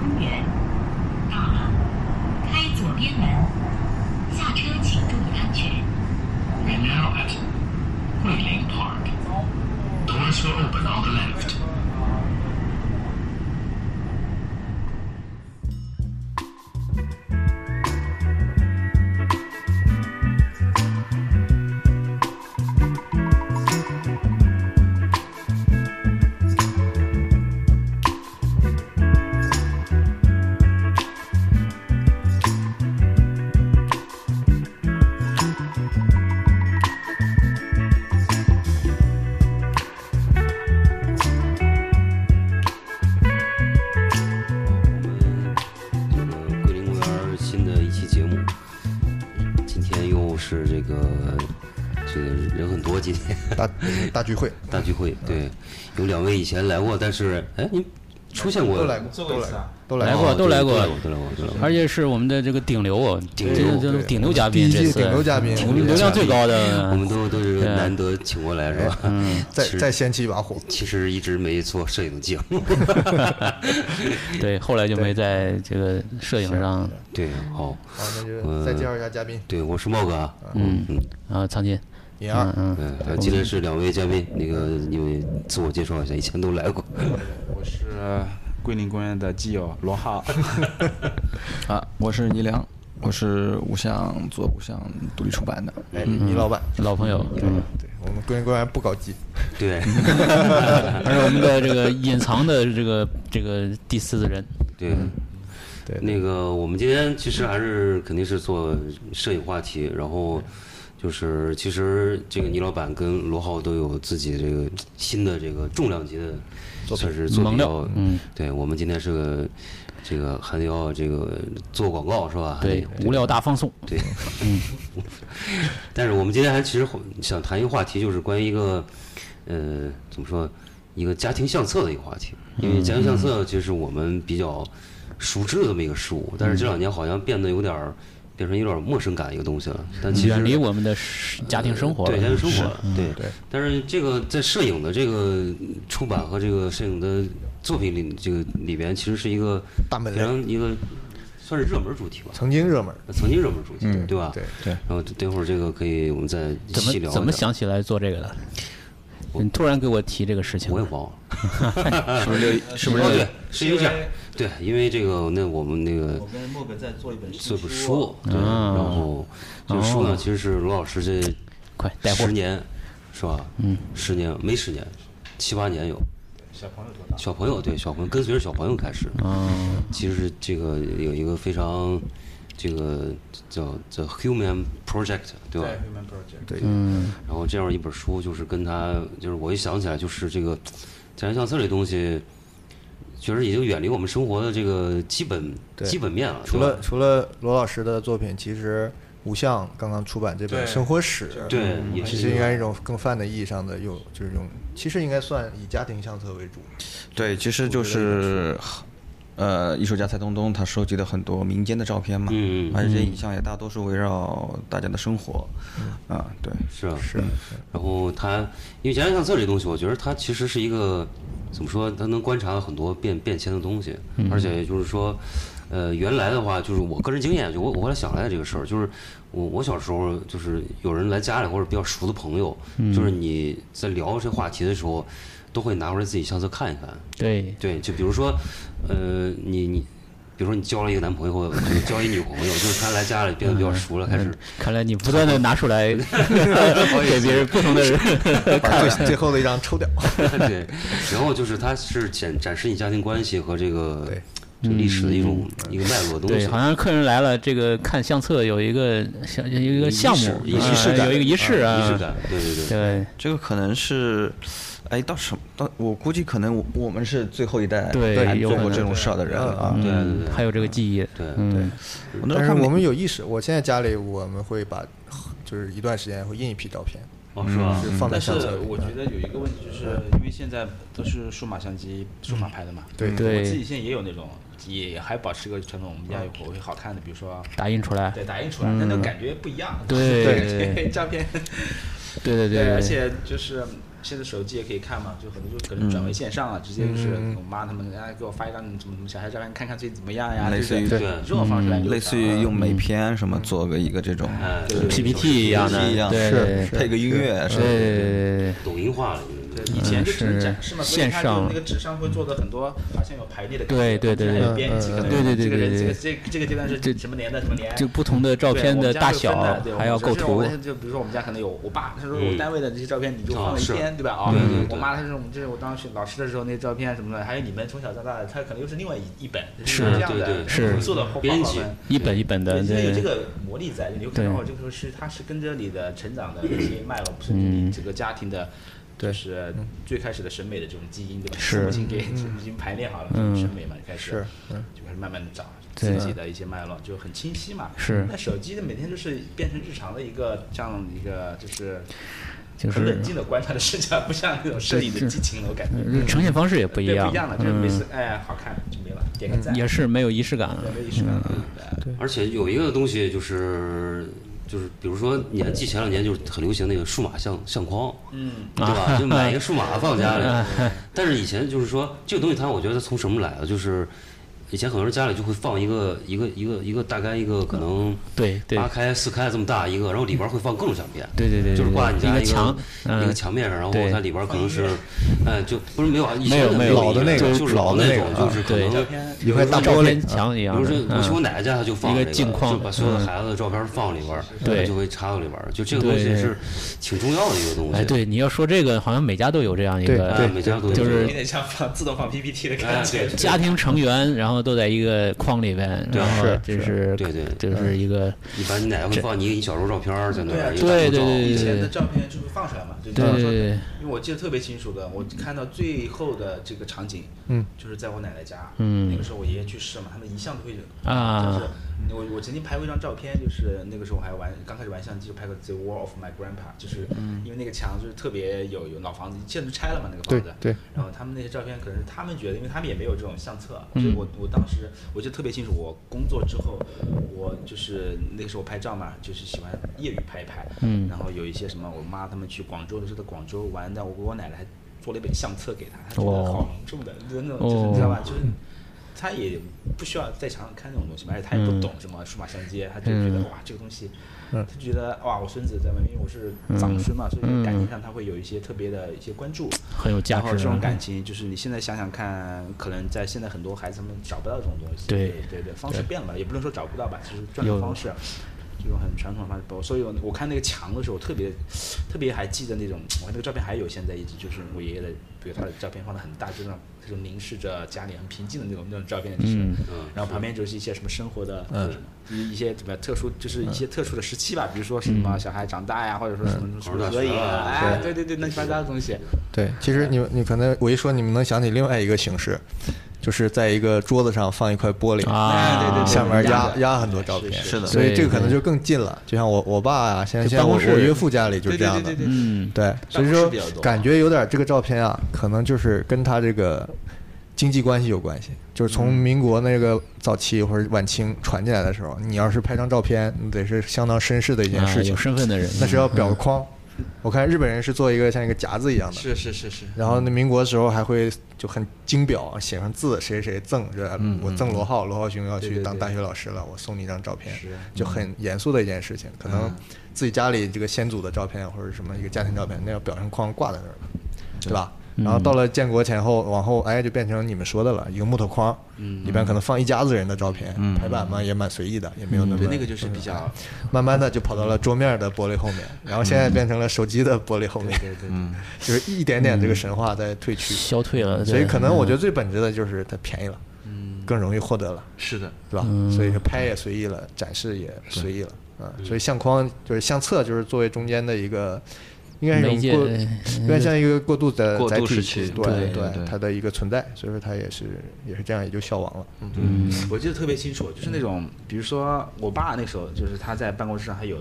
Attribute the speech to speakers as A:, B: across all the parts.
A: 公园。到了，开左边门，下车请注意安全。
B: We are now at Guilin Park. Doors will open on the left.
C: 这个嗯桂林公园儿新的一期节目，今天又是这个这个人很多，今天
D: 大呃大聚会，
C: 大聚会。
D: 嗯
C: 对，有两位以前来过，但是哎，您出现过
D: 都来过，
E: 做
D: 都
E: 过一
D: 来
E: 次
D: 过
E: 啊，
D: 都
C: 哦
D: 来
F: 来过
D: 过。
C: 对
F: 都来过
C: 都来过，都来过。
F: 而且是我们的这个顶流哦，
C: 顶
F: 这
C: 流
F: 这
D: 对
F: 都顶流嘉
D: 第
F: 宾，
D: 一
F: 这
D: 季
F: 次
D: 顶流嘉宾，
F: 顶流流量最高的，
C: 我们都都是
F: 对啊
C: 难得请过来，是吧？
D: 哎
C: 嗯，
D: 再再掀起一把火，啊
C: 其实一直没做摄影节 目。
F: 对，后来就没在这个摄影上，
C: 对，好，
D: 好，那就再介绍一下嘉宾，
C: 对，我是茂哥啊，
F: 嗯啊，苍金，
D: 尹
F: 嗯
D: 二，
F: 嗯，
C: 嗯，呃今天是两位嘉宾，那个你们自我介绍一下，以前都来过。
E: 我是桂林公园的基友罗 浩。
G: 啊，我是倪良，我是五项做五项独立出版的。
D: 哎，倪老板，
F: 老朋友，嗯，
D: 对我们桂林公园不搞基，
C: 对，
F: 而且我们的这个隐藏的这个这个第四人，
C: 对，
D: 对
C: 嗯那个我们今天其实还是肯定是做摄影话题，然后就是其实这个倪老板跟罗浩都有自己这个新的这个重量级的算是作
F: 猛
C: 品
F: 料
C: 要，
F: 嗯，
C: 对我们今天是个这个还得要这个做广告是吧？还
F: 对
C: 得，
F: 无聊大放送，
C: 对，嗯但是我们今天还其实想谈一个话题，就是关于一个，呃，怎么说，一个家庭相册的一个话题。因为家庭相册就是我们比较熟知的这么一个事物，但是这两年好像变得有点儿，变成有点儿陌生感一个东西了。但嗯其实
F: 远离我们的是家庭生活了，
C: 对家庭生
F: 是
C: 活了，对
D: 对。
C: 但是这个在摄影的这个出版和这个摄影的作品里，这个里边其实是一个
D: 大门
C: 非
D: 类，
C: 常一个算是热门主题吧，
D: 曾经热门，
C: 曾经热门主题，嗯对吧？
D: 嗯对，
C: 然后等会儿这个可以我们再
F: 怎
C: 细聊
F: 么
C: 一
F: 怎么
C: 下？
F: 想起来做这个的？
C: 我
F: 你突然给我提这个事情
C: 我，也忘了，
G: 是不是六一？ 是不
C: 哦
G: 是
C: 对，是有奖，对，因为这个那我们那个
E: 跟莫哥在做一本
C: 做本书，对，
F: 啊
C: 然后这个书呢，其实是罗老师这
F: 快带货
C: 十，年是吧？嗯，十年没十年，七八年有。小朋友多大？小朋友对小朋友跟随着小朋友开始，
F: 嗯，
C: 其实这个有一个非常这个叫叫 Human Project 对吧？
D: 对，
C: 然后这样一本书，就是跟他，就是我一想起来，就是这个家庭相册这东西，确实已经远离我们生活的这个基本
D: 对
C: 基本面了。
D: 除
C: 对吧
D: 了除了罗老师的作品，其实吴相刚刚出版这本《
E: 对
D: 生活史》，
C: 对，也
D: 其
C: 嗯是
D: 实
C: 一
D: 应
C: 个
D: 该是一种更泛的意义上的用，就是用，其实应该算以家庭相册为主，
G: 对，其实就是，呃，艺术家蔡东东他收集了很多民间的照片嘛，
C: 嗯嗯
G: 而且这些影像也大多数围绕大家的生活，
F: 嗯
G: 啊，对，
C: 是啊。
D: 是
C: 然后他，因为家庭相册这东西，我觉得它其实是一个怎么说，它能观察很多变变迁的东西，而
D: 嗯
C: 且就是说，呃，原来的话，就是我个人经验，就我我后来想来这个事儿，就是我我小时候就是有人来家里或者比较熟的朋友，
D: 嗯
C: 就是你在聊这话题的时候，都会拿回来自己相册看一看，
F: 对，
C: 对，就比如说，呃，你你。比如说你交了一个男朋友，或者交一女朋友，就是他来家里变得比较
D: 嗯
C: 熟了，开始
F: 看来你不断的拿出来 给别人不同的人，
D: 把最最后的一张抽掉，
C: 对，然后就是它是展展示你家庭关系和这个
D: 对
C: 就历史的一种一个脉络的东
F: 嗯对，
C: 西
F: 好。像客人来了，这个看相册有一个项有一个项目，
C: 仪式
F: 啊
C: 仪式感
F: 有一个仪式啊，
C: 仪式感，对对对，
F: 对嗯
G: 这个可能是，哎，到什么到我估计可能我我们是最后一代
F: 对
G: 还
F: 有
G: 做
F: 可
G: 过
F: 能
G: 这种事儿的人啊，
C: 对对对
F: 嗯还有这个记忆，
C: 对
F: 嗯，
G: 我那时
D: 但
G: 候
D: 是
G: 看
D: 我们有意识，我现在家里我们会把，就是一段时间会印一批照片，
C: 哦是
F: 嗯
C: 吧？
D: 就放在
E: 嗯但是
D: 相册里。
E: 我觉得有一个问题，就是
G: 嗯
E: 因为现在都是数码相机、数码拍的嘛。
D: 对
E: 我自己
F: 对，
E: 现在也有那种，也还保持个传统，我们家有会好看的，比如说
F: 打印出来，
E: 对打印出来，但那种感觉不一样。
F: 对对
E: 照片。
F: 对对对，
E: 而且就是现在手机也可以看嘛，就很多就可能转为线
F: 嗯
E: 上啊，直接就是我妈他们哎给我发一张怎么怎么小孩照片，看看最近怎么样呀，
F: 嗯
G: 类
E: 就是
G: 似于
E: 这
G: 对
E: 种方式来流传啊，
G: 嗯类似于用美篇什么做个一个这种
F: 嗯
C: 哎，
E: 对对对
F: PPT 一样的，
G: 一样
F: 对对
G: 配个音乐
F: 对
G: 是
F: 对
G: 吧？
F: 对
C: 抖音化了，你
E: 对
C: 们，
E: 以前就只能展示嘛，
F: 是
E: 所以
F: 线
E: 它就
F: 上
E: 那个纸上会做的很多，好像有排列的感
F: 对
E: 觉，
F: 对对
E: 还
F: 对
E: 有编辑，可能
F: 对对对
E: 这个人
F: 对
E: 这
F: 对
E: 个这个这个阶段
F: 这
E: 是什么年的什么年，
F: 对，就不同的照
E: 对
F: 片
E: 我
F: 的
E: 们家
F: 大
E: 会分
F: 小
E: 的对我
F: 还要
E: 们
F: 构
E: 是我
F: 图
E: 们，就比如说我们家可能有我爸，他说
C: 嗯
E: 我单位的这些照片你就放
C: 啊
E: 了一
C: 是
E: 天，对吧？啊
C: 对对对，
E: 我妈她是我们这是我当时老师的时候那照片什么的，还有你们从小到大，她可能又是另外一一本，就是
F: 是
E: 这样
C: 对
E: 的
C: 对
F: 是
E: 做的
C: 编辑
F: 一本一本的，
E: 对，现在有这
F: 对
E: 个魔力在，你有可能哦，就是说是它是跟着你的成长的那些脉络，不是
F: 嗯
E: 你这个家庭的，
D: 对
E: 就是最开始的审美的这种基因，对吧？
F: 是
E: 已经给已经排练好了这
F: 嗯
E: 种审美嘛，开始
D: 是嗯
E: 就开始慢慢的找
F: 对
E: 自己的一些脉络，就很清晰嘛。
F: 是
E: 那手机每天都是变成日常的一个这样一个就是。
F: 就是
E: 很冷静的观察的视角，不像那种摄影的
F: 对
E: 激情了，我感觉
F: 呃呈现方式也不一
E: 对
F: 样，嗯
E: 不一样了，就是没事，哎，好看就没了，点个赞，
F: 也是嗯没有仪式感了
E: 对，没意识感了，对
C: 而且有一个东西就是就是，比如说年记前两年就是很流行那个数码相相框，
E: 嗯，
C: 对 吧？就买一个数码放家里。但是以前就是说这个东西，它我觉得它从什么来的？就是以前很多人家里就会放一个一个一个一个大概一个可能
F: 对对
C: 八开四开这么大一个，然后里边会放各种相片。
F: 对对对对
C: 就是挂你家
F: 一个
C: 一
F: 墙嗯
C: 一个墙面上，然后
F: 对
C: 它里边可能是，哎，就不是没有啊，以前
F: 没有
C: 的
F: 没有
C: 一
F: 老的
C: 个
D: 那个
C: 就是
D: 老
C: 老
D: 的
C: 那
D: 那
C: 种，
D: 个
C: 就是可
F: 对
C: 能
D: 一块大
F: 照
D: 玻
F: 片
D: 璃，
F: 墙一
C: 比
F: 样
C: 如
F: 的
C: 说，我去我
F: 嗯
C: 奶奶家，她就放
F: 一个
C: 这
F: 镜框
C: 就把所有的
F: 嗯
C: 孩子的照片放里边儿，
F: 对
C: 她就会插到里边儿。就这个东
F: 对
C: 西是挺重要的一个东西。
F: 哎，对，你要说这个，好像每家都有这样一个，
D: 对
C: 哎，每家都有
F: 就是啊
E: 有点像放自动放 PPT 的
C: 哎
E: 感，觉
C: 对，，
F: 家庭成员，然后都在一个框里边，
C: 对
F: 然后
D: 是
F: 这
D: 是
F: 是
C: 对对
F: 就是一个
C: 一般你奶奶会放你你小时候照片儿在那儿，
F: 对对对对
E: 啊以前的照片就会放出来嘛，对
F: 对
E: 吧？
F: 对对
E: 因为我记得特别清楚的，我看到最后的这个场景，
D: 嗯，
E: 就是在我奶奶家，
F: 嗯
E: 那个时候我爷爷去世嘛，他们一向都会有
F: 啊
E: 就是我我曾经拍过一张照片，就是那个时候我还玩刚开始玩相机，就拍过《The Wall of My Grandpa》，就是
F: 嗯
E: 因为那个墙就是特别有有老房子，现在都拆了嘛那个
D: 对
E: 房子，
D: 对，
E: 然后他们那些照片可能是他们觉得，因为他们也没有这种相册，啊所以
F: 嗯
E: 我我当时我记得特别清楚，我工作之后，我就是那个时候拍照嘛，就是喜欢业余拍一拍，
F: 嗯
E: 然后有一些什么，我妈他们去广州的时候在广州玩的，我给我奶奶还做了一本相册给她，她觉得好隆重的，就是那种就是你知道吧，
F: 哦
E: 就是。她也不需要在墙上看那种东西嘛，而且她也不懂什么数码相机，她就觉得
F: 嗯
E: 哇这个东西，她
D: 嗯
E: 就觉得哇我孙子在外面，因为我是
F: 嗯
E: 长孙嘛，所以感情上他会有一些特别的一些关注，
F: 很有价
E: 然后
F: 值啊
E: 这
F: 的
E: 种，感情，就是你现在想想看，可能在现在很多孩子们找不到这种东西。
F: 对
E: 对对，方式变了，也不能说找不到吧，就是赚
F: 有
E: 的方式，啊这种很传统的方式包。所以我我看那个墙的时候，特别特别还记得那种，我那个照片还有，现在一直就是我爷爷的，比如他的照片放的很大，就那种那种凝视着家里很平静的那种那种照片，就是。
F: 嗯
C: 嗯
E: 然后旁边就是一些什么生活的，一一些怎么样特殊，就是一些特殊的时期吧，比如说什
F: 嗯
E: 么小孩长大呀，或者说什么什么合影啊，哎，对对对，乱七八糟的东西，
D: 对，其实你们你可能我一说你们能想起另外一个形式，就是在一个桌子上放一块玻璃，
F: 啊，
E: 对对对
D: 下面
E: 压
D: 压
E: 着
D: 压很多照片，
E: 是
G: 是的
D: 所以
F: 对
D: 这个可能
F: 对
D: 就更近了。就像我我爸啊，现在
F: 就
D: 现在
F: 办
D: 我
F: 公
D: 我
F: 室
D: 岳父家里就是这
E: 对对
D: 样
E: 对
D: 的
E: 对，对，
F: 嗯，
D: 对，所以
E: 办公室
D: 说
E: 比较多
D: 感觉有点这个照片啊，可能就是跟他这个经济关系有关系。就是
E: 嗯
D: 从民国那个早期或者晚清传进来的时候，你要是拍张照片，你得是相当绅士的一件
F: 啊
D: 事情
F: 有，身份的人，
D: 那是要
F: 嗯
D: 裱个框。我看日本人是做一个像一个夹子一样的，
E: 是是是是，
D: 然后那民国的时候还会就很精表，写上字，谁谁赠，这
F: 嗯
D: 我赠罗浩，罗浩兄要
E: 对
D: 去
E: 对对
D: 当大学老师了，我送你一张照片
E: 是，
D: 就
F: 嗯
D: 很严肃的一件事情。可能自己家里这个先祖的照片或者什么一个家庭照片，那要裱上框挂在那儿嘛，对吧？然
F: 嗯
D: 后到了建国前后，往后哎就变成你们说的了，一个木头框，
E: 嗯
D: 里边可能放一家子人的照片，
F: 嗯
D: 排版嘛也蛮随意的，也没有那么
E: 对，那个就是比较，
D: 慢慢的就跑到了桌面的玻璃后面，然后现在变成了手机的玻璃后面，嗯
E: 对
D: 就
E: 对，
D: 是一点点这个神话在退去。
F: 消退了，
D: 所以
F: 对
D: 可能我觉得最本质的就是它便宜了，嗯，更容易获得了，
E: 是的，
D: 对吧？
F: 嗯
D: 所以说拍也随意了，展示也随意了，啊，所以相框就是相册，就是作为中间的一个，应该是
F: 媒
D: 一
F: 介
D: 种过，
F: 对
D: 应该像一个过渡的
G: 过渡
D: 载体
G: 时期
D: 对
G: 对
D: 对，
G: 对
D: 它的一个存在，所以说它也是也是这样，也就消亡了，
E: 嗯，我记得特别清楚，就是那种，比如说我爸那时候，就是他在办公室上还有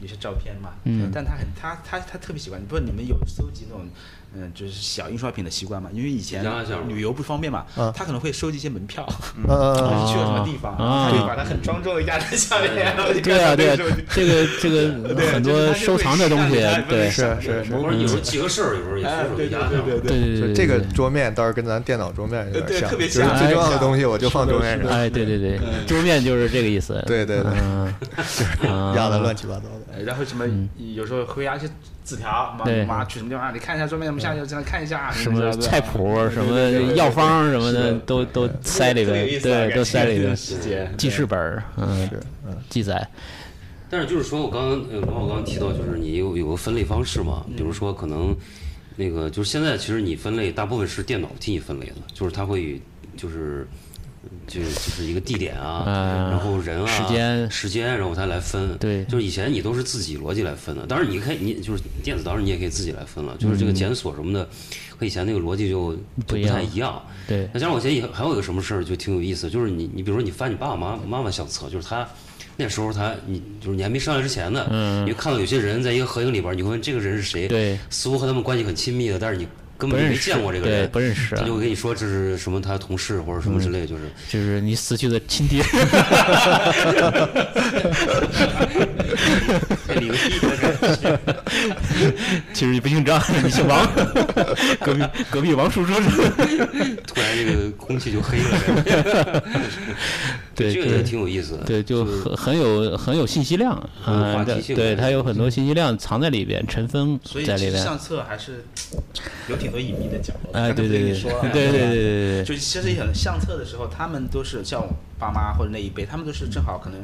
E: 有些照片嘛，嗯，但他很他他他特别喜欢，不是你们有搜集那种嗯，就是小印刷品的习惯嘛，因为以前
C: 你家小
E: 旅游不方便嘛，他可能会收集一些门票，
D: 呃，
E: 去了什么地方，
F: 啊
E: 他就把它很庄重的压在下面，然后你
F: 对啊，
E: 看
F: 对
E: 那
F: 啊
E: 个手机，
F: 这个这个
E: 对
F: 很多收藏的东西，对，
D: 是是是，
C: 或者有时候记个事儿，有时候也
E: 哎，
C: 随手
E: 对对
C: 压
E: 对
C: 上。
E: 对
F: 对
E: 对，
F: 对
D: 就
F: 对，
D: 这个
F: 对
D: 桌面倒是跟咱电脑桌面有
E: 呃对
D: 点像，
E: 特别
D: 就是
E: 像
D: 最重要
E: 哎
D: 的东西我就放桌面上，
F: 哎，对对对，桌面就是这个意 思。
D: 对对对
F: 嗯，啊
D: 压的乱七八糟的。
E: 呃然后什么有时候会压一些纸条，
F: 嗯
E: 妈
F: 对
E: 妈去什么地方，你看一下桌面什么下去，这样看一下啊
F: 什么菜谱、什
E: 对对对
F: 么
E: 对
F: 药方什么的，都都塞里
E: 特别有
F: 边
E: 意，思啊
F: 对，
E: 感
F: 都
E: 觉
F: 塞里
E: 这
F: 边
E: 个。时间
F: 记事本儿，嗯，记载，
C: 但是就是说，我刚刚呃，王老刚刚提到，就是你有有个分类方式嘛，比
F: 嗯
C: 如说可能那个就是现在其实你分类大部分是电脑替你分类的，就是它会就是就就是一个地点啊，
F: 嗯
C: 然后人啊，
F: 时间
C: 时间，然后它来分。
F: 对
C: 就是以前你都是自己逻辑来分的，当然你可以你就是电子，当然你也可以自己来分了，就是这个检索什么的和以前那个逻辑就
F: 嗯不
C: 就
F: 一
C: 不
F: 样
C: 太一样。
F: 对
C: 那加上我现在还有一个什么事儿就挺有意思，就是你你比如说你翻你爸爸妈妈妈相册，就是他那时候他你就是你还没上来之前呢，
F: 嗯
C: 你就看到有些人在一个合影里边，你会问这个人是谁，
F: 对
C: 似乎和他们关系很亲密的，但是你根
F: 不
C: 本就
F: 认
C: 没
F: 识，
C: 见过这个
F: 对，
C: 人，
F: 不认识啊嗯
C: 他，就会跟你说这是什么他的同事或者什么之类，就是
F: 就是你死去的亲爹，
C: 你个屁这是
F: 其实你不姓 张，你姓王，隔壁隔壁王叔叔，
C: 突然这个空气就黑了，
F: 对，
C: 这个
F: 就
C: 也挺有意思的，
F: 对，就很很有很有信息量，
C: 很有
F: 嗯
C: 话，题
F: 对
C: 性
F: 对，
C: 的
F: 它有很多信息量藏在里边，尘封
E: 所以
F: 在
E: 其
F: 里
E: 实
F: 边，
E: 相册还是有挺多隐秘的角落的，
F: 哎，
E: 他都
F: 对
E: 不跟
F: 对
E: 你
F: 对
E: 说啊，
F: 对对
E: 吧
F: 对对对
E: 就其实很相册的时候，他们都是像我爸妈或者那一辈，他们都是正好可能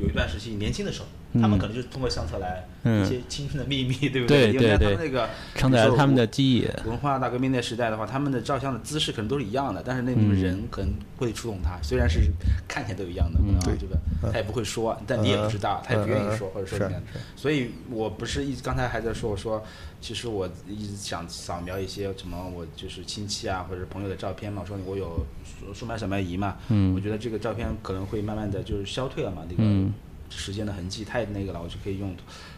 E: 有一段时期年轻的时候，他们可能就是通过相册来
F: 嗯
E: 一些青春的秘密，对不
F: 对
E: 因为
F: 对
E: 他
F: 对
E: 们那个
F: 承载
E: 比
F: 了
E: 如说
F: 他们的
E: 文
F: 记忆，
E: 文化大革命那时代的话，他们的照相的姿势可能都是一样的，但是那个人可能会触动他，虽然是看起来都一样的，可能这个他也不会说，但你也不知道，他也不愿意说，或者说怎么样。所以我不是一直刚才还在说，我说其实我一直想扫描一些什么，我就是亲戚啊或者朋友的照片嘛，我说我有数数码扫描仪嘛，我觉得这个照片可能会慢慢的就是消退了嘛，那个
F: 嗯
E: 时间的痕迹太那个了，我就可以用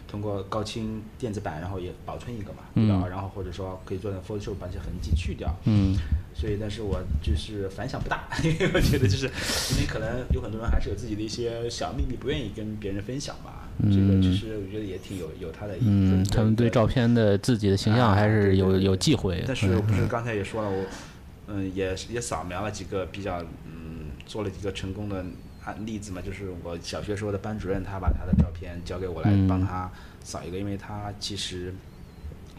E: 通过高清电子版，然后也保存一个嘛，对吧？然后或者说可以做点 Photoshop 把这些痕迹去掉。
F: 嗯，
E: 所以，但是我就是反响不大， 因为我觉得就是因为可能有很多人还是有自己的一些小秘密，不愿意跟别人分享吧。这个就是我觉得也挺有有它的意义。
F: 嗯，
E: 对
F: 他们对照片的自己的形象还是有有忌讳，
E: 但是我不是刚才也说了，我嗯也也扫描了几个比较嗯做了几个成功的案例子嘛，就是我小学时候的班主任，他把他的照片交给我来
F: 嗯
E: 帮他扫一个，因为他其实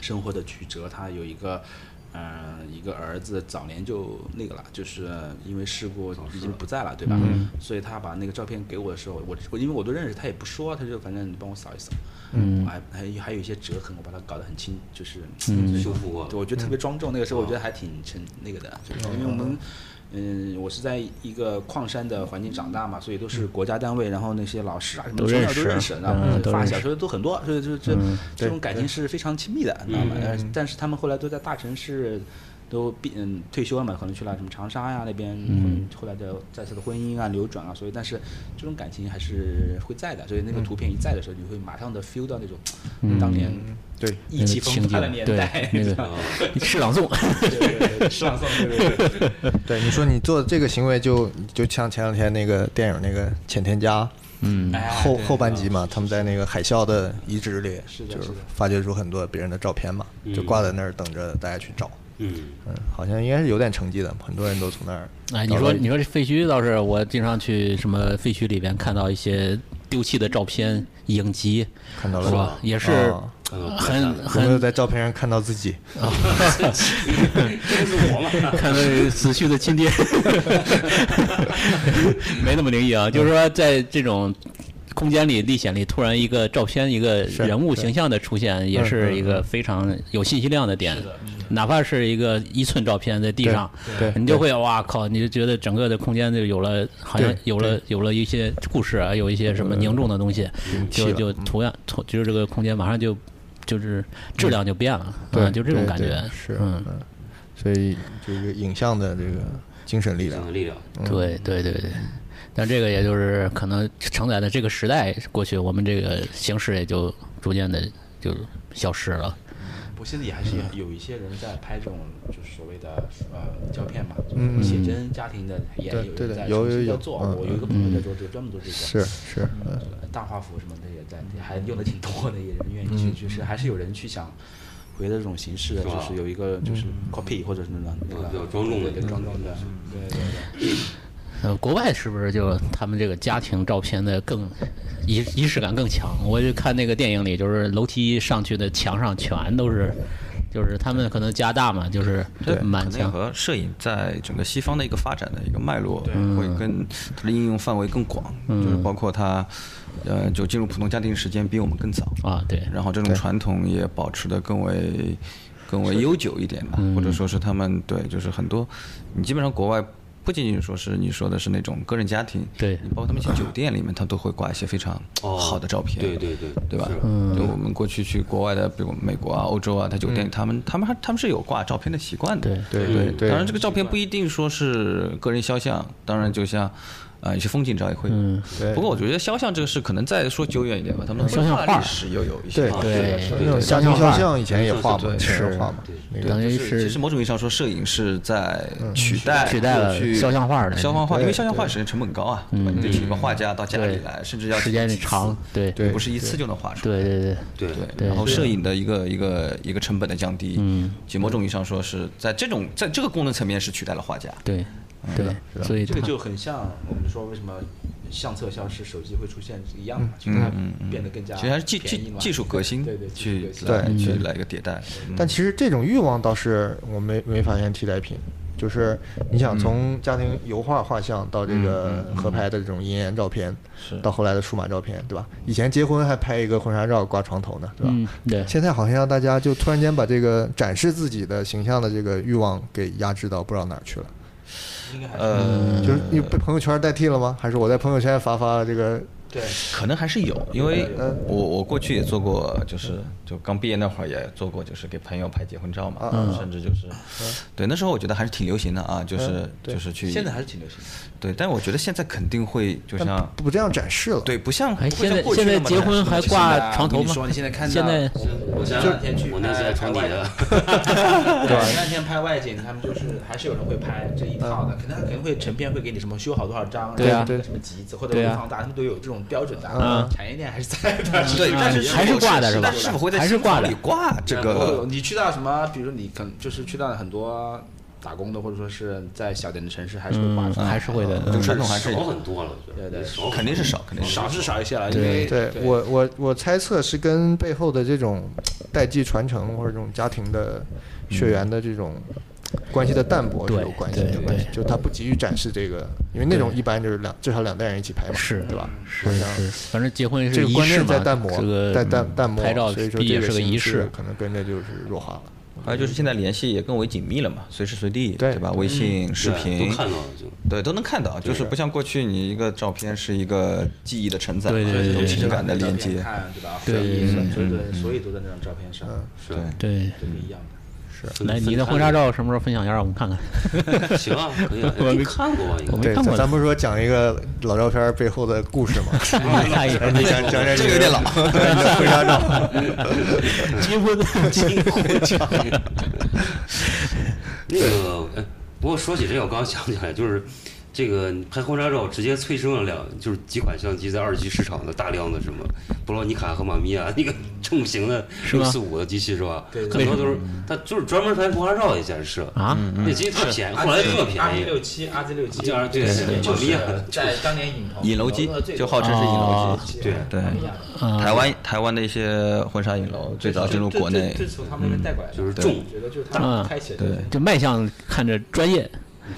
E: 生活的曲折，他有一个。嗯，一个儿子早年就那个了，就是因为事故已经不在了，对吧？所以他把那个照片给我的时候，我我因为我都认识他，也不说，他就反正你帮我扫一扫。嗯，还还还有一些折痕，我把它搞得很清，就是
C: 修复过了嗯
E: 对，我觉得特别庄重。那个时候我觉得还挺成那个的，就是因为我们，嗯，我是在一个矿山的环境长大嘛，所以都是国家单位，然后那些老师啊什么
F: 都
E: 学
F: 认
E: 校都
F: 识
E: 认识，然
F: 嗯
E: 后
F: 都
E: 发
F: 认
E: 小
F: 识嗯
E: 学都很多，所以就这这种感情是非常亲密的，你知道吗？但是但是他们后来都在大城市。都毕嗯退休了嘛，可能去了什么长沙呀那边，嗯，后来的再次的婚姻啊流转啊，所以但是这种感情还是会在的，所以
F: 嗯
E: 那个图片一在的时候，你会马上的 feel 到那种当年
D: 对
E: 意气风发的年代，
F: 那
E: 你
F: 个
E: 知道吗？
F: 是朗诵，
E: 是朗诵，对对对，
D: 对，你说你做的这个行为就就像前两天那个电影那个《潜天家》。嗯，
E: 哎
D: 后后半集嘛，他们在那个海啸的遗址里，
E: 是的
D: 就是
E: 的嗯
D: 发掘出很多别人的照片嘛，就挂在那儿等着大家去找。
C: 嗯，
D: 嗯，好像应该是有点成绩的，很多人都从那儿。
F: 哎，你说你说这废墟倒是，我经常去什么废墟里边看到一些丢弃的照片、影集，
D: 看到了
F: 是
D: 是吧
F: 吧？也是
D: 哦
C: 呃
F: 很
D: 有没有
F: 很
D: 在照片上看到自己？
C: 这是我嘛，
F: 看到死去的亲爹， 没那么灵异啊，就是说在这种。空间里、历险里，突然一个照片、一个
D: 是
F: 人物形象的出现，也
D: 嗯
F: 是
D: 嗯
F: 一个非常有信息量的点。哪怕是一个一寸照片在地
D: 对
F: 上，
D: 对
F: 你就会哇靠，你就觉得整个的空间就有了，好像
D: 对呃
F: 有了有了一些故事啊，有一些什么凝重的东西，就就
D: 嗯
F: 图样，图就是这个空间马上就就是质量就变了，
D: 对，
F: 啊，就这种
D: 对
F: 感
D: 对
F: 觉，
D: 是
F: 嗯，
D: 所以这个影像的这个精神力
C: 这
D: 量
C: 样的，力量，
D: 嗯
F: 对对对对。但这个也就是可能承载的这个时代过去，我们这个形式也就逐渐的就消失了。
E: 不过现在也还
D: 嗯
E: 是有有一些人在拍这种就是所谓的呃胶片嘛，
D: 嗯
E: 写真家庭的也
D: 对
E: 有
D: 对
E: 人
D: 的
E: 在
D: 有
E: 重新
D: 有
E: 在
D: 有
E: 做。
D: 嗯
E: 我有一个朋友在做这个，专门做这个。
D: 是是，
E: 呃大画幅什么的也在，还用的挺多的，也人愿意
D: 嗯
E: 去，就是还是有人去想回的这种形式的，
C: 是吧
E: 就是有
D: 嗯
E: 一个就是 copy 或者什么
G: 啊
E: 的，对吧
C: 比较庄重的
E: 对庄重的，对对对，
F: 呃，国外是不是就他们这个家庭照片的更仪仪式感更强？我就看那个电影里，就是楼梯上去的墙上全都是，就是他们可能家大嘛，就是满
G: 可能也
F: 墙。
G: 和摄影在整个西方的一个发展的一个脉络，会
F: 嗯
G: 跟它的应用范围更广，就是包括它，呃，就进入普通家庭时间比我们更早，
F: 啊，对，
G: 然后这种传统也保持的更为更为悠久一点吧，
F: 嗯
G: 或者说是他们对，就是很多，你基本上国外。不仅仅说是你说的是那种个人家庭，
F: 对
G: 你包括他们一些酒店里面，他都会挂一些非常
C: 哦
G: 好的照片，
C: 对对对
G: 对吧
C: 是？
F: 嗯
G: 就我们过去去国外的，比如美国啊、欧洲啊，他酒店，他们他们还他们是有挂照片的习惯的，
F: 对
D: 对对对
G: 当然，这个照片不一定说是个人肖像，当然就像，呃，一些风景照也会有。
F: 嗯
D: 对
G: 不过我觉得肖像这个事可能再说久远一点吧，他们
F: 肖像
G: 绘
F: 画
G: 历史又有一些啊
D: 对
G: 吧。
F: 啊对
D: 那种家庭肖像以前也画嘛，
G: 对
D: 以前也画嘛，那个
F: 等于
G: 就是其实
F: 是嗯
G: 某种意义上说，摄影是在取代
F: 取代了
G: 去
F: 肖像画的嗯
G: 肖像画，因为肖像画时间成本很高啊，对吧？你得请个画家到家里来，甚至要
F: 时间
G: 请几次
F: 长，对
D: 对
G: 不是一次就能画出来。
F: 对对对，
C: 对
G: 对，然后摄影的一个一个一个成本的降低，嗯，就某种意义上说是在这种在这个功能层面是取代了画家，
F: 对对，所以
E: 这个
F: 他
E: 就很像我们说为什么相册消失，手机会出现是一样
D: 嗯
E: 的嘛，就是它变得更加
G: 其实还是技
E: 便宜
G: 技
E: 嘛
G: 技术革新，
E: 对对，对技术
G: 去
E: 革新
G: 来去来一个迭代。嗯
D: 但其实这种欲望倒是我没没发现替代品，就是你想
F: 嗯
D: 从家庭油画画像到这个合拍的这种银岩照片，到后来的数码照片，对吧？以前结婚还拍一个婚纱照挂床头呢，对吧？
F: 嗯对
D: 现在好像让大家就突然间把这个展示自己的形象的这个欲望给压制到不知道哪儿去了。
G: 呃，
D: 就是你被朋友圈代替了吗？还是我在朋友圈发发这个？
E: 对，
G: 可能还是有，因为
E: 嗯
G: 我我过去也做过，就是就刚毕业那会儿也做过，就是给朋友拍结婚照嘛，
E: 嗯
G: 甚至就是，对那时候我觉得还是挺流行的啊，就是就是去
E: 嗯现在还是挺流行的，
G: 对，但我觉得现在肯定会就
D: 但
G: 像
D: 不不这样展示了，
G: 对不像
F: 哎，
G: 不
F: 现
G: 像
F: 在
G: 过去
F: 现在
G: 那么
F: 结婚还挂床头
E: 我跟你
F: 吗
E: 说？你现在看到
F: 现在
C: 我前
E: 就
C: 两天去，我那次还床底
E: 台
C: 的，
E: 对，前两天拍外景，他们就是还是有人会拍这一套的，可能他可能会成片会给你什么修好多少
F: 嗯
E: 张，
F: 对啊
E: 然后什么集子或者
F: 对啊
E: 放大，他们都有这种标准的，
F: 嗯
E: 产业链还是在的，
G: 对，但是
F: 嗯还是挂的是吧
G: 但是否会在
F: 还是
G: 心
F: 挂的
G: 里挂这
E: 呃
F: 嗯
G: 个？
E: 你去到什么，比如你可能就是去到很多打工的，或者说是在小点的城市，还是会挂出
F: 嗯
E: 来
F: 还是会的，
G: 这个传统还
C: 少
G: 是有，
C: 很多了，我觉
E: 对
C: 得
E: 对
C: 少很多
G: 肯定是少，肯定是
E: 少是少一些了，因为
D: 对我我我猜测是跟背后的这种代际传承或者这种家庭的血缘的这种关系的淡薄是
F: 对
D: 有关系
F: 对
D: 有关系，
F: 对
D: 就他不急于展示这个，因为那种一般就是两至少两代人一起拍嘛，
F: 是
D: 对吧？
F: 是是，反正结婚
D: 这
F: 是
D: 个
F: 仪
D: 观
F: 式
D: 念
F: 嘛，
D: 在淡漠，
F: 这个嗯
D: 在淡淡漠，
F: 拍照
D: 所以说
F: 毕
D: 这
F: 竟是个
D: 形
F: 仪
D: 式
F: 式，
D: 可能跟着就是弱化了。
G: 还有就是现在联系也更为紧密了嘛，随时随地
D: 对
G: 吧？微信、视
C: 对
G: 频
C: 都看到了就。
G: 嗯对，啊都能看到，就是不像过去你一个照片是一个记忆的承载，
F: 对对对
G: 这种
F: 对
G: 情感的连接，
E: 看对吧？
F: 对
E: 回忆
F: 对嗯
E: 所有的所有都在那张照片上，
C: 是
G: 对
F: 对。
E: 都不一样的。
F: 来，你的婚纱照什么时候分享一下，让我们看看？
C: 行啊，可 以啊，哎你看过吗？应该
F: 我 没
D: 对，
F: 看过
D: 咱
F: 呢
D: 咱不是说讲一个老照片背后的故 事吗？
F: 看一
D: 你讲讲讲
G: 这个有点老。
D: 婚纱照，
F: 结婚结婚照，
C: 那个，哎，不过说起这个，我刚刚想起来，就是这个拍婚纱照直接催生了两，就是几款相机在二级市场的大量的什么布罗尼卡和玛米亚那个重型的六四五的机器是吧？
E: 对对
C: 很多都是它就是专门拍婚纱照的一件事
F: 啊
C: 那机器特便宜，后来特便
E: R
C: 宜
E: G 六七，R G 六七，
C: 这样对对
E: 就
C: 对
E: 是在当年影棚
G: 影楼机就号称是影楼机，
C: 对
E: 啊
G: 对，
F: 啊
G: 台湾台湾的一些婚纱影楼最早进入国内，
E: 这从他们那边带过来的，
C: 就是重
E: 我觉得嗯就是他
F: 嗯
E: 们开启了这个
G: 对
F: 就卖相看着专业，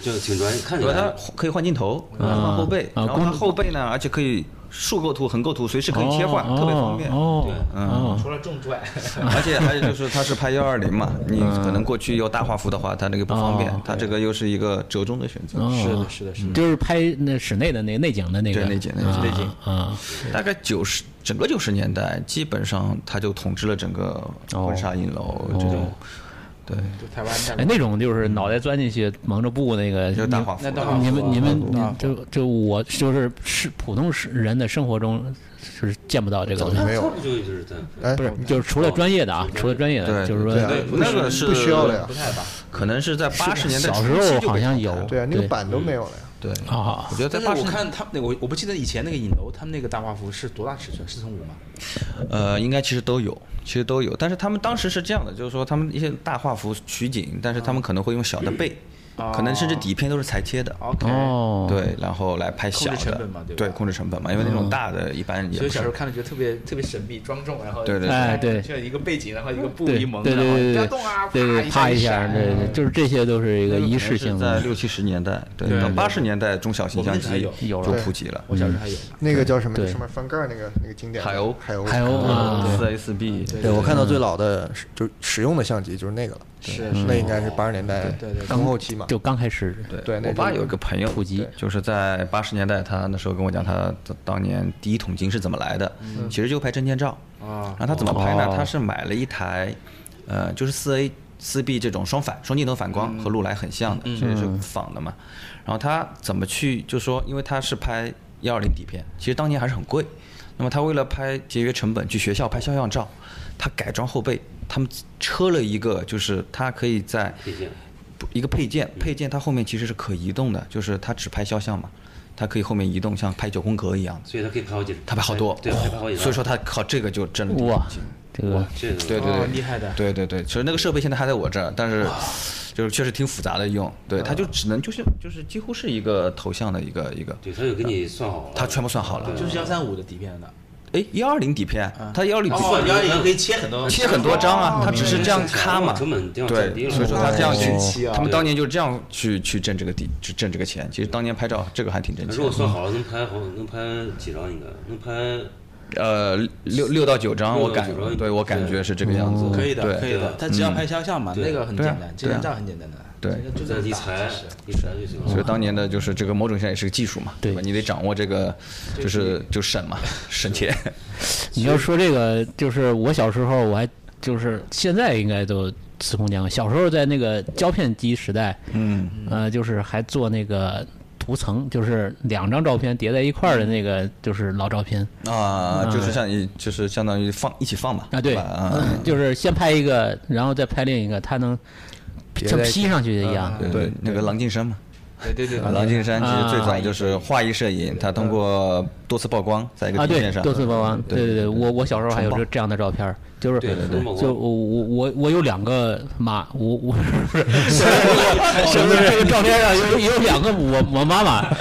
C: 就挺专业，看起
G: 主要它
C: 来
G: 可以换镜头，换后背，
F: 啊
G: 然后它
F: 功
G: 后背呢，而且可以竖构图、横构图随时可以切换，
F: 哦
G: 特别方便。
F: 哦哦
E: 除了重之外，
G: 而且还有就是，它是拍幺二零嘛，你可能过去要大画幅的话，它那个不方便
F: 哦，
G: 它这个又是一个折中的选择。
F: 哦，
E: 是的是的是的
F: 就是拍那室内的那个内景的那个
G: 对内景内景内景
F: 啊，
G: 大概九十整个九十年代，基本上他就统治了整个婚纱影楼这种。对，
E: 就台湾大
F: 哎，那种就是脑袋钻进去蒙着布那个，
G: 就是
F: 你
G: 大画幅
E: 那
G: 的，
E: 当然
F: 你们你们
E: 大画
F: 你
E: 幅
F: 就就我就是是普通是人的生活中是见不到这个东西，
D: 没有
C: 这不就就是在
D: 哎，
F: 不是就是除了专业的啊，除了专业的，
G: 对，
F: 就是说
D: 对啊
G: 对
D: 不
G: 那个
D: 需
G: 是
D: 不需要了呀
E: 不太吧，
G: 可能是在八十年代
F: 小
G: 初
F: 时
G: 期
F: 候
G: 就
F: 好
G: 被
F: 像
G: 淘汰
F: 有
G: 了
D: 对啊，那个版都没有了呀。
G: 对，
F: 啊
G: 我，觉得在
E: 但是
G: 八十
E: 我看他们那个，我我不记得以前那个影楼，他们那个大画幅是多大尺寸？四乘五吗？
G: 呃，应该其实都有，其实都有。但是他们当时是这样的，就是说他们一些大画幅取景，但是他们可能会用小的背，可能甚至底片都是裁切的。
E: OK，
F: 哦，
G: 对，然后来拍小
E: 控
G: 的，
E: 制成本嘛对吧嗯
G: 控制成本嘛，因为那种大的一般也
E: 所
G: 不
E: 以小时候
G: 是。
E: 看了觉得特别特别神秘庄重，然后
G: 对对对
F: 哎对
E: 就一个背景，然后一个布
F: 对
E: 一蒙，
F: 对
E: 然后
F: 对
E: 不要
F: 对
E: 动啊，
F: 对对，
E: 啪
F: 啪
E: 一
F: 一
E: 下
F: 下，
E: 一闪
F: 对对，就是这些都是一个仪式性
G: 在
F: 的，
G: 六七十年代，
E: 对
G: 对，到
E: 对
G: 八十年代中小型
E: 我们
G: 相
E: 那
G: 机
E: 时候
F: 有有
G: 就
F: 了
G: 普及了。
E: 我小时候还有呢，
D: 那个叫什么？
F: 对
D: 就上面翻盖儿那个那个经典的
G: 海鸥
D: 海鸥，
F: 海鸥啊
G: 嗯四 S B，
E: 对
D: 对我看到最老的就是使用的相机就是那个了，
E: 是
D: 那应该是八十年代
E: 对对对
D: 中后期嘛。
F: 就刚开始，
D: 对那
G: 我爸
D: 就
G: 有一个朋友，
F: 普及
G: 对就是在八十年代，他那时候跟我讲，他当年第一桶金是怎么来的，其实就拍证件照。
E: 啊
G: 然后他怎么拍呢
F: 哦？
G: 他是买了一台，呃，就是四 A 四 B 这种双反双镜头反光和禄来很像的，所以是仿的嘛。然后他怎么去，就说因为他是拍幺二零底片，其实当年还是很贵。那么他为了拍节约成本，去学校拍肖像照，他改装后背，他们车了一个，就是他可以在
C: 配件？
G: 不一个配件，配件它后面其实是可移动的，就是它只拍肖像嘛，它可以后面移动，像拍九宫格一样的。
C: 所以他可以拍好几，
G: 它拍好多，哦
C: 对，他拍好几张。
G: 所以说他靠这个就挣了第一桶
F: 哇
G: 金。，
F: 这个
C: 这个
G: 对对
E: 哦
G: 对，
E: 厉害的
G: 对对对，其实那个设备现在还在我这儿，但是就是确实挺复杂的用，对，它就只能就是就是几乎是一个头像的一个一个，
C: 对，他就给你算好了，
G: 它全部算好了。
E: 就是幺三五的底片的，
G: 哎，幺二零底片，它幺二零底
E: 哦，幺
G: 片
E: 二零可以切很多，
G: 切很多张
C: 哦
G: 啊，它只是这样咔嘛，哦
C: 成本这样降低
G: 对，
C: 了哦
G: 所以说他这样
E: 神奇
G: 去
E: 啊，
G: 他们当年就是这样去去挣这个底，去挣这个钱。其实当年拍照这个还挺挣
C: 可是我
G: 钱，嗯
C: 算好了，能拍好，能拍几张？应该能拍
G: 呃，六六到九张，
C: 六
G: 我
C: 到
G: 感
C: 九张
G: 对我感觉是这个样子，
C: 哦
E: 可以的，可以
G: 对。嗯
E: 的，他只要拍肖像嘛，那个很简单，这
G: 对啊
E: 张照很简单的，
G: 对
E: 这个就
C: 在
E: 是
C: 理
E: 打
C: 财
E: 其实，
C: 理财就行
G: 所以
C: 了。
G: 当年的就是这个某种意义上也是个技术嘛，
F: 对
G: 吧？你得掌握这个，就是就省嘛，省 钱。
F: 你要说这个，就是我小时候我还就是现在应该都司空见惯。小时候在那个胶片机时代，
G: 嗯，
F: 呃，就是还做那个涂层，就是两张照片叠在一块儿的那个，就是老照片
G: 啊，就是像你就是相当于放一起放嘛，
F: 啊，
G: 对
F: 对
G: 吧？啊，，
F: 就是先拍一个，然后再拍另一个，它能
D: 叠
F: 像
D: 在一起
F: 披上去的一样。
G: 对对，那个郎静生嘛，
E: 对对对，
G: 啊郎静山其实最早就是画意摄影，他通过多次曝光在一个
F: 啊，
G: 地
F: 对
G: 面，上，
F: 多次曝光，
G: 对
F: 对对对，我我小时候还有
G: 重
F: 这
G: 磅
F: 这样的照片儿，就是
C: 对对对
F: 就我我我我有两个妈，我 我不是什么这个照片上有有两个我我妈妈，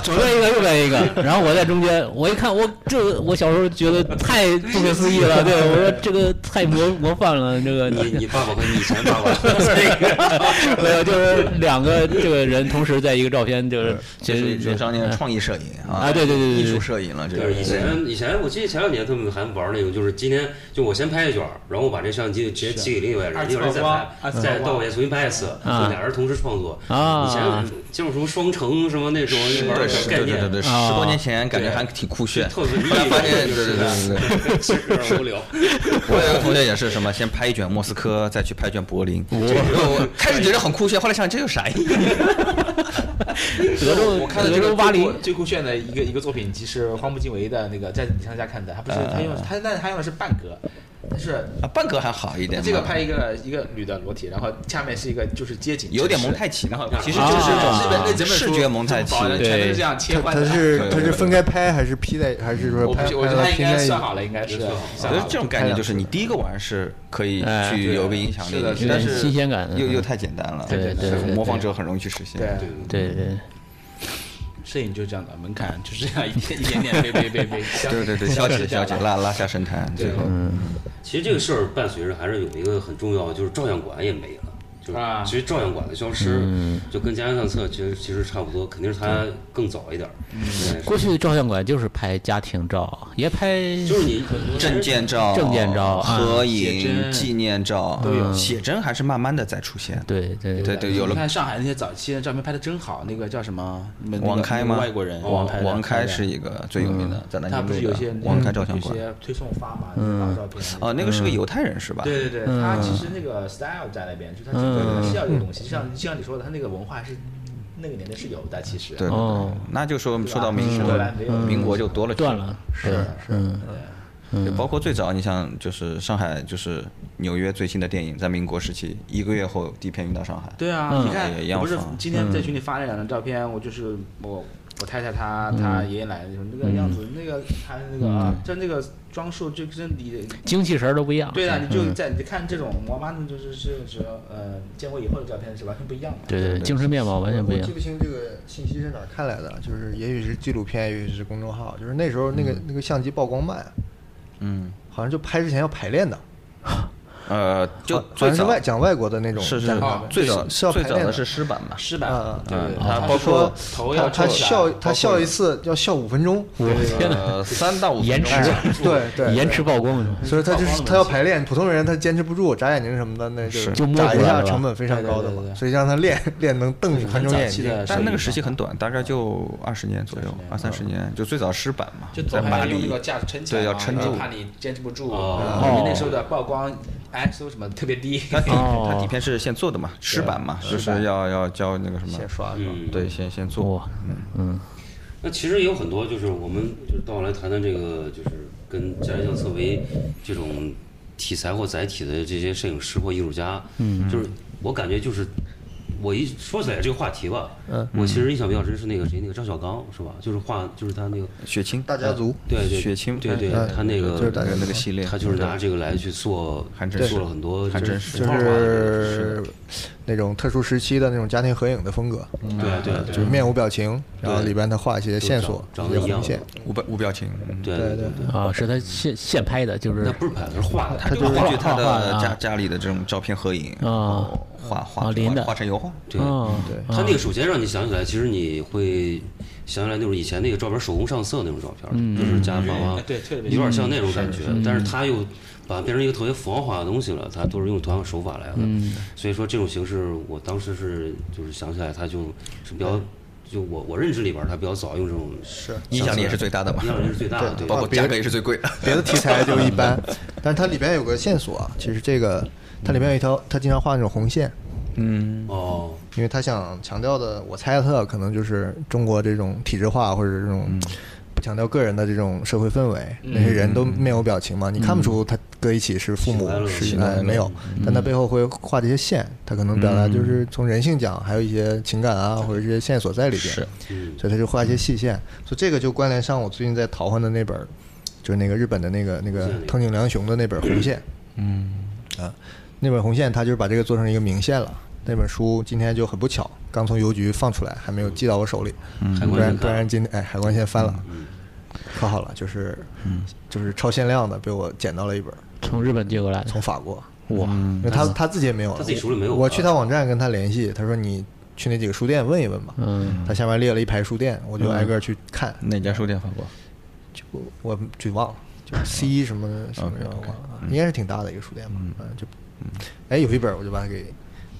F: 左边一个右边一个，然后我在中间，我一看我这个我小时候觉得太不可思议了，对我说这个太模模范了，这个
C: 你 你爸爸和你以前爸 爸这个，
F: 没有就是两个这个人同时在一个照片就是
G: 这是就是当年创意摄影啊，
F: 啊对对对对对
G: 艺术摄影了，这
C: 对，以
G: 个
C: 前以前我记得前两年他们还玩那种，就是今天就我先拍一卷儿，然后我把这相机直接寄给另外一个人，另外一个人再拍，再到我面重新拍一次，就俩人同时创作。
F: 啊
C: 以前就是什么双城什么那种玩
G: 对
C: 的
G: 是
C: 概
G: 对
C: 念
G: 对，对对，十
F: 啊
G: 多年前感觉还挺酷炫，
C: 特
G: 后
C: 别
G: 来发现对对对对 对。
C: 是有点无聊。
G: 我有一个同学也是什么，先拍一卷莫斯科，再去拍一卷柏林。我开始觉得很酷炫，后来想这有啥意义？
F: 德州
E: 我看的
F: 德州巴黎
E: 最酷炫的一个一个作品集是荒木经惟的那个，在李商家看的，他不是
G: 嗯
E: 他用他，但是他用的是半格，他是
G: 啊，半格还好一点嘛。
E: 这个拍一个一个女的裸体，然后下面是一个就是街景，
G: 有点蒙太奇呢，其实
E: 就
G: 就是是
E: 日本那整本
G: 视觉蒙太奇。
E: 全都是这样切
D: 它
E: 换
D: 它
E: 的。
D: 是
G: 对
D: 它是分开拍还是披在还是说
E: 我
D: 拍
E: 我
D: 拍
E: 觉得
D: 到
E: 他应
D: 拼
E: 该
D: 在一起
E: 算？好了，应该是
G: 我
E: 算
G: 觉得
E: 好
G: 这种概念就是
F: 啊
G: 你第一个玩是可以去有个影响力
E: 是的
G: 的
E: 是，的
G: 但
F: 有点
G: 是
F: 哎新鲜感
G: 又
F: 嗯
G: 又太简单了，
F: 对对对对
G: 模仿者很容易去实现。
E: 对，
F: 对对。
E: 摄影就是这样的门槛，就是这样一点一点 点被被被被
G: 对对对，消解消解，拉拉下神坛，最后
C: 嗯其实这个事儿伴随着还是有一个很重要，就是照相馆也没了。就是
E: 啊
C: 其实照相馆的消失，就跟家庭相册其实其实差不多，肯定是他更早一点儿。嗯
F: 过去照相馆就是拍家庭照，也拍
C: 就是你很多
G: 证件照、
F: 证件照啊
G: 合
E: 写
G: 影、
E: 真
G: 纪念照都有，写真还是慢慢的在出现。
F: 对对
G: 对对，有
E: 你
G: 了
E: 看上海那些早期的照片拍的真好，那个叫什么？你们那个
G: 王开
E: 那个
G: 吗？
E: 外国人，
G: 王
E: 拍的
G: 王开
E: 拍的
G: 是一个最有名
F: 嗯
G: 的，在南
E: 他不是
G: 京路
E: 有
G: 的
E: 些
G: 王开
E: 嗯
G: 照相馆
E: 有。些推送发嘛，发照片。
G: 哦，嗯那个是个
F: 嗯
G: 犹太人是吧？
E: 对对对，他其实那个 style 在那边，就他整个
G: 嗯
E: 是要有东西，就像就像你说的，他那个文化是那个年代是有的，其实。
G: 对对对
F: 哦，
G: 那就说
E: 对吧嗯
G: 说到民
E: 后来没有
G: 国，民国就多了去
F: 断了，是嗯
G: 对，包括最早，你像就是上海，就是纽约最新的电影，在民国时期一个月后第一片运到上海。
E: 对啊，
G: 嗯
E: 你看
G: 也一，样
E: 我不是
G: 放嗯
E: 今天在群里发了两张照片，我就是我我太太她
G: 嗯
E: 她爷爷奶奶那个样子，那个她那个啊，就那个装束就跟你
F: 精气神儿都不一样。
E: 对啊，你就在你看这种我妈呢，就是是是呃见过以后的照片是完全不一样的。
F: 对对，精神面貌完全不一
D: 我
F: 样
D: 记。哎不清这个信息是哪儿看来的，就是也许是纪录片，也许是公众号，就是那时候那个、那个相机曝光慢，
G: 嗯，
D: 好像就拍之前要排练的，
G: 呃，就
D: 好好
G: 最
D: 像是
G: 早
D: 外讲外国的那种
G: 是是
D: 战
G: 是
D: 法吧
G: 最早
D: 是是要
G: 最
D: 排
G: 早
D: 练
G: 的是湿版嘛，
E: 是
D: 啊
E: 吧？
D: 啊
E: 对对对，
G: 啊
E: 他
G: 包括
E: 头
D: 他
E: 要啊
D: 他
E: 皱下
D: 笑
E: 来
D: 他笑一，次要笑五分钟，
G: 天哪，呃三到五 分
F: 延
G: 钟
F: 迟
G: 吧
D: 对对，
F: 延迟曝光是吧
D: 所以他就是他要排练，普通人他坚持不住，眨眼睛什么的，那就是
F: 就摸
D: 眨一
F: 出来
D: 下
F: 了吧
D: 成本非常
E: 对对
D: 高的
E: 对对
D: 嘛，
E: 对
D: 所以让他练 练能瞪着观
E: 很
D: 众
E: 早
D: 眼
E: 期
D: 睛。
E: 的，
G: 但那个时期很短，大概就二十年左右，二三十年，就最早湿版嘛，
E: 就
G: 在
E: 头
G: 马
E: 还要用
G: 里
E: 那个架子撑起来嘛，
G: 对，要撑
E: 就
G: 住。
E: 怕你坚持不住。
C: 哦
E: 因为那时候的曝光哎，说什么特别低。
G: 它底
F: 哦
G: 它底片是现做的嘛，湿版嘛，就是要要交那个什么，
D: 先刷是吧？
C: 嗯，
G: 对，先先做。
F: 哇，嗯，
C: 那其实也有很多，就是我们就是到来谈谈这个，就是跟家庭相册为这种题材或载体的这些摄影师或艺术家，嗯，就是我感觉就是我一说起来这个话题吧，嗯，我其实印象比较深是那个谁，那个张小刚是吧？就是画，就是他那个，
G: 雪清，
D: 大家族
C: 对对，
G: 血清嗯
C: 对对，
D: 哎
C: 他那个
D: 就是大家
G: 那个系列，
C: 他就是拿这个来去做，
G: 还真是
C: 做了很多，
G: 还真
C: 是
G: 是
D: 就
C: 画画的
D: 是那种特殊时期的那种家庭合影的风格，呃
C: 对嗯对
D: 就
C: 对，
D: 是面无表情，然后里边他画一些线索、
C: 长
D: 一
C: 得
D: 些
C: 一样
D: 红线
C: 的。，
G: 无表无表情。嗯
C: 对对对对，
F: 啊，是他现现拍的，就是
C: 那不是拍的，是画的，
G: 他就
F: 就是是
G: 根据他
F: 画画的
G: 的
F: 啊
G: 家家里的这种照片合影，然
F: 啊
G: 后画
F: 啊
G: 画
F: 临的
G: 画画成油画。
C: 对。
F: 哦，
D: 对
C: 他那个首先让你想起来，其实你会想起来那种以前那个照片手工上色那种照片，就是家家房
E: 哎对特别
C: 有点像那种感觉，但是他又把它变成一个特别符号化的东西了，他都是用同样的手法来的，所以说这种形式，我当时是就是想起来，他就是比较。就我我认知里边，他比较早用这种是
G: 影响力也是最大的嘛
C: 影响力是最大的，
D: 对
G: 包
C: 吧
G: 括价格也是最贵的。
D: 啊别的题材就一般，但是它里边有个线索啊，其实这个它里边有一条，他经常画那种红线，
G: 嗯，
C: 哦，
D: 因为他想强调的，我猜测可能就是中国这种体制化或者这
C: 嗯
D: 种不强调个人的这种社会氛围，那些人都面无表情嘛，你看不出他搁一起是父母
C: 嗯喜怒哀乐
D: 是
C: 喜嗯怒哀
D: 哎
C: 乐
D: 没有，但他背后会画这些线，他可能表达
C: 嗯
D: 就是从人性讲，还有一些情感啊或者一些线索在里边，
G: 是
C: 嗯
D: 所以他就画一些细线，所以这个就关联上我最近在淘换的那本儿，就是那个日本的那个那个藤井良雄的那本《红线》，嗯，啊，那本《红线》他就是把这个做成一个明线了。那本书今天就很不巧，刚从邮局放出来，还没有寄到我手里，
C: 嗯海
D: 不
C: 关
D: 然
C: 先嗯
D: 不
C: 看
D: 然今哎海关先翻了，可好了，就是
C: 嗯
D: 就是超限量的被我捡到了一本儿，
F: 从日本借过来的，
D: 从法国，
F: 哇，
D: 因为他他自己也没有了，
C: 嗯他自己手里没有
D: 我
C: 啊
D: 去他网站跟他联系，他说你去那几个书店问一问吧。
F: 嗯，
D: 他下面列了一排书店，我就挨个去看，
G: 哪家书店法国？
D: 就我举忘了，就是 C 什么什么什么忘了，应该是挺大的一个书店吧，嗯，就，哎，有一本我就把它给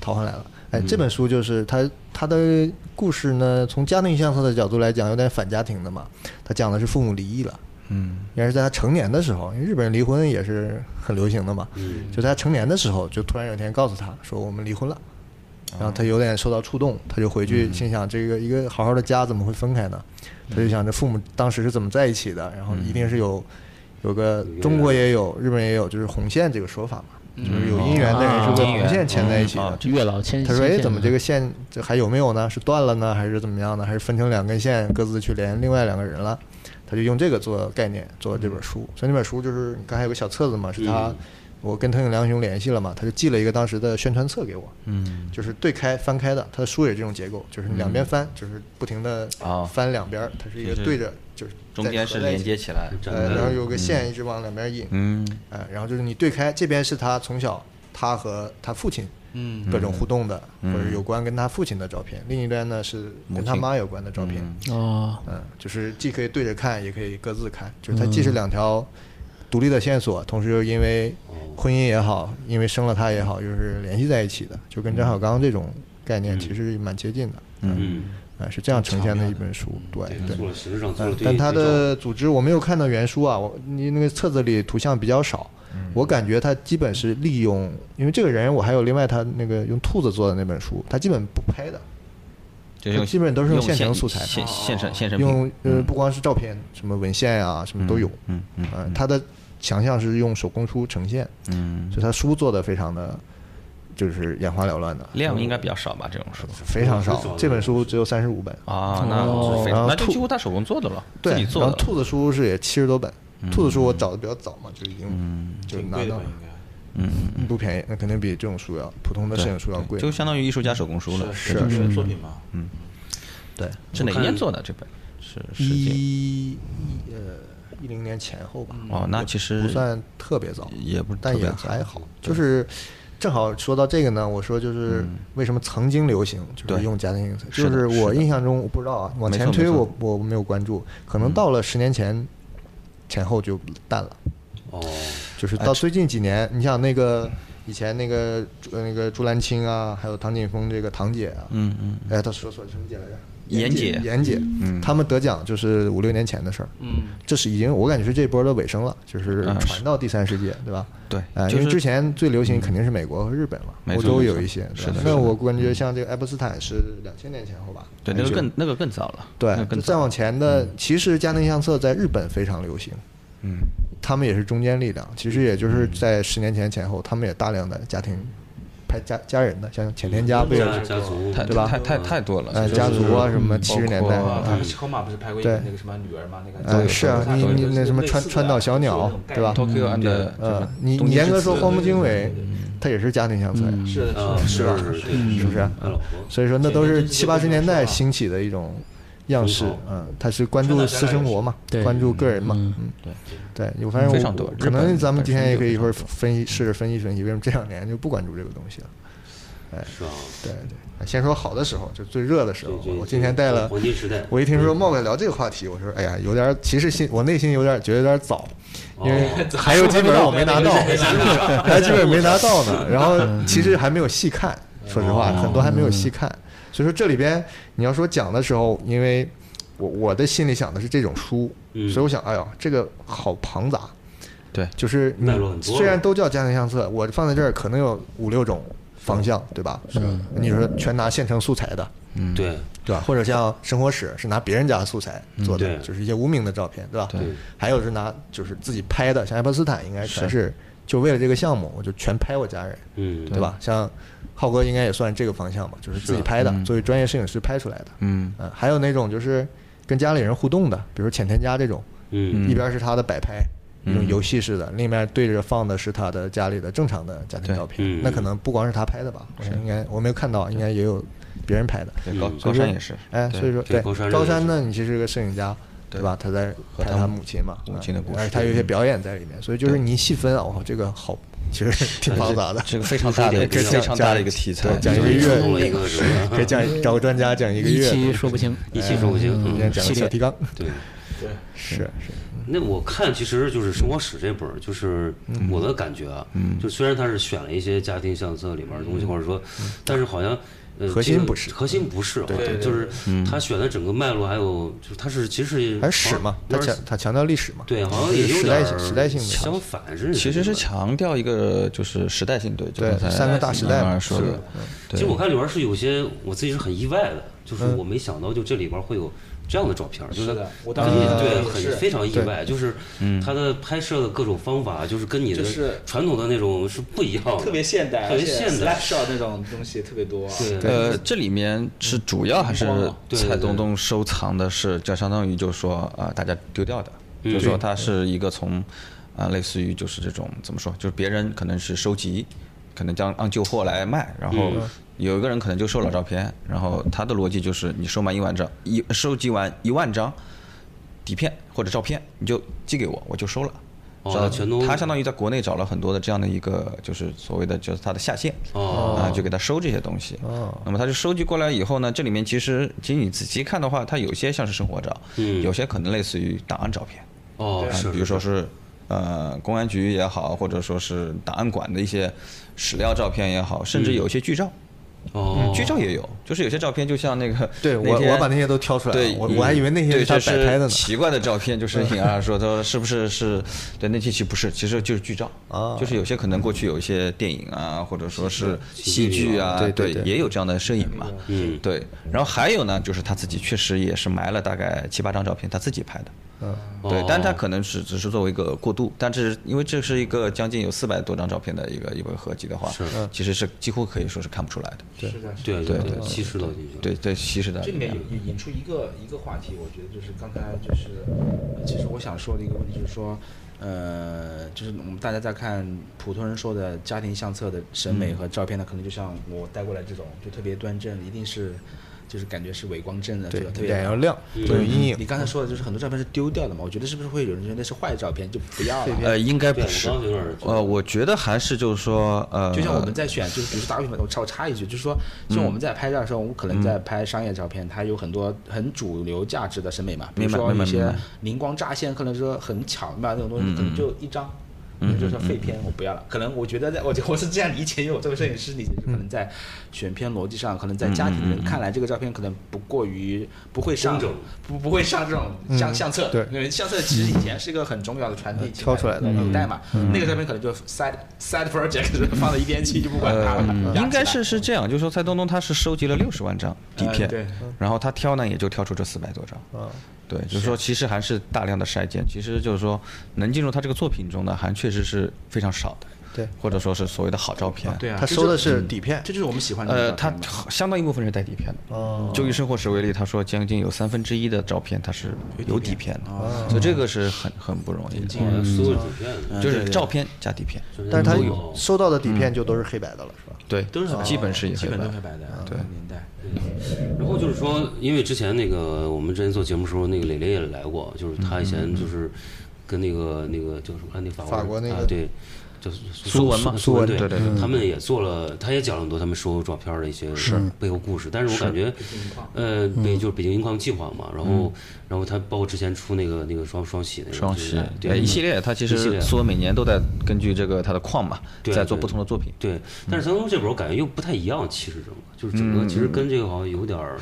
D: 淘回来了。哎，这本书就是它它的故事呢，从家庭相册的角度来讲，有点反家庭的嘛。它讲的是父母离异了，
G: 嗯，
D: 应该是在他成年的时候，因为日本人离婚也是很流行的嘛。
C: 嗯
D: 就在他成年的时候，就突然有一天告诉他说我们离婚了，然后他有点受到触动，他就回去心想这个一个好好的家怎么会分开呢？他就想着父母当时是怎么在一起的，然后一定是有有个中国也有日本也有就是红线这个说法嘛，就是有姻缘的人是
F: 哦
D: 跟红线牵在一起
G: 哦
D: 的
G: 哦。
F: 月老牵
D: 他说：“哎，
F: 牵
D: 怎么
F: 线
D: 这个线这还有没有呢？是断了呢，还是怎么样呢？还是分成两根线，各自去连另外两个人了？”他就用这个做概念做这本
G: 嗯
D: 书。所以那本书就是刚才有个小册子嘛，是他
C: 嗯
D: 我跟藤井良雄联系了嘛，他就寄了一个当时的宣传册给我，
G: 嗯，
D: 就是对开翻开的。他的书也是这种结构，就是两边翻，就是不停的
G: 哦
D: 翻两边儿，它是一个
G: 就是
D: 对着，就是
G: 中间是连接起来。
C: 展
D: 呃，
C: 开
D: 然后有个线一直往两边引，
G: 嗯
D: 哎，然后就是你对开这边是他从小他和他父亲
E: 嗯
D: 各种互动的，或者有关跟他父亲的照片；另一端呢是跟他妈有关的照片。
F: 哦，
D: 嗯，就是既可以对着看，也可以各自看，就是
E: 嗯
D: 它既是两条独立的线索，同时又因为婚姻也好，因为生了他也好，又是联系在一起的，就跟张小刚这种概念其实蛮接近的。
C: 嗯，
D: 啊，是这样呈现的一本书，对
C: 对，他
D: 对
C: 做。了形式上做了
D: 嗯
C: 对，
D: 但它
C: 对照
D: 的组织我没有看到原书啊，我你那个册子里图像比较少，
G: 嗯
D: 我感觉他基本是利用，因为这个人我还有另外他那个用兔子做的那本书，他基本不拍的，
G: 就是用
D: 基本都是用
G: 用
D: 现成素材的
G: 现现身现身
D: 用呃不光是照片，什么文献呀、什么都有，
G: 嗯嗯
D: 呃他的强项是用手工书呈现，
G: 嗯，
D: 所以他书做的非常的就是眼花缭乱的，
G: 量应该比较少吧？这种书
D: 非常
C: 很少
E: 嗯
D: 少
C: 的，
D: 这本书只有三十五本，
G: 啊，那
F: 哦
G: 非
D: 然后
G: 那就
D: 兔
G: 几乎他手工做的了，
D: 对
G: 自己，
D: 然
G: 做
D: 后
G: 的。嗯
D: 兔子书是也七十多本，兔子书我找的比较早嘛，就已经就
E: 挺
D: 拿
E: 贵的
D: 到
E: 吧
D: 了，
E: 应该。
D: 不便宜，那肯定比这种书要普通的摄影书要贵。
G: 嗯就相当于艺术家手工书了。
E: 是是是作品嘛？
G: 对，是哪一年做的这本？是是这
D: 一一呃一零年前后吧，
G: 哦，那其实
D: 不算特别早，
G: 也不是
D: 但
G: 特别
D: 也
G: 早
D: 还好，就是。正好说到这个呢，我说就是为什么曾经流行，就是
G: 嗯对
D: 用家庭影色，
G: 是
D: 就
G: 的
D: 是我
G: 是的
D: 印象中我不知道啊，往
G: 没
D: 前
G: 错
D: 推
G: 没错嗯
D: 我我没有关注，可能到了十年前前后就淡了。
C: 哦，
D: 就是
G: 哎
D: 到最近几年，你像那个以前那个呃那个朱兰青啊，还有唐景峰这个堂姐啊，
G: 嗯嗯，
D: 哎，她说说什么姐来着？
G: 严姐
D: 严姐，嗯，他们得奖就是五六年前的事儿，嗯，这是已经我感觉是这波的尾声了，就是
G: 啊是
D: 传到第三世界，对吧？
G: 对
D: 哎，
G: 就
D: 因为
G: 是嗯
D: 之前最流行肯定是美国和日本嘛，
G: 没
D: 欧
G: 错
D: 洲
G: 没
D: 有
G: 错
D: 一些，对吧
G: 是的？
D: 那
G: 是的嗯
D: 我感觉像这个爱泼斯坦是两千年前后吧，
G: 对，那个更那个更早了，
D: 对
G: 那个，
D: 就
G: 更
D: 再
G: 早。
D: 往前的，其实家庭相册在日本非常流行，
G: 嗯，
D: 他们也是中坚力量。其实也就是在十年前前后，他们也大量的家庭拍家家人的，像前田嗯家不也
C: 家
D: 是
C: 家族
G: 太
D: 对吧
G: 太太太多了，
D: 呃
G: 就是
D: 家族啊什么
G: 嗯
D: 七十年代
G: 包括
E: 啊
D: 啊，
E: 塔克西科马不是拍过一
D: 对
E: 个那个什么女儿嘛？那个
D: 呃是啊，你你那什么川川岛小鸟对吧？
G: Tokyo and
D: 呃
G: the，，
D: 你你严格说荒木经惟，他也是家
G: 嗯
D: 庭相册呀，
E: 是
C: 啊
E: 的，
C: 是
E: 的，
C: 是
E: 是
C: 是
D: 是不是？啊
C: 他老婆
D: 所以
G: 嗯
D: 说那都是
E: 前田真
D: 七
E: 之
D: 八十年代
E: 不是说
D: 兴起的一种样式
C: 很好，
D: 嗯，他是关注私生活嘛
F: 对，
D: 关注个人嘛，
F: 嗯
D: 嗯，对，我发现
G: 非常多
D: 我可
G: 日
D: 能
G: 本
D: 咱们
G: 本
D: 今
G: 身
D: 天也
G: 就
D: 可以一
G: 非
D: 会儿分析试着分析分析，为什么这两年就不关注这个东西了？
C: 是吧？
D: 对对，先说好的时候，就最热的时候
C: 对对，
D: 我今天带了
C: 黄金时代
D: 我一听说茂哥聊这个话题，我说哎呀，有点儿，其实心我内心有点儿觉得有点儿早，
C: 哦
D: 因为还有几本我没拿到， 还有几本没拿到呢。然后其实还没有细看，说实话，很多还没有细看。所以说这里边你要说讲的时候，因为我我的心里想的是这种书，
C: 嗯
D: 所以我想，哎呦，这个好庞杂。
G: 对
D: 就是你
C: 脉络很多
D: 虽然都叫家庭相册，我放在这儿可能有五六种方向，对吧？嗯你说全拿现成素材的，
C: 对，
D: 对吧？或者像生活史是拿别人家的素材做的，
C: 对
D: 就是一些无名的照片，对吧？
G: 对
D: 还有是拿就是自己拍的，像爱泼斯坦应该全是就为了这个项目，我就全拍我家人，
C: 嗯，
D: 对吧？像浩哥应该也算这个方向嘛，就是自己拍的，作为专业摄影师拍出来的。
G: 嗯
D: 嗯，还有那种就是跟家里人互动的，比如浅田家这种，
C: 嗯，
D: 一边是他的摆拍，一种游戏式的，另一面对着放的是他的家里的正常的家庭照
C: 对
D: 片
C: 嗯。
D: 那可能不光是他拍的吧，我应该我没有看到，应该也有别人拍的。
G: 对高
D: 所
G: 高
D: 以说
G: 山也是，
D: 哎，所以说
C: 对
D: 对
C: 高山
D: 高
C: 这个
D: 山
C: 是
D: 呢，你其实是个摄影家，对吧？他在拍
G: 他
D: 他
G: 母
D: 母亲嘛，
G: 母
D: 啊
G: 亲的故事
D: 而且他有一些表演在里面，所以就是你一细分啊，哇，这个好，其实挺复杂的，
G: 这个非常 大的
D: 这
G: 非常大的一个
D: 讲
G: 题材
D: 对，讲一个
C: 又弄了一
D: 月，
C: 个什么？
D: 可以讲找个专家讲一个
F: 一
D: 月，
F: 期说不清，
C: 一期说不清，
D: 今
C: 嗯
D: 天讲个小提纲，
C: 对。
E: 对，
D: 是是，
C: 那我看其实就是《生活史》这本儿，就是
D: 嗯
C: 我的感觉啊，就虽然他是选了一些家庭相册里面的东西，或者说，但是好像。呃
D: 嗯核心
C: 这个
D: 不是
C: 核心不是，对就是他选的整个脉络，还有就是他是其实也
D: 嗯还是史嘛，他
C: 好像
D: 强他强调历史嘛，
C: 对，好像
D: 是
C: 也有
D: 时
C: 点
D: 代
C: 儿
D: 性时代性的，
C: 相反，是
G: 其实是强调一个就是时代性，对，就
D: 对
G: 刚才
D: 三个大时代嘛
G: 刚才说
D: 是
G: 的，
C: 其
G: 对
C: 实我看里边是有些我自己是很意外的，就是我没想到就这里边会有这样的照片，就是
E: 嗯是的我当
C: 跟
E: 时
C: 你
E: 也
C: 对
E: 是
C: 很非常意外，就是
G: 嗯
C: 它的拍摄的各种方法，就是跟你的
E: 就是
C: 传统的那种是不一样的，
E: 特别现代，
C: 特别现代
E: s h o t 那种东西特别多。啊
C: 对
G: 呃，这里面是主要还是
E: 光嘛
C: 对对
G: 蔡
C: 对
G: 东东收藏的是，就相当于就是说啊、呃大家丢掉的，
C: 嗯
G: 就是说它是一个从啊、呃类似于就是这种怎么说，就是别人可能是收集，可能将按旧货来卖，然后
C: 嗯
G: 有一个人可能就收了照片，然后他的逻辑就是你收满一万张，一收集完一万张底片或者照片，你就寄给我，我就收了。
C: 哦
G: 找到
C: 全都
G: 他相当于在国内找了很多的这样的一个，就是所谓的就是他的下线，
C: 哦
G: 啊，就给他收这些东西。
D: 哦
G: 那么他就收集过来以后呢，这里面其实其实你仔细看的话，它有些像是生活照，
C: 嗯
G: 有些可能类似于档案照片，
C: 哦
G: 啊，
C: 是，
G: 比如说是呃公安局也好，或者说是档案馆的一些史料照片也好，甚
C: 嗯
G: 至有一些剧照，
C: 哦，
G: 嗯剧照也有，就是有些照片就像那个
D: 嗯 对我
G: 天
D: 我把那些都挑出来了
G: 对，
D: 我
G: 嗯
D: 我还以为那些
G: 对
D: 是他
G: 这
D: 摆拍的呢嗯
G: 奇怪的照片，就是颖儿说，他说是不是是对那些其实不是，其实就是剧照
D: 啊
G: 就是有些可能过去有一些电影啊，或者说是
C: 喜
G: 戏
C: 剧
G: 剧啊，
D: 对对
G: 对
D: 对
G: 也有这样的身影嘛，
C: 嗯
G: 对。然后还有呢，就是他自己确实也是埋了大概七八张照片，他自己拍的。
D: 嗯，
G: 对
C: 哦，
G: 但他可能只只是作为一个过渡，但是因为这是一个将近有四百多张照片的一个一个合集的话，
C: 是
G: 其实是几乎可以说是看不出来的。
E: 是的，是的。
C: 对对
G: 对
C: 对，
G: 对
C: 稀释到进去了，
G: 对对，其实的
E: 这里面有引引出一个一个话题，我觉得就是刚才就是，呃其实我想说的一个问题就是说，呃，就是我们大家在看普通人说的家庭相册的
D: 嗯
E: 审美和照片呢，可能就像我带过来这种，就特别端正，一定是就是感觉是伪光正的，
D: 对
E: 就，特别
D: 脸要亮，
E: 嗯
D: 不能有阴
E: 你
D: 影。
E: 刚才说的就是很多照片是丢掉的嘛，我觉得是不是会有人觉得那是坏照片就不要了？
G: 呃，应该
C: 对
G: 不是
C: 我刚刚有点儿。觉得
G: 呃，我觉得还是就是说，呃，嗯
E: 就像我们在选，就是比如说打个比方，我插我插一句，就是说，像我们在拍照的时候，我们可能在拍商业照片，它有很多很主流价值的审美嘛，比如
G: 明白
E: 说
G: 明白
E: 一些
G: 明白嗯
E: 灵光乍现，可能说很巧妙那种东西，可能就一张。可能就是说废片，我不要了。可能我觉得在，我我是这样理解，因为我作为摄影师理解，就可
G: 嗯
E: 能在选片逻辑上，可能在家庭人看来，这个照片可能不过于不会上
C: 工整
E: 不不会上这种相
G: 嗯
E: 相册。
D: 对
E: 因为相册其实以前是一个很重要的传递情
D: 挑出来
E: 感
D: 的
G: 嗯
E: 的纽带嘛。那个照片可能就 side side project 放到一边去，就不管
G: 嗯
E: 它了。压起来
G: 呃应该是是这样，就是说蔡东东他是收集了六十万张底片，
E: 嗯对，
G: 然后他挑呢也就挑出这四百多张，
D: 嗯，
G: 对，就是
E: 啊
G: 说其实还是大量的筛检，其实就是说能进入他这个作品中的还确实是非常少的，
D: 对，
G: 或者说是所谓的好照片，
E: 对啊，
D: 他
E: 这
D: 收的
E: 就是
D: 底片
E: 这就是我们喜欢的
G: 呃，
E: 照
G: 他
E: 片嘛。
G: 相当一部分是带底片的。
D: 哦
G: 就以生活史为例，他说将近有三分之一的照片它是有底片
E: 哦
G: 的，所以这个是很很不容易的，
C: 哦，
E: 嗯
C: 所有底片
G: 就
E: 对
G: 是
E: 对
G: 照片加底片，
D: 但是他
C: 有
D: 收到的底片就都是黑白的了，是吧？
G: 对，都是基本是以
E: 啊基
G: 黑
E: 本
G: 白
E: 都黑白的，
G: 对
E: 啊年代。
C: 然后就是说，因为之前那个我们之前做节目时候，那个磊磊也来过，就是他以前就是跟那个那个叫什么来，那法国
D: 法国那个
C: 啊对，就是
G: 苏文嘛
C: 苏
G: 苏文
C: 对
G: 对对对
C: 他们也做了，他也讲了很多他们收照片的一些背后故事，但是我感觉，呃，对，就是北京银矿计划嘛，然后然后他包括之前出那个那个双双喜那个
G: 双
C: 就是
G: 十
E: 啊
C: 对
E: 哎
G: 呃一系列，它其
C: 一系列
G: 实苏文每年都在根据这个它的矿嘛，
E: 啊
C: 对
G: 在做
C: 对
G: 不同的作品。
C: 对，但是咱们这本我感觉又不太一样，气质整个就是整个其实跟这个好像有点儿，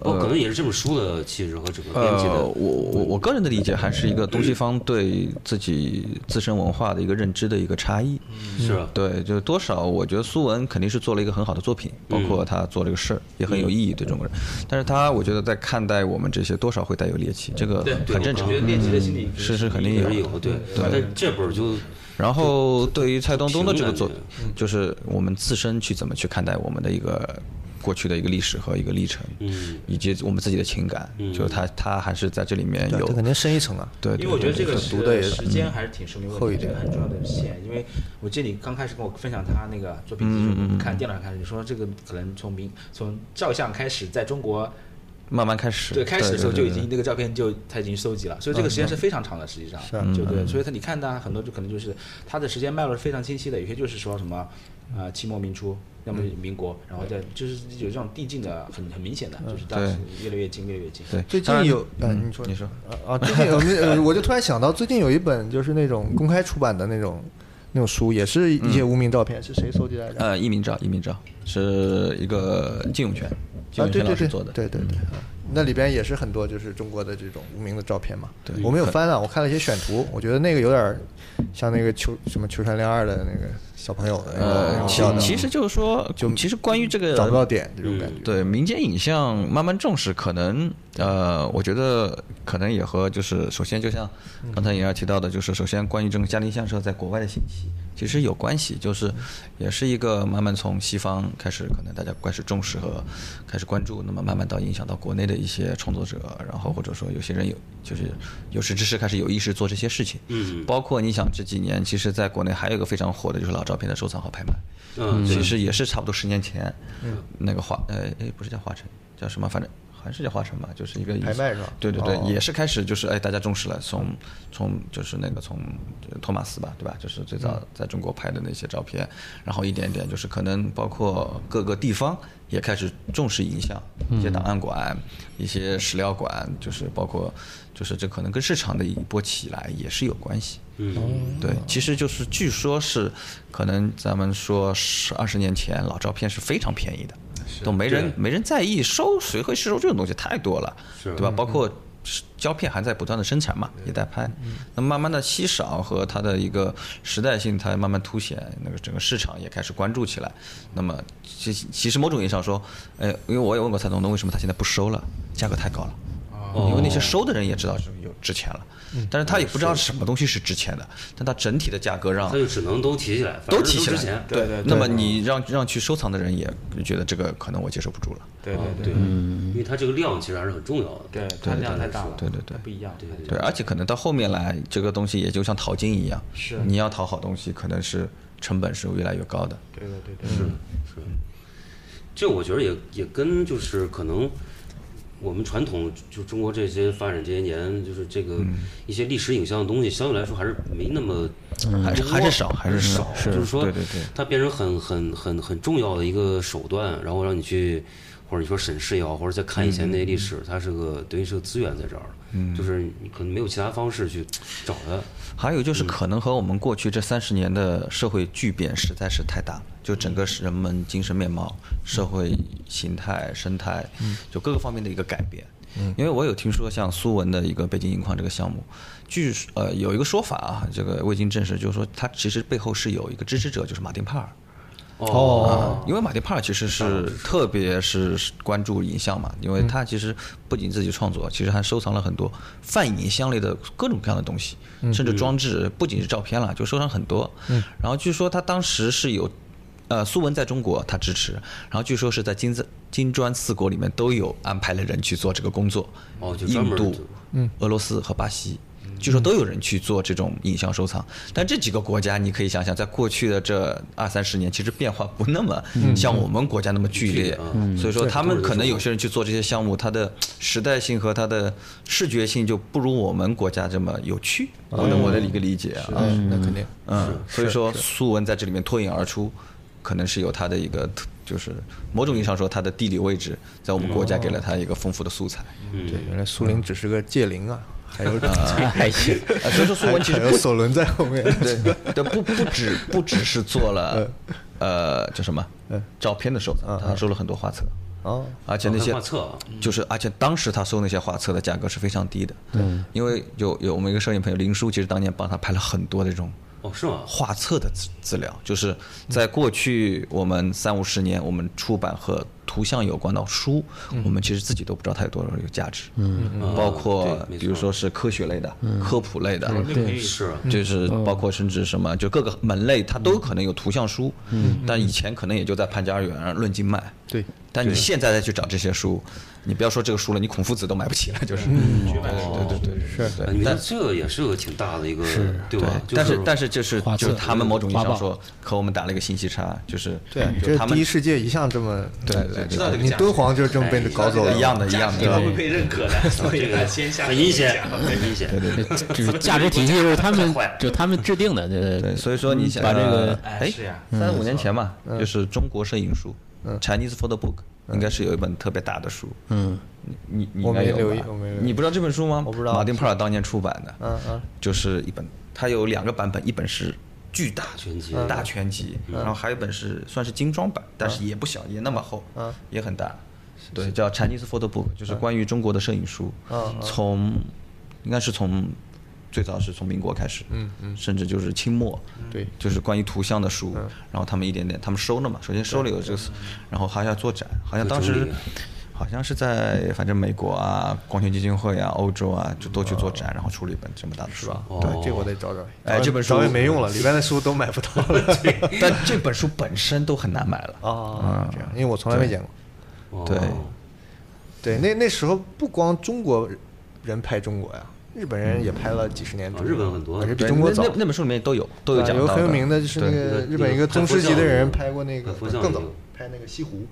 C: 哦，可能也是这本书的气质和整个编辑
G: 呃，
C: 的
G: 我我我个人的理解还是一个东西方对自己自身文化的一个认知的一个差异。
E: 嗯
C: 是吧？
G: 对，就是多少，我觉得苏文肯定是做了一个很好的作品，包括
E: 嗯
G: 他做这个事儿也很有意义对中国人。但是他我觉得在看待我们这些，多少会带有猎奇，这个很正常嗯
E: 我觉。得猎奇的心理
G: 是是肯定
C: 也
G: 有
C: 是
G: 的
C: 有对，但这本就
G: 然后对于蔡东东的这个作嗯
C: 平，
G: 就是我们自身去怎么去看待我们的一个过去的一个历史和一个历程，
C: 嗯
G: 以及我们自己的情感，就是他他还是在这里面
D: 对
G: 有
D: 他肯定深一层啊。
G: 对，对
E: 嗯因为我觉得这个
G: 对
E: 是
D: 读的也
E: 时间还是挺说明
D: 厚
E: 问
D: 一
E: 题，这
D: 点
E: 个很重要的线。因为我记得你刚开始跟我分享他那个作品
G: 嗯
E: 集，就是看电脑上开始，你说这个可能从明从照相开始，在中国
G: 慢慢开始，
E: 对开始的时候就已
G: 对
E: 经那个照片就他已经收集了，所以这个时
D: 嗯
E: 间是非常长的，实际上，
D: 啊
E: 就对，所以他你看他很多就可能就是他的时间脉络是非常清晰的，有些就是说什么呃清末民初。要么
D: 嗯
E: 民国，然后再就是有这种递进的，很很明显的，
D: 嗯
E: 就是当时越来越近，越来越近。
G: 对，
D: 最近
G: 当然嗯
D: 有，呃，你说
G: 你说
D: 啊啊，最近我们呃我就突然想到，最近有一本就是那种公开出版的那种那种书，也是一些无名照片，是谁搜集来着？
G: 嗯呃，一鸣照，一鸣照是一个金永泉，金
D: 啊，
G: 永
D: 对
G: 泉
D: 对
G: 老
D: 对，
G: 师做的，嗯
D: 对对对，啊那里边也是很多就是中国的这种无名的照片嘛。
G: 对
D: 我没有翻啊，我看了一些选图，我觉得那个有点儿像那个秋什么秋山亮二的那个小朋友的那个那
G: 呃，
D: 种
G: 其
D: 笑哦的，
G: 其实就是说，
D: 就
G: 其实关于这个
D: 找不到点这种感觉。
G: 对民间影像慢慢重视，可能呃，我觉得可能也和就是首先就像
D: 嗯
G: 刚才也要提到的，就是首先关于这个家庭相册在国外的兴起，其实有关系，就是
D: 嗯
G: 也是一个慢慢从西方开始，可能大家开始重视和开始关注，那么慢慢到影响到国内的一些创作者，然后或者说有些人有就是有识之士开始有意识做这些事情，
C: 嗯
G: 包括你想这几年，其实在国内还有一个非常火的就是老照片的收藏和拍卖，
C: 嗯，
D: 嗯
G: 其实也是差不多十年前，那个华呃，哎，不是叫华晨，叫什么？反正像是叫华城吧，就是一个
D: 拍卖是吧
G: 对对对，
D: 哦
G: 也是开始就是哎，大家重视了，从从就是那个从托马斯吧，对吧？就是最早
D: 嗯
G: 在中国拍的那些照片，然后一点点就是可能包括各个地方也开始重视影像，
D: 嗯
G: 一些档案馆、一些史料馆，就是包括就是这可能跟市场的一波起来也是有关系。
C: 嗯，
G: 对，其实就是据说是，可能咱们说十二十年前老照片是非常便宜的，都没人
C: 对
G: 没人在意收，谁会收这种东西太多了，
C: 是嗯
G: 对吧？包括是胶片还在不断的生产嘛，也在拍，
C: 嗯
G: 那慢慢的稀少和它的一个时代性才慢慢凸显，那个整个市场也开始关注起来。那么其其实某种意义上说，哎，因为我也问过蔡总东为什么他现在不收了，价格太高了。
C: 哦
G: 因为那些收的人也知道是有值钱了，但是他也不知道什么东西嗯是值钱的，但他整体的价格让
C: 他就只能都提起来，反
G: 都
C: 正
G: 提起
C: 之
G: 来
C: 前，
G: 对对。那么你让让去收藏的人也觉得这个可能我接受不住了，
E: 对
D: 嗯
E: 对对
C: 啊对，
G: 嗯
C: 因为它这个量其实还是很重要的。
E: 对，它量太大了，
G: 对对对
E: 它不一样，对
G: 对，而且可能到后面来，这个东西也就像淘金一样，
E: 是
G: 你要淘好东西，可能是成本是越来越高的，
E: 对对对是
C: 是，这我觉得也也跟就是可能我们传统就中国这些发展这些年，就是这个
G: 嗯
C: 一些历史影像的东西，相对来说还是没那么
G: 嗯还是
C: 多
G: 还是少还是少
C: 少，就是说
G: 对对对
C: 它变成很很很很重要的一个手段，然后让你去。或者你说审视也好，或者再看以前那些历
G: 嗯
C: 史，它是个等于是个资源在这儿了，就是你可能没有其他方式去找它。
G: 还有就是，可能和我们过去这三十年的社会巨变实在是太大了，就整个人们精神面貌、社会形态、生态，就各个方面的一个改变。因为我有听说像苏文的一个北京银矿这个项目，据呃有一个说法啊，这个未经证实，就是说它其实背后是有一个支持者，就是马丁帕尔。
C: 哦
G: 啊，因为马丁帕尔其实是特别是关注影像嘛，因为他其实不仅自己创作，其实还收藏了很多泛影像类的各种各样的东西，甚至装置，不仅是照片了，就收藏很多。然后据说他当时是有。呃，苏文在中国他支持，然后据说是在金字金砖四国里面都有安排了人去做这个工作，
C: 哦就专
G: 印
C: 门
G: 度
C: 做、
G: 俄罗斯和巴西，据说都有人去做这种影像收藏。但这几个国家，你可以想想，在过去的这二三十年，其实变化不那么像我们国家那么剧烈。
D: 嗯
G: 所以说，他们可能有些人去做这些项目，它的时代性和它的视觉性就不如我们国家这么有趣。
D: 嗯
G: 我的我的一个理解啊，
D: 那肯定。
G: 嗯，所以说苏文在这里面脱颖而出，可能是有他的一个特，就是某种意义上说，他的地理位置在我们国
D: 哦
G: 家给了他一个丰富的素材。
D: 对，原来苏林只是个界灵啊，还有
F: 还行，
G: 啊，所以说苏文 其
D: 还
G: 实
D: 有
G: 不
D: 索伦在后面。
G: 对 对不不只不只是做了呃叫什么照片的收藏，他收了很多画册，
D: 哦，
G: 而且那些
C: 哦看画册啊
G: 就是而且当时他收那些画册的价格是非常低的，对，因为有有我们一个摄影朋友林叔，其实当年帮他拍了很多的这种。
C: 哦，是吗？
G: 画册的资资料，就是在过去我们三五十年，我们出版和图像有关的书，我们其实自己都不知道它有多少有价值。嗯，包括
C: 对没错
G: 比如说是科学类的、科普类的，
E: 对
C: 是啊
G: 就是包括甚至什么，就各个门类它都可能有图像书，嗯但以前可能也就在潘家园论斤卖。
D: 对，
G: 但你现在再去找这些书，你不要说这个书了，你孔夫子都买不起了，就是。对对对对对
C: 哎
G: 对
C: 你。看
G: 但
C: 这也是个挺大的一个，对吧？就
G: 但是但是就是
F: 画
G: 就
F: 册
G: 是他们某种意义
F: 画
G: 上
F: 报
G: 说和我们打了一个信息差，就是
D: 对啊，你
G: 就
D: 这
G: 他
D: 第
G: 们
D: 一世界一向这么
G: 对对对
D: 知
G: 知
D: 道
G: 道这个
D: 你
G: 价值哎
D: 敦煌就是这么被搞走的
G: 一样的，一样
E: 这个会
G: 的。
E: 被认 可的，所以他先下
C: 啊很阴险，很阴险。
F: 就是价值体系就是他们就他们制定的，对
G: 对，所以
D: 嗯
G: 说你想
F: 把这个
D: 啊
G: 呃
E: 哎
G: 哎
E: 是呀，
G: 三五年前嘛，就是中国摄影书，Chinese
D: 嗯
G: Photo Book，应该是有一本特别大的书。嗯，你你
D: 我
G: 应该
D: 没
G: 有
D: 留意
G: 吧
D: 我没留意
G: 你不知道这本书吗？
D: 我不知道
G: 马丁帕尔当年出版的，
D: 嗯嗯，
G: 就是一本，它有两个版本，一本是巨大全集，大全集，然后还有一本是算是精装版，但是也不小，也那么厚，
D: 嗯
G: 也很大。对，叫 Chinese Photo Book，就是关于中国的摄影书
D: 嗯，
G: 从应该是从最早是从民国开始，嗯嗯，甚至就是清末，
D: 对
G: 就是关于图像的书，然后他们一点点，他们收了嘛，首先收了有这个，然后还要做展，好像当
C: 做
G: 时
C: 整理啊
G: 好像是在反正美国啊、光学基金会啊、欧洲啊，就都去做展，然后出了一本这么大的书。
D: 对，这我得找找。
G: 哦哎这本书
D: 找也没用了，里边的书都买不到 了。对
G: 但这本书本身都很难买了。
D: 啊，这样，因为我从来没见过。
C: 哦
G: 对
D: 对，那那时候不光中国人拍中国呀，日本人也拍了几十年
C: 啊
D: 中国。
C: 日本很多
D: 而且比
G: 对
D: 中国
G: 那
D: 早。
G: 那那本书里面都有都有
D: 啊
G: 讲到
D: 有个很有名
G: 的
D: 的，就是那
G: 对
D: 个
C: 对
D: 日本一个宗师级的人拍过那个
C: 看佛像
D: 更早
C: 那个
D: 拍那个西湖，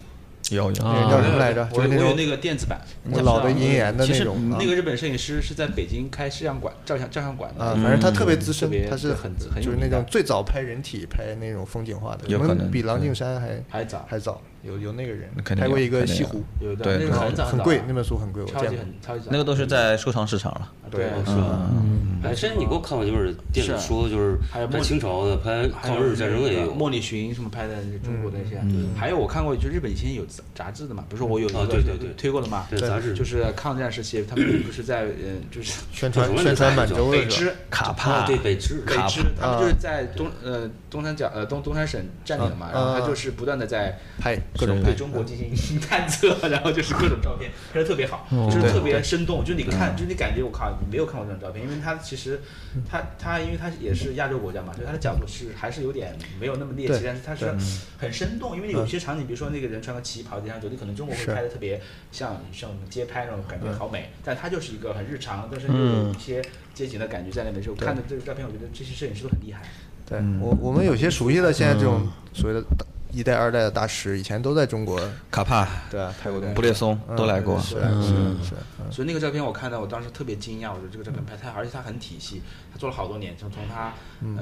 G: 有有
D: 那个叫什么来着？就
E: 我
D: 是那
E: 我有
D: 种
E: 那个电子版，
D: 我老的银岩的
E: 其
D: 那
E: 实
D: 种啊
E: 那个日本摄影师是在北京开摄像馆、照相照相馆的
D: 啊，反正他
G: 嗯
D: 特别资
E: 特
D: 深
E: 别，
D: 他是
E: 很很有
D: 就是那
E: 名的
D: 种最早拍人体、拍那种风景画的，
G: 有可
D: 我们
G: 能嗯
D: 比郎静山还
E: 还早
D: 还早。有有那个人
G: 那肯定
D: 拍过
G: 有
D: 一个
G: 肯定
D: 西
G: 有
D: 湖，
E: 有一
G: 对
E: 段那
D: 很
E: 个
D: 好
E: 很早
D: 很
E: 早
D: 贵
E: 啊，
D: 那本书很贵，我
E: 超
D: 见
E: 级
D: 过。
E: 很超级早，
G: 那个都是在收藏市场了。
E: 对
D: 对
C: 啊
E: 是吧
G: 嗯，
C: 本身哎你给我看过几本电影书，就是
E: 还有
C: 拍
E: 莫
C: 清朝的，拍
E: 还有
C: 抗日战争的也
E: 那个
C: 有。
E: 啊莫里寻什么拍的中国的那些，还有我看过，就日本以前有杂杂志的嘛，比如说我有一
C: 啊
E: 个
C: 对对对
E: 推过的嘛，
C: 对杂志
E: 就是抗战时期，他们不是在呃 就是
C: 什
D: 宣传
C: 么
D: 宣传
C: 来
D: 满
C: 着
D: 洲
E: 北
D: 的是吧？
E: 支
G: 卡
C: 啊，
G: 帕
C: 对，北支
E: 哦北
G: 卡
E: 支
G: 帕，
E: 他们就是在东呃东三角呃东东三省占领嘛，
D: 啊
E: 然后他
D: 啊
E: 就是不断的在
D: 拍各种
E: 对
D: 拍
E: 中国进行 探测，然后就是各种照片，拍的特别好，
D: 哦
E: 就是特别生动，
D: 嗯
E: 就是你看，就是你感觉我靠，你没有看过这种照片，因为它其实它它因为它也是亚洲国家嘛，所以它的角度是还是有点没有那么猎奇
D: 对，嗯
E: 但是它是很生动，因为有些场景，比如说那个人穿个旗袍在地上走，你可能中国会
D: 是嗯
E: 拍的特别像像我们街拍那种感觉好美，但它就是一个很日常，但是又有一些街景的感觉在里面，就看着这个照片，我觉得这些摄影师都很厉害。
D: 对
G: 嗯
D: 我我们有些熟悉的现在这种所谓的大一代二代的大师，以前都在中国
G: 卡帕、
D: 对啊拍过东西
G: 布列松都来过。嗯
D: 是是嗯是，
E: 所以那个照片我看到，我当时特别惊讶，我说这个照片拍太好，而且它很体系，他做了好多年，就从他，嗯、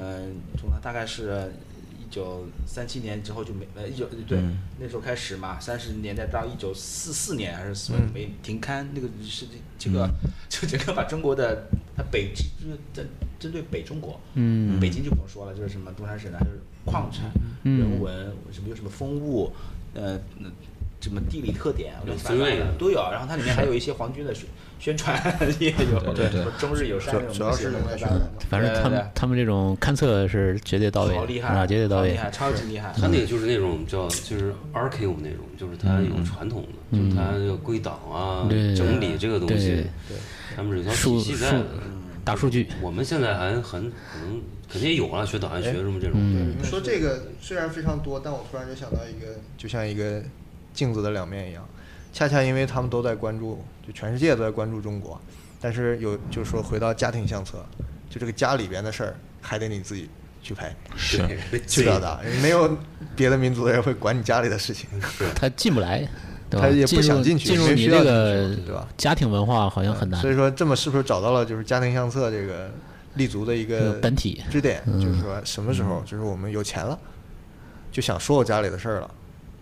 E: 从他大概是一九三七年之后就没，呃，一九对、那时候开始嘛，三十年代到一九四四年还是四没停刊，那个是这个、 就整个把中国的他北就是针针对北中国，嗯，北京就不用说了，就是什么东山省啊，就是矿产、人文什么有什么风物，呃。那什么地理特点，乱七八糟
C: 分类的
E: 的都有，然后它里面还有一些皇军的宣宣传 也有，
G: 对对
E: 什么中日友善这种
D: 主要
E: 东西
D: 是用来宣
E: 的
D: 传，
F: 反正他
E: 对对
F: 们他们这种勘测是绝对到
E: 对
F: 位的，
E: 好厉害
F: 啊，绝对到
E: 好
F: 位
E: 厉。害，超级厉害。
C: 他那个就是那种叫就是 RQ 那种，就是他有传统的，就是他要归档啊
F: 对，
C: 整理这个东西
F: 对，
C: 他们是有套体
F: 数
C: 系
F: 数
C: 在的。
E: 嗯
F: 大数据，
C: 我们现在还很可能肯定也有啊，学档案学什么这种，
D: 你们说这个虽然非常多，但我突然就想到一个，就像一个镜子的两面一样，恰恰因为他们都在关注，就全世界都在关注中国，但是有就是说回到家庭相册，就这个家里边的事儿，还得你自己去拍，
G: 是
D: 去表达，没有别的民族的人会管你家里的事情。
F: 他进不来，对
D: 他
F: 吧？
D: 也不
F: 进入
D: 想进去
F: 进入
D: 没必
F: 你
D: 要
F: 这个
D: 进去对吧
F: 家庭文化好像很 难
D: 所。以说，这么是不是找到了就是家庭相册这个立足的一个
F: 嗯本体
D: 支点？就是说，什么时候就是我们有钱了，就想说我家里的事儿了，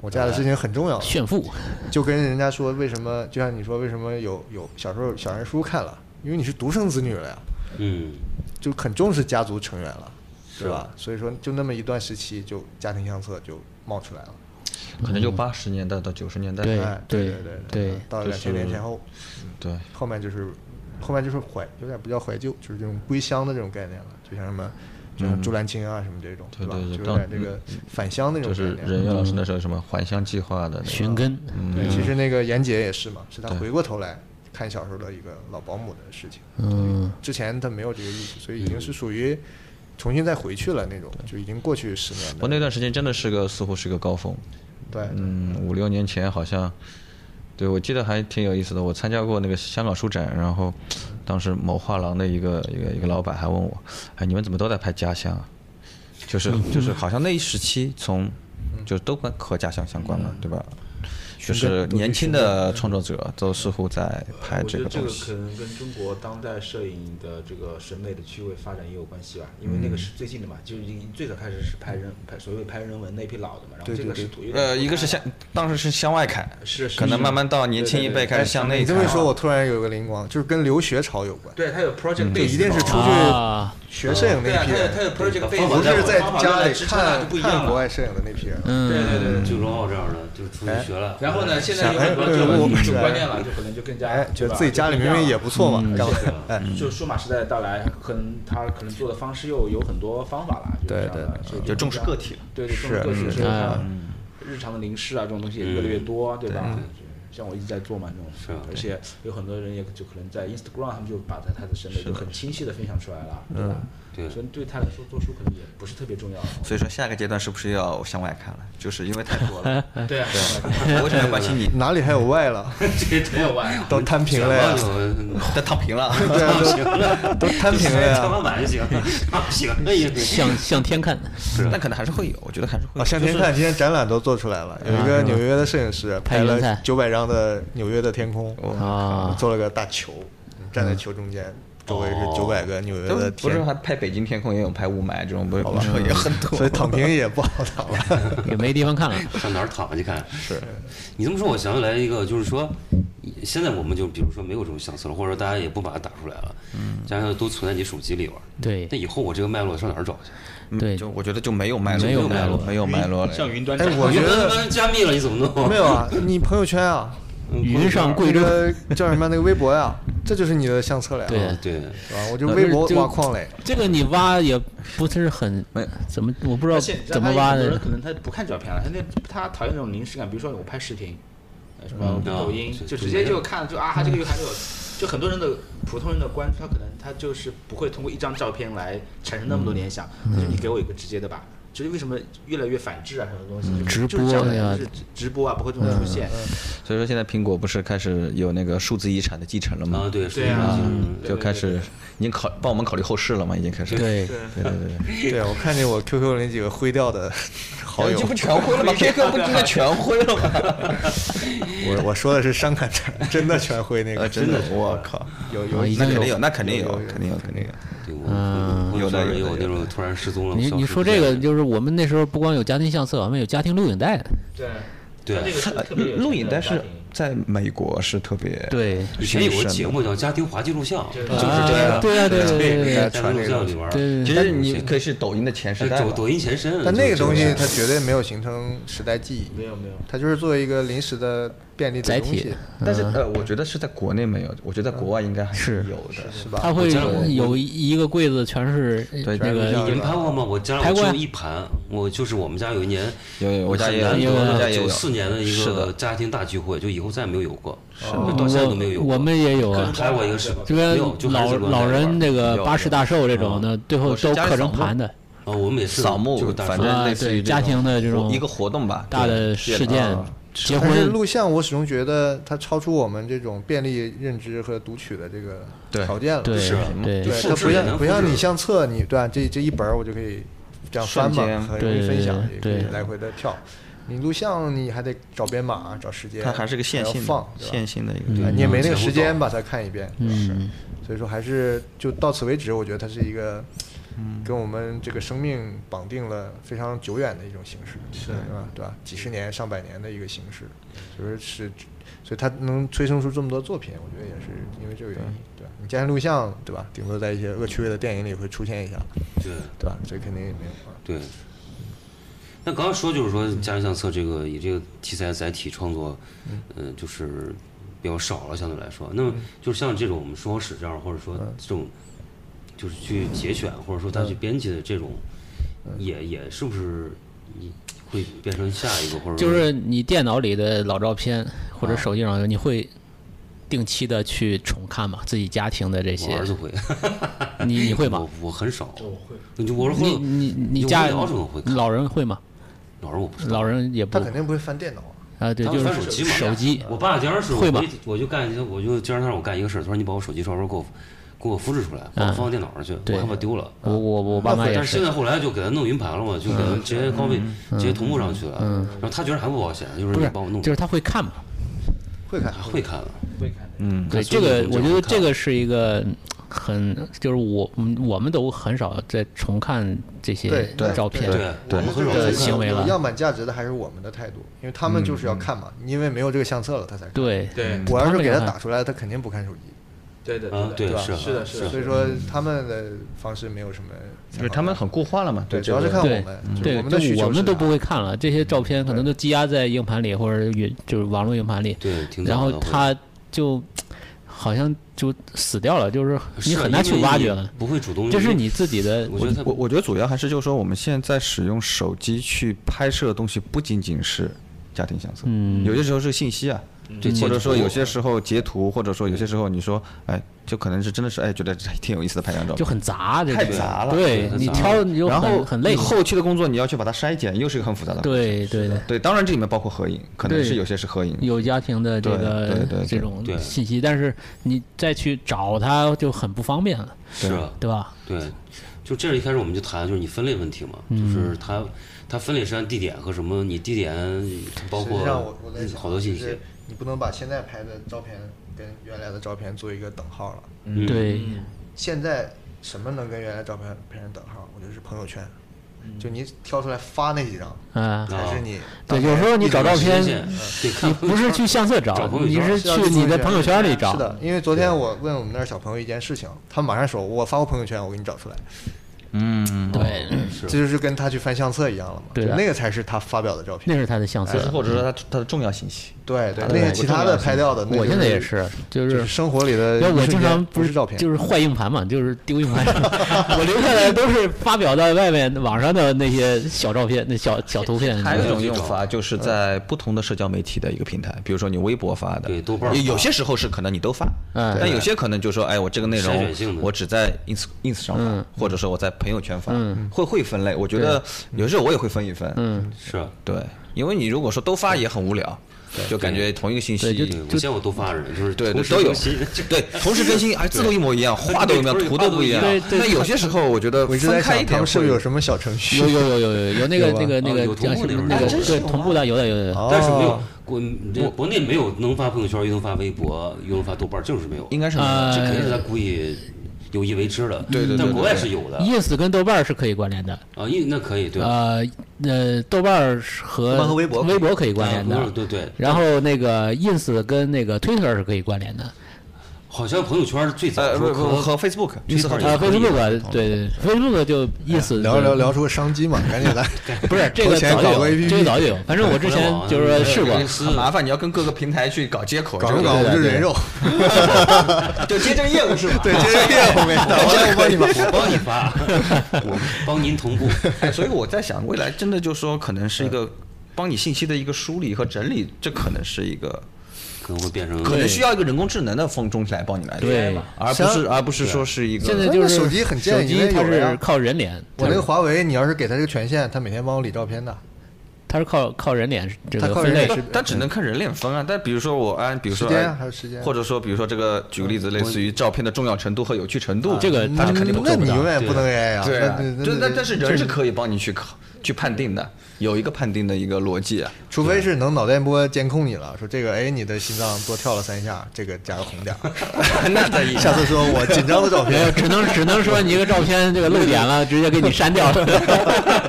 D: 我家的事情很重要了，
F: 炫富，
D: 就跟人家说为什么，就像你说为什么有有小时候小人书看了，因为你是独生子女了呀，
C: 嗯，
D: 就很重视家族成员了，是吧？所以说，就那么一段时期，就家庭相册就冒出来了。
G: 可能就八十年代到九十年代，
F: 对
D: 哎，对对
F: 对
D: 对，到
G: 就
D: 两千年
G: 是
D: 前后，
G: 对
D: 后面就是后面就是怀，有点不叫怀旧，就是这种归乡的这种概念了，就像什么，就像朱兰青啊什么这种，
G: 嗯对
D: 吧？
G: 对对
D: 就有
G: 当
D: 点这个返乡那种
G: 就
D: 概
G: 是嗯
D: 念。
G: 任岳老师那时候什么还乡计划的那个
F: 寻根，
D: 嗯对，其实那个严姐也是嘛，是她回过头来看小时候的一个老保姆的事情。
F: 嗯，
D: 之前她没有这个意识，所以已经是属于重新再回去了那种，就已经过去十年的。
G: 我那段时间真的是个似乎是个高峰，
D: 对，
G: 嗯，五六年前好像，对我记得还挺有意思的。我参加过那个香港书展，然后当时某画廊的一个一个一个老板还问我，哎，你们怎么都在拍家乡啊？ 就是就是好像那一时期从就都跟和家乡相关嘛，对吧？就是年轻的创作者都似乎在拍
E: 我觉
G: 这
E: 得
G: 个
E: 这
G: 东
E: 个
G: 西
E: 可，能跟中国当代摄影的这个审美的趣味发展也有关系吧，因为那个是最近的嘛，就是已经最早开始是拍人拍所谓拍人文那批老的嘛，然后
D: 对
E: 这
D: 对
E: 个
D: 对
E: 是土有点
G: 呃，一个是向当时是向外看，
E: 是是
G: 可能
E: 是
G: 慢慢到年轻一辈开始向内啊
D: 你这么
G: 看
D: 一。说，我突然有个灵光，就是跟留学潮有关。
E: 对，它有 project
D: 嗯就
E: base，
D: 一定是
E: 嘛
D: 出去
F: 啊，
D: 学摄影
E: 对
D: 那
E: 啊，
D: 批
E: 它有
D: 人，
E: 它有 project
C: 对
E: base，
D: 不是在
E: 方法论
D: 家里
E: 来支撑它就
D: 看
E: 不一
D: 看
E: 样
D: 国
E: 了。
D: 外摄影的那批人。
E: 对
F: 嗯，
E: 对对对。
C: 就罗浩这样的就出去学了，
E: 然后呢，现在有
D: 哎
E: 很多
D: 对
E: 这
D: 我
E: 种这种
D: 对
E: 观念了，就可能啊就更嗯加
D: 哎，觉
E: 对
D: 得
E: 吧
D: 自己家里明明也不错嘛，干嘛？哎，
E: 就数码时代的到来，可能他可能做的方式又有很多方法了，就是这样的
D: 对对
E: 所以
G: 就重视
E: 更加
G: 个体了
E: 对对，重
D: 是嗯
E: 视个体，所以它日常的零食啊这种东西也越来越多，对吧？像我一直在做嘛这种，
C: 是啊
E: 而且有很多人也就可能在 Instagram 他们就把他他的审美就很清晰的分享出来了，对吧？
C: 对
E: 所以对他来说做书可能也不是特别重要。
G: 所以说下一个阶段是不是要向外看了？就是因为太多了，
E: 对啊，
G: 我为什么要关心你？
D: 哪里还有外了？
G: 嗯
E: 这个真有玩啊！
D: 都摊平了
C: 网
D: 呀，
C: 友
G: 都躺平 了，
D: 对啊，都都摊平了
C: 天
D: 呀。
C: 花板就行，喜欢这也行。
F: 向向天看，
G: 那可能还是会有，我觉得还是会
D: 啊，
G: 有。
D: 向天看，今天展览都做出来了，有
G: 啊
D: 一个纽约的摄影师拍
F: 拍云
D: 了
F: 彩
D: 九百张的纽约的天空，
G: 哦
F: 啊
D: 哦做了个大球，站在球中间，周围哦是九百个纽约
G: 都
D: 的
G: 不是
D: 天，
G: 还拍北京天空，也有拍雾霾这种，不是不是也很多。
D: 所以躺平也不好躺 了。
F: 也没地方看了。
C: 上哪儿躺去看？是你这么说，我想起来一个，就是说，现在我们就比如说没有这种相册了，或者说大家也不把它打出来了，嗯，加上都存在你手机里边儿。
F: 对
C: 那以后我这个脉络上哪儿找去？
G: 嗯
F: 对
G: 就我觉得就没有脉络，
F: 没有脉络
G: 没有脉络了。
E: 像云端
D: 哎
E: 展，
D: 我觉得
C: 得加密了，你怎么弄？
D: 没有啊，你朋友圈 啊，
C: 嗯
F: 云上贵
D: 那
F: 州，
D: 个叫什么那个微博呀， 这就是你的相册了呀，
F: 对
C: 对，
D: 是吧？我就微博
F: 就
D: 挖矿嘞，
F: 这个你挖也不是很
G: 没
F: 怎么，我不知道
E: 而且你知道
F: 怎么
E: 他有
F: 挖
E: 很多
F: 的
E: 人可。能他不看照片了，他那他讨厌那种临时感，比如说我拍视频，呃什么
C: 嗯
E: 抖音
C: 啊，
E: 就
C: 就
E: 直接就看就啊，他这个有还有，就很多人的普通人的关注，他可能他就是不会通过一张照片来产生那
F: 嗯
E: 么多联想，就是你给我一个直接的吧。就是为什么越来越反制啊，什么东西？
F: 嗯直
E: 就是这样
F: 播呀嗯
E: 的，就是直直播啊，不会这么出现。
G: 所以说现在苹果不是开始有那个数字遗产的继承了
C: 啊
G: 吗？
C: 对，
E: 对啊
G: 啊
E: 嗯，
G: 就开始已经考帮我们考虑后事了嘛，已经开始。
F: 对，
G: 对对 对，
D: 对我看见我 QQ 里几个灰掉的 好
G: 已
D: 友
G: 经，不全灰了 吗？QQ 不应该全灰了吗？
D: 我我说的是伤感展，啊真的全灰 那个，
G: 呃，真的，我靠，
D: 有
F: 啊
D: 有
F: 已
G: 那
F: 经
G: 肯定
F: 有
G: 有，那肯定有，肯定有，肯定有。
C: 对
F: 嗯
C: 我朋友圈也有那种突然失踪了。
F: 你
C: 消失
F: 你说
C: 不见
F: 这个
C: 了
F: 就是我们那时候不光有家庭相册，我们有家庭录影带。
E: 对，
C: 对
E: 他这个
G: 呃
E: 特特别有
G: 录
E: 钱
G: 影
E: 的
G: 带
E: 家
G: 是
E: 庭
G: 在美国是特别，
F: 对，
C: 以前有个节目叫《家庭滑稽录像》， 就是
E: 对
D: 这
F: 啊
D: 样
F: 对啊，对啊对啊对啊
D: 对
C: 在家庭录像里玩儿。
F: 对
G: 其实你可以是抖音的
F: 呃
G: 前时代
C: 哎抖
G: 吧。
C: 抖音前身，
D: 但那个东
C: 就
D: 西
C: 是
D: 它绝对没有形成时代记忆，
E: 没有没有，
D: 它就是作为一个临时的便利的
F: 载
D: 东
F: 体
D: 西，
G: 但是呃，我觉得是在国内没有，我觉得在国外应该还
F: 嗯是
G: 有的。
D: 是
F: 它
D: 吧？
F: 会
C: 我家我
F: 有一个柜子全是
G: 对
F: 那
D: 全是
F: 个
D: 像
C: 你们拍过吗？我家里
F: 拍
C: 我
F: 过
C: 只
F: 呀
C: 有一盘，我就是我们家有一年，
G: 有有我家也有
C: 很难
G: 我家
C: 得
G: 也有
C: 九四年的一
G: 是
C: 个
G: 的
C: 家庭大聚会，就以后再也没有有过，
F: 我
C: 我到现在都没有有过。
F: 我们也有啊，
C: 拍过一个视
F: 就
C: 频，没
F: 跟
C: 有，就还
F: 老
C: 是轮
F: 老
C: 流玩
F: 人那个
G: 有
F: 八十大寿这种的，最后
G: 我是
F: 都
G: 家里
F: 刻成
G: 扫墓
F: 盘的。
C: 啊，我们也是
G: 扫
C: 就
G: 墓，
C: 是大
G: 反
C: 扫
F: 啊
G: 正类似
F: 对
G: 于这
F: 家
G: 种
F: 庭的这
G: 活
F: 种
G: 一个活动吧，
F: 大
G: 对
F: 的事件
G: 啊，
F: 结
D: 但是
F: 婚
D: 录像，我始终觉得它超出我们这种便利认知和读取的这个
G: 对
D: 条件了。
F: 对
C: 是啊
F: 对
D: 对，
C: 复
D: 它
C: 制
D: 不
C: 也
D: 像
C: 能
D: 不
C: 复
D: 像
C: 制
D: 你相册，你对吧？这这一本儿我就可以这样翻嘛
G: 瞬，间
D: 很容易分享，也可
F: 对
D: 以
F: 对对
D: 来回的跳。你录像你还得找编码、找时间，
G: 它还是个线
D: 要
G: 性的嗯
D: 放，对吧
G: 线性的一个。
D: 啊你也没那
C: 全
D: 个
C: 部
D: 时间
C: 走
D: 把它看一遍，
F: 嗯，
D: 所以说还是就到此为止。我觉得它是一个，跟我们这个生命绑定了非常久远的一种形式，是吧？对吧？几十年、上百年的一个形式，所以说是，所以它能催生出这么多作品，我觉得也是因为这个原因，对吧？你加上录像，对吧？顶多在一些恶趣味的电影里会出现一下，
C: 对
D: 对吧？这肯定也没有啊。
C: 对。那刚刚说就是说家庭相册这个以这个题材载体创作，呃，就是比较少了，相对来说。那
E: 嗯
C: 么就是像这种我们生活史这样，或者说这种就是去节选，或者说
E: 嗯
C: 他去编辑的这种，也也是不是你会变成下一个或者
F: 就是你电脑里的老照片或者手机上，你会定期的去重看嘛？自己家庭的这
C: 我
F: 些
C: 儿，子会，
F: 你你会吗
C: 我？我很少，
E: 我会。
C: 你就我是
F: 你
C: 会
F: 你你
C: 有
F: 家
C: 无聊时候会看
F: 老人会吗？
C: 老人我不知道，
F: 老人也不
D: 他肯定不会翻电脑啊，
F: 啊，对，
C: 他
F: 就
C: 们
F: 是
C: 翻手机嘛，
F: 手机
C: 我爸经常是
F: 会吧
C: 我就我就干一些，我就经常让我干一个事儿，他说你把我手机照片给我给我复制出来，放
F: 嗯
C: 放到电脑上去，
F: 对
C: 我害怕丢了。
F: 我我我爸妈
C: 但
F: 也
C: 是现
F: 是，嗯
C: 在后来就给他弄云盘了嘛，就给他直接拷贝，直接同步上去了。然后他觉得还不保险，就是
F: 不
C: 你
F: 是
C: 帮我弄
F: 就，是他会看嘛？
D: 会看
C: 还会看了。
E: 会看的，
G: 嗯，
F: 对，
C: 所
F: 这
C: 以
F: 个
C: 你
F: 我
C: 就
F: 觉
C: 会
F: 得
C: 看
F: 这个是一个很，就是我嗯我们都很少在重看这些
D: 对对
F: 照片，
C: 对对
D: 我们
C: 对
D: 这
C: 我们
D: 个
C: 很
F: 行为了
D: 有样板价值的还是我们的态度，因为他们就是要看嘛，因为没有这个相册了，他才看。
F: 对
C: 嗯
E: 对
D: 我要
F: 他
D: 是
F: 们
D: 给
F: 要
D: 他
F: 看
D: 打出来，他肯定不看手机。
E: 对的
C: 啊
E: 对
C: 对
E: 的，
C: 是啊
E: 是的，
C: 是啊
E: 的
D: 所以说他们的方式没有什么参考价值，
G: 就是他们很固化了嘛，
D: 对，主
G: 这
D: 要
G: 个
D: 是看我
F: 对嗯
D: 们，
C: 嗯
D: 就是
F: 对，
D: 我们的需
F: 就
D: 求
F: 我们
D: 是
F: 都
D: 啥
F: 不会看了，这些照片可能都积压在硬盘里或者云就是网络硬盘里，
C: 对，挺
F: 然
C: 早
F: 后
C: 的会
F: 它就好像就死掉了，就是你
C: 是啊
F: 很难
C: 因
F: 去
C: 为
F: 挖
C: 你
F: 掘了，
C: 不会主动。
F: 这是你，自己的
C: 我觉得他
G: 我我觉得主要还是就是说，我们现在使用
F: 嗯
G: 手机去拍摄的东西，不仅仅是家庭相册，有些时候是信息啊，
C: 对，
G: 或者说有些时候截图，或者说有些时候你说，哎，就可能是真的是哎，觉得这还挺有意思的拍张照片，
F: 就很杂，这个
G: 太杂了
F: 对
C: 对
F: 你
C: 很杂
F: 挑你就
G: 然后
F: 很很累
G: 你。后期的工作你要去把它筛减，又是一个很复杂的。
F: 对对的，
G: 对，当然这里面包括合影，可能
F: 对
G: 是有些是合影，
F: 有家庭的这
G: 对对对
F: 个
G: 对
F: 这种
C: 对
F: 信息，但是你再去找他就很不方便了，
C: 是啊，
F: 对吧？
C: 对，就这是一开始我们就谈，就是你分类问题嘛，
G: 嗯
C: 就是它它分类是按地点和什么，你地点包
D: 实际
C: 括
D: 上我我在想，
C: 好多信
D: 就
C: 息
D: 是，你不能把现在拍的照片跟原来的照片做一个等号了。
C: 嗯，
F: 对，
D: 现在什么能跟原来照片拍成等号？我觉得是朋友圈，就你挑出来发那几张
F: 嗯啊，
D: 才是你。
F: 对，有时候你找照
C: 时
F: 片
C: 间，
D: 嗯
C: 对，
F: 你
C: 看
F: 不是去相册找
C: 找，朋友
F: 你
C: 圈
F: 是去你的朋友圈里找。
D: 是的，因为昨天我问我们那儿小朋友一件事情，他马上说：“我发过朋友圈，我给你找出来。
G: 嗯，
F: 对，
C: 是
D: 这就是跟他去翻相册一样了嘛。
F: 对的啊
D: 就那个才是他发表的照片。
F: 那是他的相
G: 还是
F: 册。
G: 或者说它它的重要信息，
D: 对对，
G: 对
D: 那些其他的拍掉的，那
F: 我
D: 就
F: 现在也，是，
D: 就
F: 就
D: 是是生活里的一
F: 那
D: 瞬间，
F: 我经常
D: 不是照片，
F: 就是坏硬盘嘛，就是丢硬盘。我留下来的都是发表在外面网上的那些小照片、那小小图片。
G: 还有一种用法就是在不同的社交媒体的一个平台，比如说你微博发的，
C: 对豆瓣儿
G: 有有
C: 发
G: 些时候是可能你都发，
F: 嗯
G: 但有些可能就说，哎，我这个 内
C: 筛
G: 容
C: 选性的
G: 我只在 ins ins 上
F: 嗯
G: 发，或者说我在朋友圈发
F: 嗯，
G: 会会分类，我觉得有时候我也会分一分，
F: 嗯，
C: 是啊，
G: 对，因为你如果说都发也很无聊，就感觉同一个信息
F: 对就
C: 对，我见过多发人，就是
G: 对
C: 同
G: 对
C: 时
G: 都有
C: 更新
G: 对，同时更新，哎，字都一模一样，画都一 样，
C: 对
G: 图都不一样
F: 对。对
G: 那有些时候我觉得
D: 我一直
G: 分
D: 在
G: 开一
D: 想他
G: 点
D: 们是不
G: 会
D: 是有什么小程序
F: 有？有有有有有那个
D: 有吧
F: 那个那
C: 哦
F: 个
C: 有
F: 叫
C: 同步
F: 什么
C: 那种
F: 那个
C: 哎真
F: 对同步的有的有的有的。
C: 但是没有
D: 哦
C: 国这国内没有能发朋友圈又能发微博又能发豆瓣儿，就是没有，
G: 应该是没有
F: 呃
C: 这肯定是他故意有意为之的，
G: 对对对
C: 但
G: 对
C: 国外是有的
F: ins 跟豆瓣儿是可以关联的，
C: 啊，因那可以对，
F: 呃呃，豆瓣儿是
G: 豆
F: 和
G: 瓣和微博
F: 微博可以关联
C: 啊
F: 的，
C: 对对，
F: 然后那个 ins 跟那个 Twitter 是可以关联的，
C: 好像朋友圈最早
G: 呃，
C: 的时候
G: 不
C: 可
G: 不
C: 能
G: 和 Facebook，
C: Twitter
G: 和
C: 也
F: 呃
C: 可以
F: Facebook 对对 Facebook 就 ins
D: 哎聊聊聊出个商机嘛，赶紧来。
F: 不是这
D: 投
F: 个
D: 钱
F: 早
D: 搞
F: 就
D: 个
F: 有，
D: APP
F: 这个早就有。反正我之前就是说试过，
G: 很麻烦，你要跟各个平台去搞接口，
D: 搞
G: 这
D: 着
G: 个
D: 搞着我就人 肉，
G: 就接这个业务是吧？
D: 对，这个业务没到，我来我帮你们。
C: 我帮你发， 我帮您同步。
G: 哎所以我在想，未来真的就说可能是一个帮你信息的一个梳理和整理，这可能是一个。
C: 可能会变成
G: 可能需要一个人工智能的风中来帮你来做
F: 对，
G: 而不是而不是说是一个
F: 现在就是
D: 手机很
F: 手
D: 建议因
F: 机
D: 为
F: 它
D: 有了
F: 是
D: 呀
F: 靠人脸，
D: 我那个华为，你要是给他这个权限，他每天帮我理照片的。
F: 它是靠靠人脸这
D: 它
F: 个
D: 靠
F: 分
D: 人
F: 类
D: 脸。是
G: 但只能看人脸分啊。但比如说我按，比如说
D: 时间
G: 按
D: 还有时间
G: 或者说比如说这个，举个例子，类似于照片的重要程度和有趣程度，
F: 嗯这个
G: 它是肯定不
D: 嗯那
G: 做不
D: 你
G: 到
D: 永
G: 的。
D: 远不能 AI 啊！
G: 对啊，就但但
D: 是
G: 是人是可以帮你去考去判定的，有一个判定的一个逻辑啊。
D: 除非是能脑电波监控你了，说这个哎你的心脏多跳了三下，这个加个红点儿。
G: 那在意
D: 下次说我紧张的照
F: 没
D: 片，
F: 有， 呃只能只能说你一个照片这个露脸了，直接给你删掉了。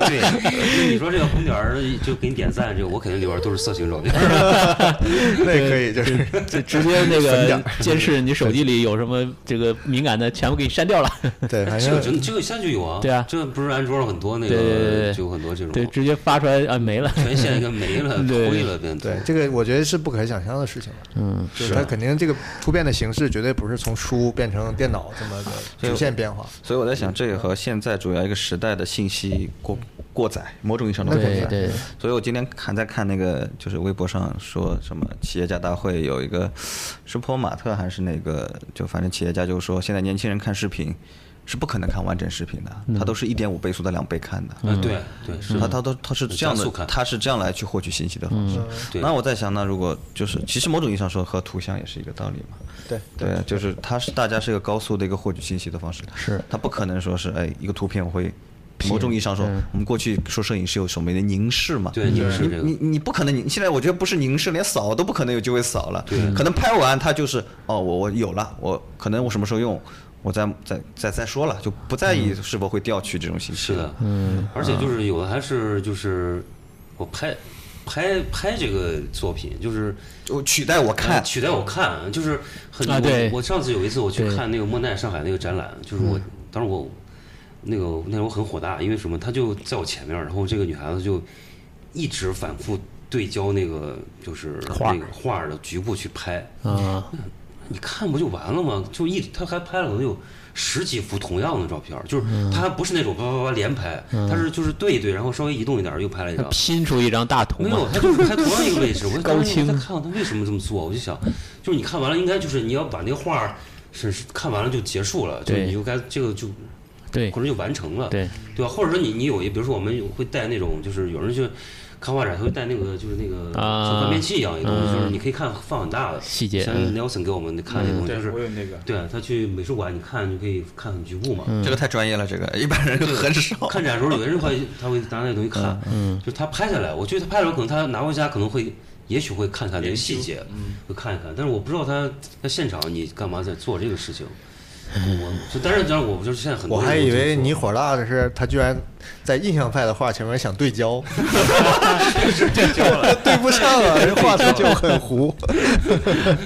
C: 对，你说这个红点儿就给你点赞，这个我肯定里边都是色情照
F: 哎
C: 片。
D: 那也可以就是
F: 就直接那个监视你手机里有什么这个敏感的，全部给你删掉了。
D: 对，反
C: 这个真
D: 正
C: 的这个现在就有啊，
F: 哎对啊
C: 这不是安卓上很多那
F: 对对对对
C: 个就有很多这种
F: 对，直接发出来啊，没了。
C: 权限给没了、
F: 对
C: 灰了，变哎
D: 对这个我觉得是不可想象的事情了。嗯，就是它肯定这个突变的形式绝对不是从书变成电脑这么的直线变化。
G: 所以我在想，这也和现在主要一个时代的信息过过载，某种意义上的过
F: 对
G: 载。
F: 对，
G: 所以我今天还在看那个，就是微博上说什么企业家大会有一个，是波马特还是哪个？就反正企业家就说，现在年轻人看视频是不可能看完整视频的，他都是一点五倍速到两倍看的。
C: 嗯，对对是
G: 他他都他是这样
C: 加
G: 的
C: 速看，
G: 他是这样来去获取信息的方式。
C: 对
G: 那我在想，那如果就是其实某种意义上说和图像也是一个道理嘛。
D: 对
G: 对，就是它是大家是一个高速的一个获取信息的方式。
F: 是
G: 它不可能说是哎一个图片会。某种意义上说，我们过去说摄影是有所谓的凝视嘛，
C: 对凝视
G: 你
C: 这个
G: 你你不可能凝，现在我觉得不是凝视，连扫都不可能有机会扫了，可能拍完它就是哦，我我有了，我可能我什么时候用，我再再再再说了，就不在意是否会调取这种信息。
C: 是的，嗯，而且就是有的还是就是我拍拍拍这个作品，就是
G: 就取代我看
C: 呃，取代我看，就是很
F: 啊
C: 我
F: 对
C: 我上次有一次我去
F: 对嗯
C: 看那个莫奈上海那个展览，就是我、当时我那个那时候很火大，因为什么？她就在我前面，然后这个女孩子就一直反复对焦那个就是
F: 画
C: 那个画儿的局部去拍，
F: 啊，
C: 你看不就完了吗？就一他还拍了可能有十几幅同样的照片，就是
F: 嗯
C: 他还不是那种叭叭叭连拍，他是就是对一对，然后稍微移动一点又拍了一张。
F: 拼出一张大图
C: 没
F: 嘛
C: 有，？他就是拍同样一个位置。我
F: 高
C: 当时
F: 清
C: 我在看他为什么这么做，我就想，就是你看完了，应该就是你要把那个画儿是是看完了就结束了，就
F: 对
C: 你就该这个就
F: 对
C: 或者就完成了，
F: 对
C: 对吧？或者说你你有一，比如说我们有会带那种，就是有人去看画展，他会带那个就是那个
F: 啊
C: 像翻面器一样一个东西，
F: 嗯
C: 就是你可以看放很大的
F: 细节
C: 像
F: 嗯
C: Nelson 给我们看那个东西，就
E: 嗯对，我
C: 是
E: 有那个，
C: 对啊他去美术馆你看就可以看很局部
F: 嗯
C: 嘛。
G: 这个太专业了，这个一般人很少。
C: 看展的时候，有的人会他会拿那个东西看，就是他拍下来，我觉得他拍的时候可能他拿回家可能会。也许会看看那个细节，会看一看，但是我不知道他在现场你干嘛在做这个事情。我就当然，当然，我就是现在很多
D: 我还
C: 人
D: 以
C: 都这么
D: 为
C: 做
D: 你火辣的是他居然在印象派的画前面想对 焦，对不上啊，这画的就很糊。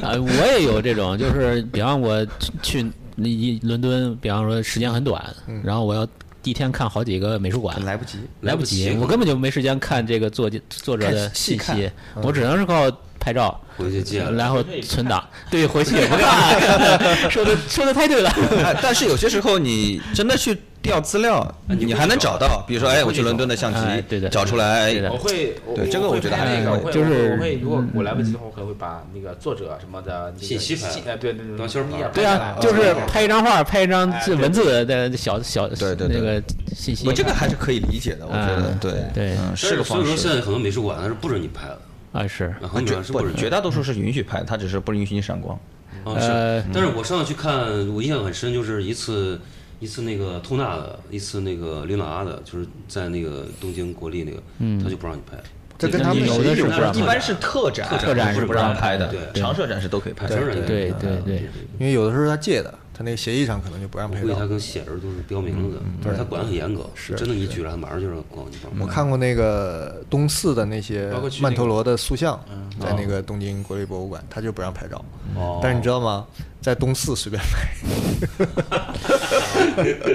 F: 啊，我也有这种，就是比方我去一伦敦，比方说时间很短，然后我要第一天看好几个美术
C: 嗯
F: 馆，
G: 来不及，
F: 来不
C: 来
F: 及，
C: 不及
F: 我根本就没时间看这个作家作者的
G: 看细
F: 信
G: 看
F: 息，我只能是靠拍照。
C: 回去见了。
F: 然后存档，对，回去也不 看，说的说的太对了。
G: 哎但是有些时候你真的去调资料，
C: 你会
G: 你还能找到，比如说，哎，我去伦敦的相
F: 哎
G: 机，
F: 对的
G: 找出来，
F: 对的
E: 我会，我
G: 对这个
E: 我
G: 我觉得
E: 会
G: 还
E: 拍那
G: 好
E: 个，我会
F: 就是
E: 我会，如果我来不及的话，我可能会把那个作者什么的那个
C: 信息拍
E: 信哎，对对对，
C: 标签儿
E: 你也
C: 拍
F: 对
E: 下
F: 啊
E: 来，
F: 就是拍一张画，拍一张
E: 哎
F: 这
E: 对
F: 文字的小小
G: 对对
F: 那
G: 对
F: 个信息
G: 我。这个还是可以理解的，我觉得
F: 嗯
G: 对
F: 对
G: 嗯，
C: 所
G: 是
C: 以
G: 个
C: 所以
G: 方
C: 说现
G: 式。
C: 在很多美术馆它是不准你拍的，
F: 啊是，
C: 啊，很多美术
G: 绝
C: 馆是不
G: 不
C: 准你
G: 绝
C: 拍的。
G: 大多数是允许拍，它只是不允许你闪光。
C: 啊
F: 呃
C: 是，但是我上次去看，我印象很深，就是一次一次那个透纳的，一次那个琳达的，就是在那个东京国立那个，他就不让你拍。
D: 这跟他们
F: 有的
D: 谁
F: 是
D: 有
F: 不让
G: 一
F: 拍
G: 般是特展，
C: 特展
G: 是
C: 是不
G: 不让
C: 让
G: 拍
C: 拍
G: 的
C: 的，
G: 常设展是都可以拍。
C: 常人
F: 对对对，
D: 因为有的时候他借的，他那个协议上可能就不让
C: 我
D: 拍
C: 估计
D: 照
C: 他。跟写着都是标明
D: 嗯
C: 的，但是他管得很严格，真的你举着他马上就让光你
D: 我
C: 放。
D: 看过那个东寺的那嗯哦些
E: 包括去那个
D: 曼陀罗的塑像，在那个东京国立博物馆，他就不让拍照。
C: 哦
D: 嗯但是你知道吗？在东寺随便拍，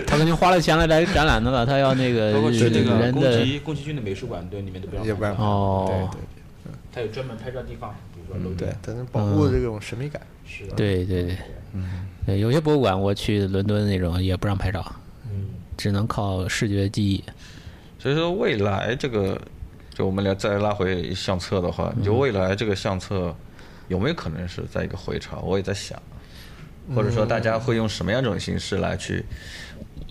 F: 他肯定花了钱来来展览的了，他要那个
E: 包括去那个
F: 呃人
E: 宫
F: 的
E: 崎宫崎骏的美术馆，对，里面都不让
D: 也不让
E: 拍
D: 拍。
E: 照
F: 哦
D: 对对
E: 它有专门拍照地方，比如说楼
D: 对，
E: 顶
D: 对，它能保护这种神秘感。
E: 是的，
F: 对对对，对，有些博物馆我去伦敦那种也不让拍照，
E: 嗯
F: 只能靠视觉记忆。
G: 所以说未来这个，就我们聊再拉回相册的话，就未来这个相册有没有可能是在一个回潮？我也在想，或者说大家会用什么样一种形式来去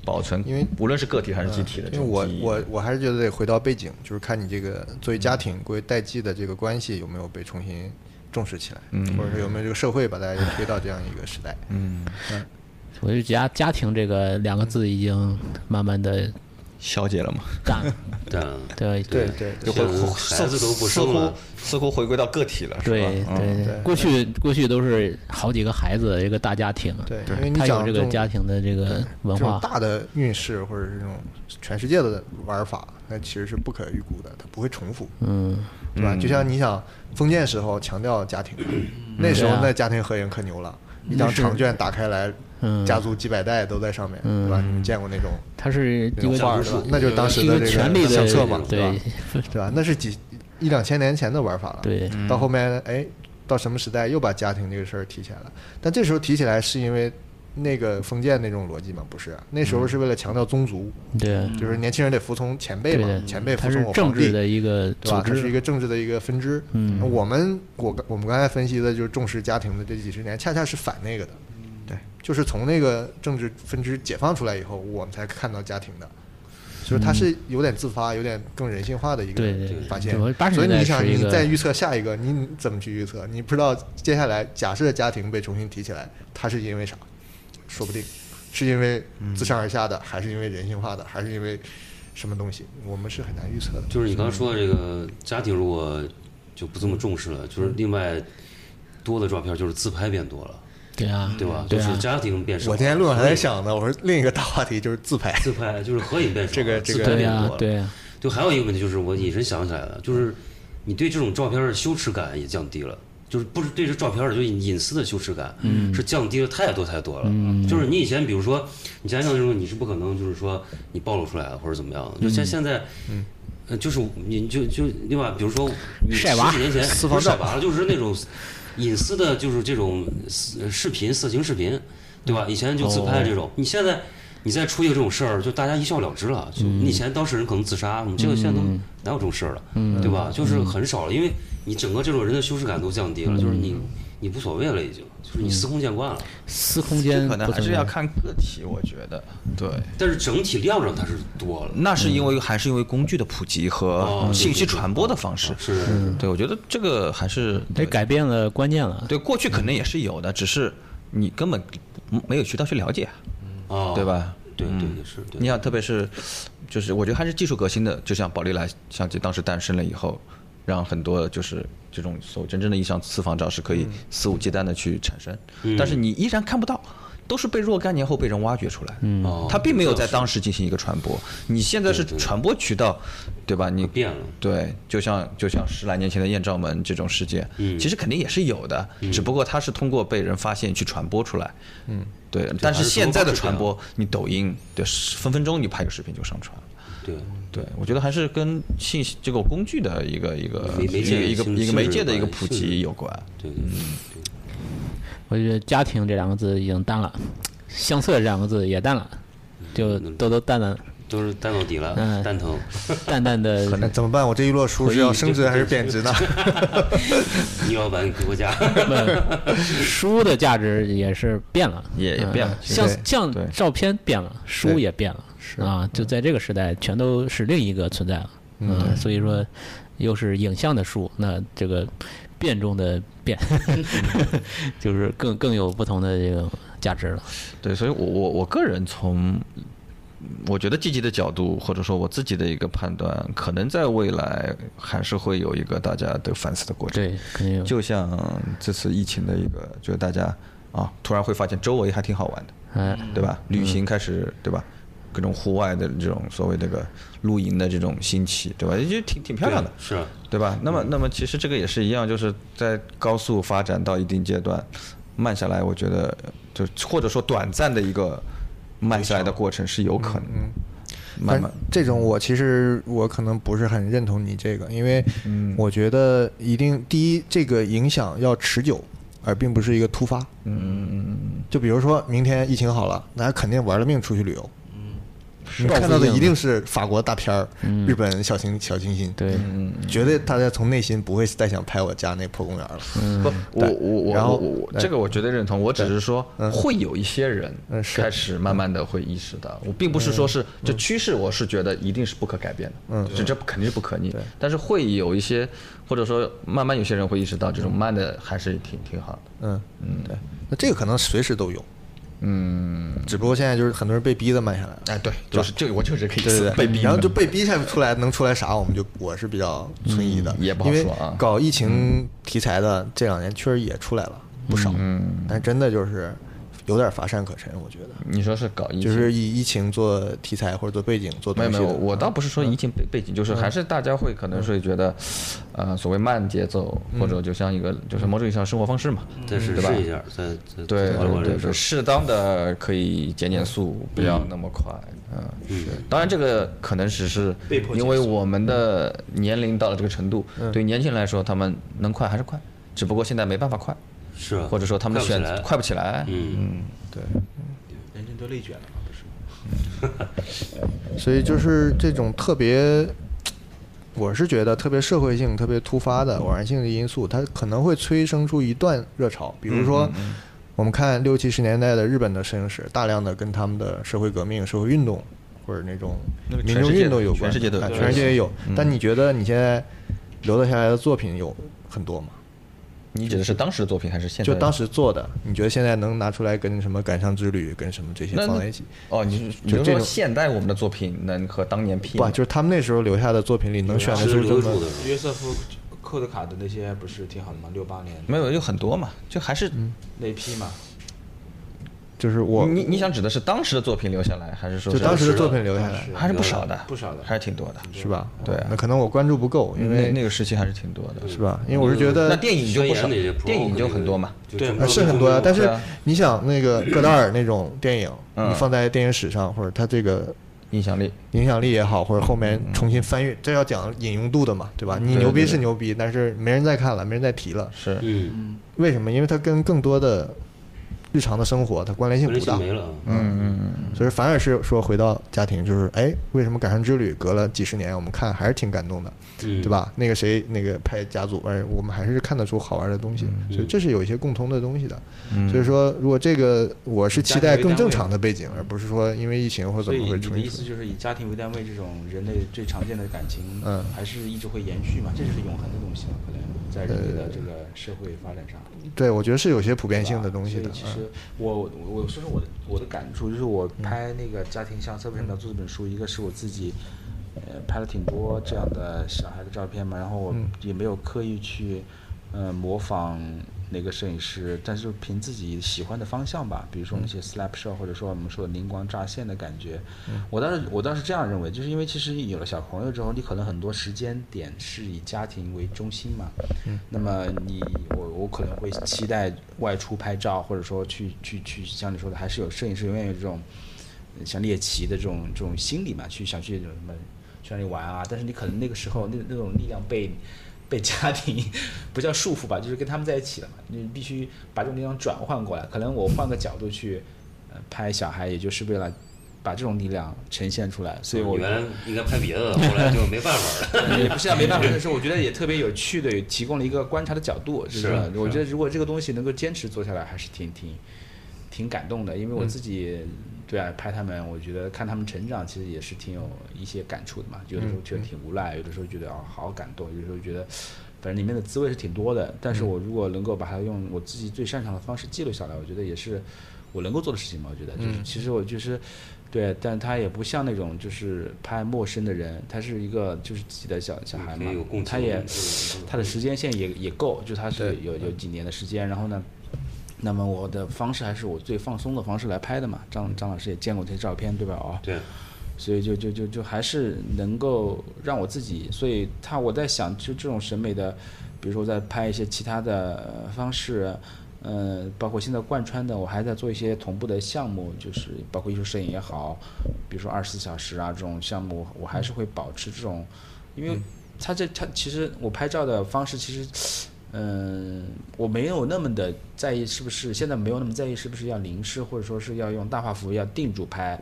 G: 保存？
D: 因为
G: 无论是个体还嗯是集体的这
D: 因为
G: 种
D: 我
G: 记忆，
D: 我我还是觉得得回到背景，就是看你这个作为家庭、作为代际的这个关系有没有被重新重视起来，或者说有没有这个社会把大家推到这样一个时代。
G: 嗯，
F: 我觉得家家庭这个两个字已经慢慢的
G: 消解了嘛，
F: 淡，
C: 但
F: 对
D: 对对对
C: 现在孩子都不生了，
G: 似乎回归到个体了，是吧
F: 对
G: 嗯
F: 对对，过去过去都是好几个孩子一个大家庭，
D: 对因为你
F: 他有
D: 讲这
F: 这个
D: 种
F: 家庭的这个文
D: 这种
F: 化，
D: 大的运势或者是这种全世界的玩法，那其实是不可预估的，它不会重复，
F: 嗯，
D: 对吧？就像你想封建时候强调家庭，
G: 嗯
D: 那时候
F: 对啊
D: 那家庭合影可牛了，一张长卷打开来，
F: 嗯
D: 家族几百代都在上面，
G: 嗯
D: 对吧？你们见过那种
F: 它是一
D: 那种
F: 个
D: 画儿对吧？那就是当时
F: 一
D: 的
F: 个
D: 这
F: 权力的
D: 相册嘛，吧
F: 对？
D: 对吧？那是几一两千年前的玩法了。
F: 对，
D: 到后面哎，到什么时代又把家庭这个事儿提起来了？但这时候提起来是因为那个封建那种逻辑吗？不是啊，那
F: 嗯
D: 时候是为了强调宗族，
F: 对
D: 嗯就是年轻人得服从前辈
F: 嗯对
D: 嘛
F: 的，，
D: 前辈
F: 它
D: 服
F: 是
D: 从我
F: 政
D: 皇帝
F: 治，的一个
D: 对
F: 组
D: 吧？它是一
F: 织，
D: 个政治的一个分支。
F: 嗯
D: 我们我我们刚才分析的就是重视家庭的这几十年，恰恰是反那个的。
F: 嗯
D: 对，就是从那个政治分支解放出来以后，我们才看到家庭的。就是它是有点自发，有点更人性化的一个
F: 嗯对对对
D: 发现
F: 对80。
D: 所以
F: 年代
D: 你想，
F: 是一
D: 你
F: 个
D: 再预测下一个，你你怎么去预测？你不知道接下来假设家庭被重新提起来，它是因为啥？说不定是因为自
F: 嗯
D: 上而下的，还是因为人性化的，还是因为什么东西？我们是很难预测的。
C: 就是你刚才说的这个家庭，如果就不这么重视了，
D: 嗯
C: 就是另外多的照片就是自拍变多了，
F: 对啊，
C: 对吧？
F: 对
C: 就是
F: 啊，
C: 家庭变少了。
D: 我今天路上还
C: 合
D: 在
C: 影
D: 想呢，我说另一个大话题就是自拍，
C: 自拍，就是合影变少了，
D: 这个这
C: 自
D: 个
C: 拍
F: 对
C: 变多
F: 啊
C: 了。，
F: 对啊，
C: 就还有一个问题就是，我引申想起来了，就是你对这种照片的羞耻感也降低了。就是不是对这照片的，就是隐私的羞耻感，
F: 嗯
C: 是降低了太多太多了。就是你以前，比如说，你想想，就是你是不可能，就是说你暴露出来了或者怎么样。就
F: 嗯
C: 像现在，呃，就是你就就另外，比如说你
F: 晒娃
C: 十几年前不是晒娃了，就是那种隐私的，就是这种呃视频色情视频，对
G: 嗯
C: 吧？以前就自拍这
G: 哦
C: 种，你现在你再出一个这种事儿，就大家一笑了之了。就
G: 嗯
C: 你以前当事人可能自杀，你这个现在都哪有这种事儿了，
G: 嗯
C: 对吧？就是很少了，因为你整个这种人的羞耻感都降低了，
G: 嗯
C: 就是你你无所谓了，已经就是你司空见惯了。
F: 司空间
G: 可能
F: 不
G: 还是
F: 存在
G: 要看个体，我觉得对。
C: 但是整体量上它是多了，
G: 那是因为还是因为工具的普及和
C: 哦
G: 信息传播的方式，哎
C: 是是是
G: 对，我觉得这个还是
F: 得改变了观念了。
G: 对，过去可能也是有的，只是你根本没有渠道去了解，
C: 啊，
G: 对？吧？嗯
C: 对对也是，对
G: 你想，特别是就是我觉得还是技术革新的，就像宝丽来相机当时诞生了以后，让很多就是这种所谓真正的意义上私房照是可以
C: 嗯
G: 肆无忌惮的去产生，但是你依然看不到。都是被若干年后被人挖掘出来的，
C: 哦
G: 它并没有在当时进行一个传播。你现在是传播渠道，对吧？你
C: 变了
G: 对，就像就像十来年前的艳照门这种事件，
C: 嗯
G: 其实肯定也是有的，只不过它是通过被人发现去传播出来。嗯，对。但是现在的传
C: 啊
G: 播，你抖音对十分分钟你拍个视频就上传了。
C: 对。
G: 对，我觉得还是跟信息这个工具的一个一个
C: 媒媒介
G: 一个
C: 性
G: 一个
C: 性质
G: 媒介的一个
C: 关系
G: 普
C: 性质
G: 及有关。
C: 对对
F: 我觉得“家庭”这两个字已经淡了，“相册”这两个字也淡了，就都都淡淡
C: 都是淡到底了，
F: 嗯
C: 蛋疼。
F: 淡淡
D: 可
F: 的。
D: 能 怎么办？我这一摞书是要升值还是贬值呢？
C: 倪老板给我讲，
F: 不书的价值也是变了，
G: 也也
F: 嗯
G: 变了
F: 像
D: 对
G: 对
F: 像照片变了，书
D: 对
F: 也变了，啊，就在这个时代，全都是另一个存在了，嗯，所以说又是影像的书，那这个变中的变， 就是更更有不同的这个价值了，
G: 对，所以我我我个人从我觉得积极的角度，或者说我自己的一个判断，可能在未来还是会有一个大家都反思的过程。
F: 对，肯定有，
G: 就像这次疫情的一个，就是大家啊，突然会发现周围还挺好玩的，
F: 哎，
G: 对吧？
C: 嗯
G: 旅行开始，对吧？各种户外的这种所谓这个露营的这种兴起， 对吧？就挺挺漂亮的，
C: 是啊
G: 对吧？那么，那么其实这个也是一样，就是在高速发展到一定阶段，慢下来，我觉得就或者说短暂的一个慢下来的过程是有可能，
C: 嗯
G: 慢
D: 但
G: 慢
D: 这种我其实我可能不是很认同你这个，因为我觉得一定第一，这个影响要持久，而并不是一个突发。嗯嗯嗯嗯。就比如说明天疫情好了，大家肯定玩了命出去旅游。嗯。你看到的一定是法国大片儿、日本小清小清新，
F: 对，
D: 绝嗯对大家从内心不会再想拍我家那破公园了。
G: 不，我我我
D: 然后
G: 我我我这个我绝对认同，我只是说会有一些人
D: 嗯是嗯
G: 开始慢慢的会意识到，我并不是说是这趋势，我是觉得一定是不可改变的，嗯，这这肯定是不可逆，但是会有一些或者说慢慢有些人会意识到，这种慢的还是挺挺好的，
D: 嗯，
G: 嗯，对，
D: 那这个可能随时都有。嗯，只不过现在就是很多人被逼的慢下来了。
G: 哎对，就是这个我确实可以
D: 对对对，
G: 被逼
D: 然后就被逼下出来能出来啥，我们就我是比较存疑的，
G: 嗯也不好
D: 因为
G: 说啊
D: 搞疫情题材的这两年确实也出来了不少，嗯，但真的就是有点乏善可陈，我觉得，
G: 你说是搞疫情
D: 就是以疫情做题材或者做背景做
G: 没
D: 东
G: 有
D: 西
G: 没
D: 的，嗯
G: 有，我倒不是说疫情背背景，就是还是大家会可能是觉得，呃，所谓慢节奏，或
D: 嗯
G: 者就像一个就是某种意义上生活方式嘛，
C: 再试
G: 嗯对吧
C: 试一下，再再
G: 对
C: 再玩玩
G: 对
C: 这
G: 对，
C: 事。
G: 适当的可以减减速，不要那么快。嗯，是。当然，这个可能只是
E: 被迫减
G: 因为我们的年龄到了这个程度，
D: 嗯
G: 对于年轻人来说，他们能快还是快，只不过现在没办法快，
C: 是啊
G: 或者说他们的
C: 快不
G: 选
C: 起来
G: 快不起来。
C: 嗯，
G: 对。
E: 人生都内卷了嘛，不是吗？
D: 所以就是这种特别，我是觉得特别社会性、特别突发的偶然性的因素，它可能会催生出一段热潮。比如
G: 嗯
D: 说，我们看六七十年代的日本的摄影史，大量的跟他们的社会革命、社会运动或者那种
G: 那个
D: 民
G: 全
D: 众
G: 世界
D: 运动有
G: 全
D: 关，
G: 世界都有嗯
D: 哎
G: 对
D: 全世界也有。但你觉得你现在留得下来的作品有很多吗？
G: 你指的是当时的作品还是现在
D: 就
G: 的？
D: 当时做的，你觉得现在能拿出来跟什么《赶上之旅》跟什么这些
G: 那
D: 放
G: 那
D: 在一起？
G: 哦，你是你
D: 就
G: 就
D: 这
G: 说
D: 种
G: 现代我们的作品能和当年媲
D: 不，
G: 美？
D: 就是他们那时候留下的作品里能选得
C: 是
D: 出这
C: 留
D: 么
C: 住的人。
E: 约瑟夫寇德卡的那些不是挺好的吗？六八年
G: 没有，有很多嘛，就还是
E: 那批嘛，
D: 就是嗯我
G: 你你想指的是当时的作品留下来，还是说
D: 就是当时的作品留下来
E: 是
G: 还是不少的，
E: 不少的
G: 还是挺多的，
D: 是吧？
G: 对啊
D: 那可能我关注不够，因
G: 那
D: 为嗯
G: 那个时期还是挺多的，
D: 是吧？因为我是觉
G: 嗯那
D: 得
G: 电影就不少，
C: 宣言里
G: 电影就很多嘛。，
C: 就这么
D: 呃是很多呀，但
G: 对
D: 是
G: 啊
D: 你想那个戈达尔那种电影，
G: 嗯
D: 你放在电影史上，或者他这个
G: 影响力，
D: 影响力也好，或者后面重新翻阅，这要讲引用度的嘛，对吧？你牛逼是牛逼，但是没人再看了，没人再提了，
G: 是
C: 嗯，
D: 为什么？因为它跟更多的日常的生活它
G: 嗯
D: 关联性
C: 关
D: 不
C: 联性
D: 大，
C: 没了啊。
D: 所以反而是说回到家庭，就是哎，为什么《赶上之旅》隔了几十年，我们看还是挺感动的，
C: 嗯
D: 对吧？那个谁，那个拍家族，哎，我们还是看得出好玩的东西，
E: 嗯
D: 所以这是有一些共通的东西的。所以说，如果这个我是期待更正常的背景，而不是说因为疫情或
E: 所
D: 怎
E: 以
D: 么
E: 你
D: 会
E: 的
D: 重新
E: 意
D: 出
E: 思
D: 现。
E: 就是以家庭为单位，这种人类最常见的感情，
D: 嗯
E: 还是一直会延续嘛？这就是永恒的东西嘛？可能在人类的这个社会发展上，
D: 对，我觉得是有些普遍
E: 对吧
D: 性的东西的嗯
E: 所以。其实我我我说说我的我的感触，就是我拍那个家庭相册为
D: 嗯
E: 什么要做这本书？一个是我自己，呃，拍了挺多这样的小孩的照片嘛，然后我
D: 嗯
E: 也没有刻意去，呃，模仿哪个摄影师，但是凭自己喜欢的方向吧，比如
D: 嗯
E: 说那些 slap shot，或者说我们说的灵光乍现的感觉。
D: 嗯
E: 我倒是我倒是这样认为，就是因为其实有了小朋友之后，你可能很多时间点是以家庭为中心嘛，那么你我我可能会期待外出拍照，或者说去去去，像你说的，还是有摄影师永远有这种呃像猎奇的这种这种心理嘛，去想去什么去哪里玩啊，但是你可能那个时候那那种力量被被家庭不叫束缚吧，就是跟他们在一起了嘛，你必须把这种力量转换过来。可能我换个角度去呃拍小孩，也就是为了把这种力量呈现出来，所以我
C: 哦原来应该拍别的，后来就没办法 了。
E: 也不是啊，没办法，但是我觉得也特别有趣的，也提供了一个观察的角度。就是
C: 啊
E: 我觉得如果这个东西能够坚持做下来，还是挺挺挺感动的。因
C: 嗯
E: 为我自己、对啊拍他们，我觉得看他们成长，其实也是挺有一些感触的嘛。有的时候
C: 嗯
E: 觉得挺无奈，有的时候觉得啊、好感动，有的时候觉得反正里面的滋味是挺多的。但是我
C: 嗯
E: 如果能够把它用我自己最擅长的方式记录下来，我觉得也是我能够做的事情嘛。我觉得
C: 嗯
E: 就是、其实我就是。对，但他也不像那种就是拍陌生的人，他是一个就是自己的小小孩
C: 可以
E: 嘛
C: 有共，
E: 他
C: 情
E: 也
C: 有共
E: 他的时间线也也够，就他是有有几年的时间，然后呢，那么我的方式还是我最放松的方式来拍的嘛。张张老师也见过这些照片，对吧？哦，
C: 对，
E: 所以就就就就还是能够让我自己，所以他我在想，就这种审美的，比如说我在拍一些其他的呃方式，呃，包括现在贯穿的，我还在做一些同步的项目，就是包括艺术摄影也好，比如说二十四小时啊这种项目，我还是会保持这种，因为它这它其实我拍照的方式其实。嗯，我没有那么的在意是不是现在没有那么在意是不是要临时或者说是要用大画幅要定住拍，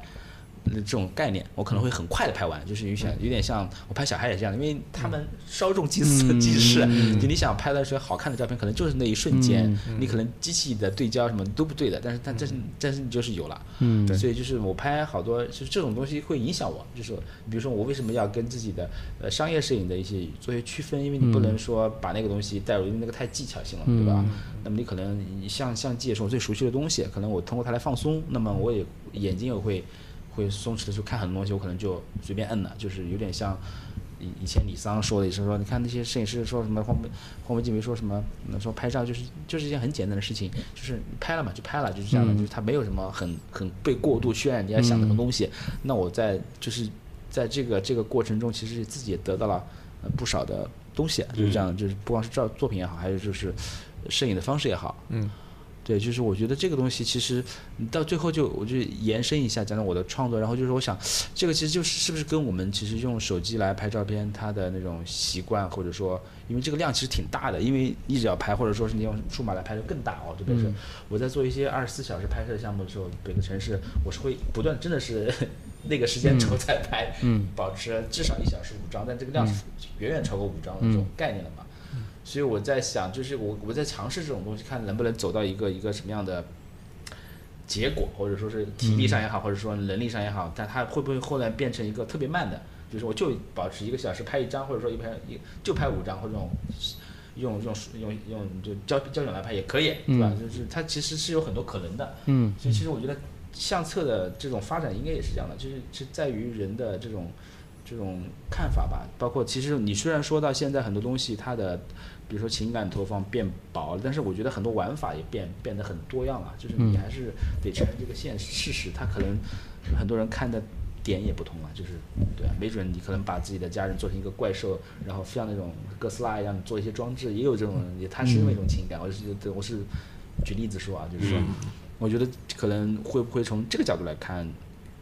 E: 呃这种概念，我可能会很快的拍完，就是有点有点像我拍小孩也这样，因为他们稍纵即逝，即逝。就你想拍的时候好看的照片，可能就是那一瞬间，你可能机器的对焦什么都不对的，但是但但是但是你就是有了，嗯，所以就是我拍好多，就是这种东西会影响我，就是比如说我为什么要跟自己的呃商业摄影的一些做一些区分，因为你不能说把那个东西带入，因为那个太技巧性了，对吧？那么你可能像相机也是我最熟悉的东西，可能我通过它来放松，那么我也眼睛也会。会松弛的时候看很多东西，我可能就随便摁了，就是有点像以以前李桑说的也是说，你看那些摄影师说什么荒木荒木经惟说什么嗯说拍照就是就是一件很简单的事情，就是拍了嘛就拍了，就是这样的，就是他没有什么很很被过度渲染你要想什么东西。那我在就是在这个这个过程中，其实自己也得到了呃不少的东西，就是这样，就是不光是照作品也好，还有就是摄影的方式也好，嗯。对，就是我觉得这个东西其实你到最后就我就延伸一下讲讲我的创作，然后就是我想，这个其实就是是不是跟我们其实用手机来拍照片它的那种习惯，或者说因为这个量其实挺大的，因为一直要拍，或者说是你用数码来拍就更大哦，特别是我在做一些二十四小时拍摄的项目的时候，每个城市我是会不断真的是那个时间轴在拍，嗯，保持至少一小时五张，但这个量是远远超过五张的这种概念了嘛。所以我在想，就是我我在尝试这种东西，看能不能走到一个一个什么样的结果，或者说是体力上也好，或者说能力上也好，但它会不会后来变成一个特别慢的，就是我就保持一个小时拍一张，或者说一拍一就拍五张，或者用用用用用就胶胶卷来拍也可以，对吧？就是它其实是有很多可能的，嗯，所以其实我觉得相册的这种发展应该也是这样的，就是是在于人的这种。这种看法吧，包括其实你虽然说到现在很多东西它的，比如说情感投放变薄了，但是我觉得很多玩法也变变得很多样了，就是你还是得承认这个现实事实，它可能很多人看的点也不同了，就是对啊，没准你可能把自己的家人做成一个怪兽，然后像那种呃哥斯拉一样做一些装置，也有这种人，也它是另外一种情感，我是觉得我是举例子说啊，就是说，我觉得可能会不会从这个角度来看，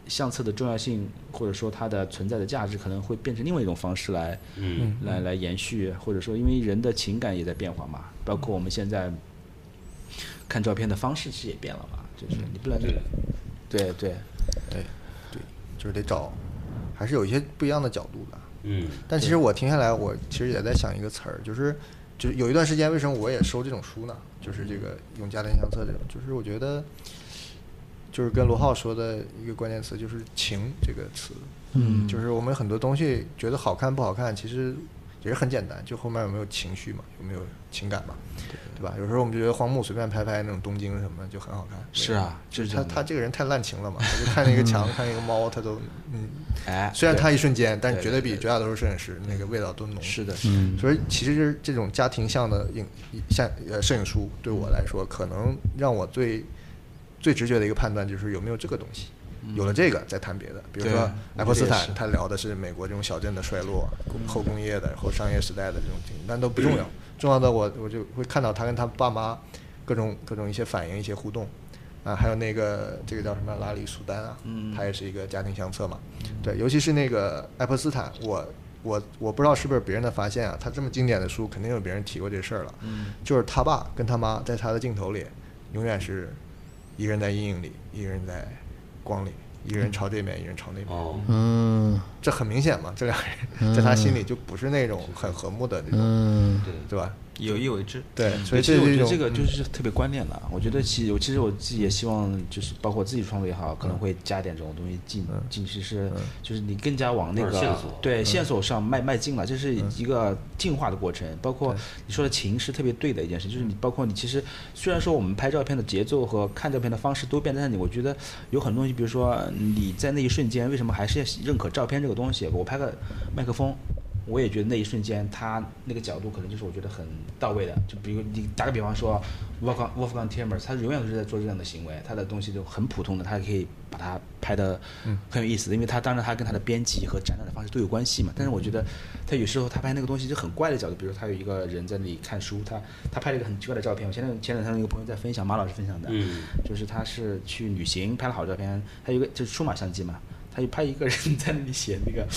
E: 相册的重要性或者说它的存在的价值，可能会变成另外一种方式来，嗯，来来延续，或者说因为人的情感也在变化嘛，包括我们现在看照片的方式其实也变了嘛，就是你不能就，对对，
D: 对对，就是得找，还是有一些不一样的角度的。
C: 嗯，
D: 但其实我停下来，我其实也在想一个词儿，就是就是有一段时间，为什么我也收这种书呢？就是这个用家庭相册这种，就是我觉得，就是跟罗浩说的一个关键词就是“情”这个词。嗯，就是我们很多东西觉得好看不好看，其实也是很简单，就后面有没有情绪嘛，有没有情感嘛，对吧？有时候我们就觉得荒木随便拍拍那种东京什么的就很好看。
E: 是啊
D: 就是是
E: 这
D: 他
E: 样的
D: 他这个人太滥情了嘛，他就看一个 墙，看一个猫，他都嗯，
E: 哎，
D: 虽然
E: 对
D: 他一瞬间，但
E: 对嗯
D: 绝对比绝大多数摄影师那个味道都浓。
E: 是的，
D: 所以其实就是这种家庭向的影像呃摄影书对我来说，可能让我最最直觉的一个判断就是有没有这个东西。有了这个，再谈别的。比如
E: 嗯对
D: 说
E: 我
D: 爱泼
E: 觉
D: 斯
E: 得也
D: 坦，
E: 是
D: 他聊的是美国这种小镇的衰落、后工业的、后商业时代的这种经历，但都不重要。
E: 嗯
D: 重要的我我就会看到他跟他爸妈各种各种一些反应、一些互动啊，还有那个这个叫什么拉里·苏丹啊，
E: 嗯
D: 他也是一个家庭相册嘛。对，尤其是那个爱泼斯坦，我我我不知道是不是别人的发现啊，他这么经典的书，肯定有别人提过这事儿了。就是他爸跟他妈在他的镜头里，永远是一个人在阴影里，一个人在光里，一个人朝这边，一个人朝那边。
C: 哦，
F: 嗯
D: 这很明显嘛，这两个人在他心里就不是那种很和睦的那种，
F: 嗯
C: 对，
D: 对吧？
G: 有意为之。
D: 对，所
E: 对，
D: 以
E: 嗯其实我
D: 是
E: 觉
D: 一种
E: 得
D: 嗯
E: 这个就是特别关键的。我觉得其有，其实我自己也希望，就是包括我自己创作也好，
D: 嗯
E: 可能会加点这种东西进进，其实就是你更加往那
C: 或
E: 个
C: 者线索
D: 嗯
E: 对线索上迈迈进了，这是一个进化的过程。包括你说的情是特别对的一件事，就是
D: 嗯
E: 你包括你其实虽然说我们拍照片的节奏和看照片的方式都变，但是你我觉得有很多东西，比如说你在那一瞬间为什么还是认可照片这个东西？我拍个麦克风，我也觉得那一瞬间，他那个角度可能就是我觉得很到位的。就比如你打个比方说，Wolfgang Wolfgang Timmers，他永远都是在做这样的行为，他的东西就很普通的，他也可以把它拍的
C: 嗯
E: 很有意思的，因为他当然他跟他的编辑和展览的方式都有关系嘛。但是我觉得他有时候他拍那个东西就很怪的角度，比如他有一个人在那里看书，他他拍了一个很奇怪的照片。我前两前两天有一个朋友在分享，马老师分享的，
C: 嗯
E: 就是他是去旅行拍了好照片，他有一个就是数码相机嘛，他就拍一个人在那里写那个，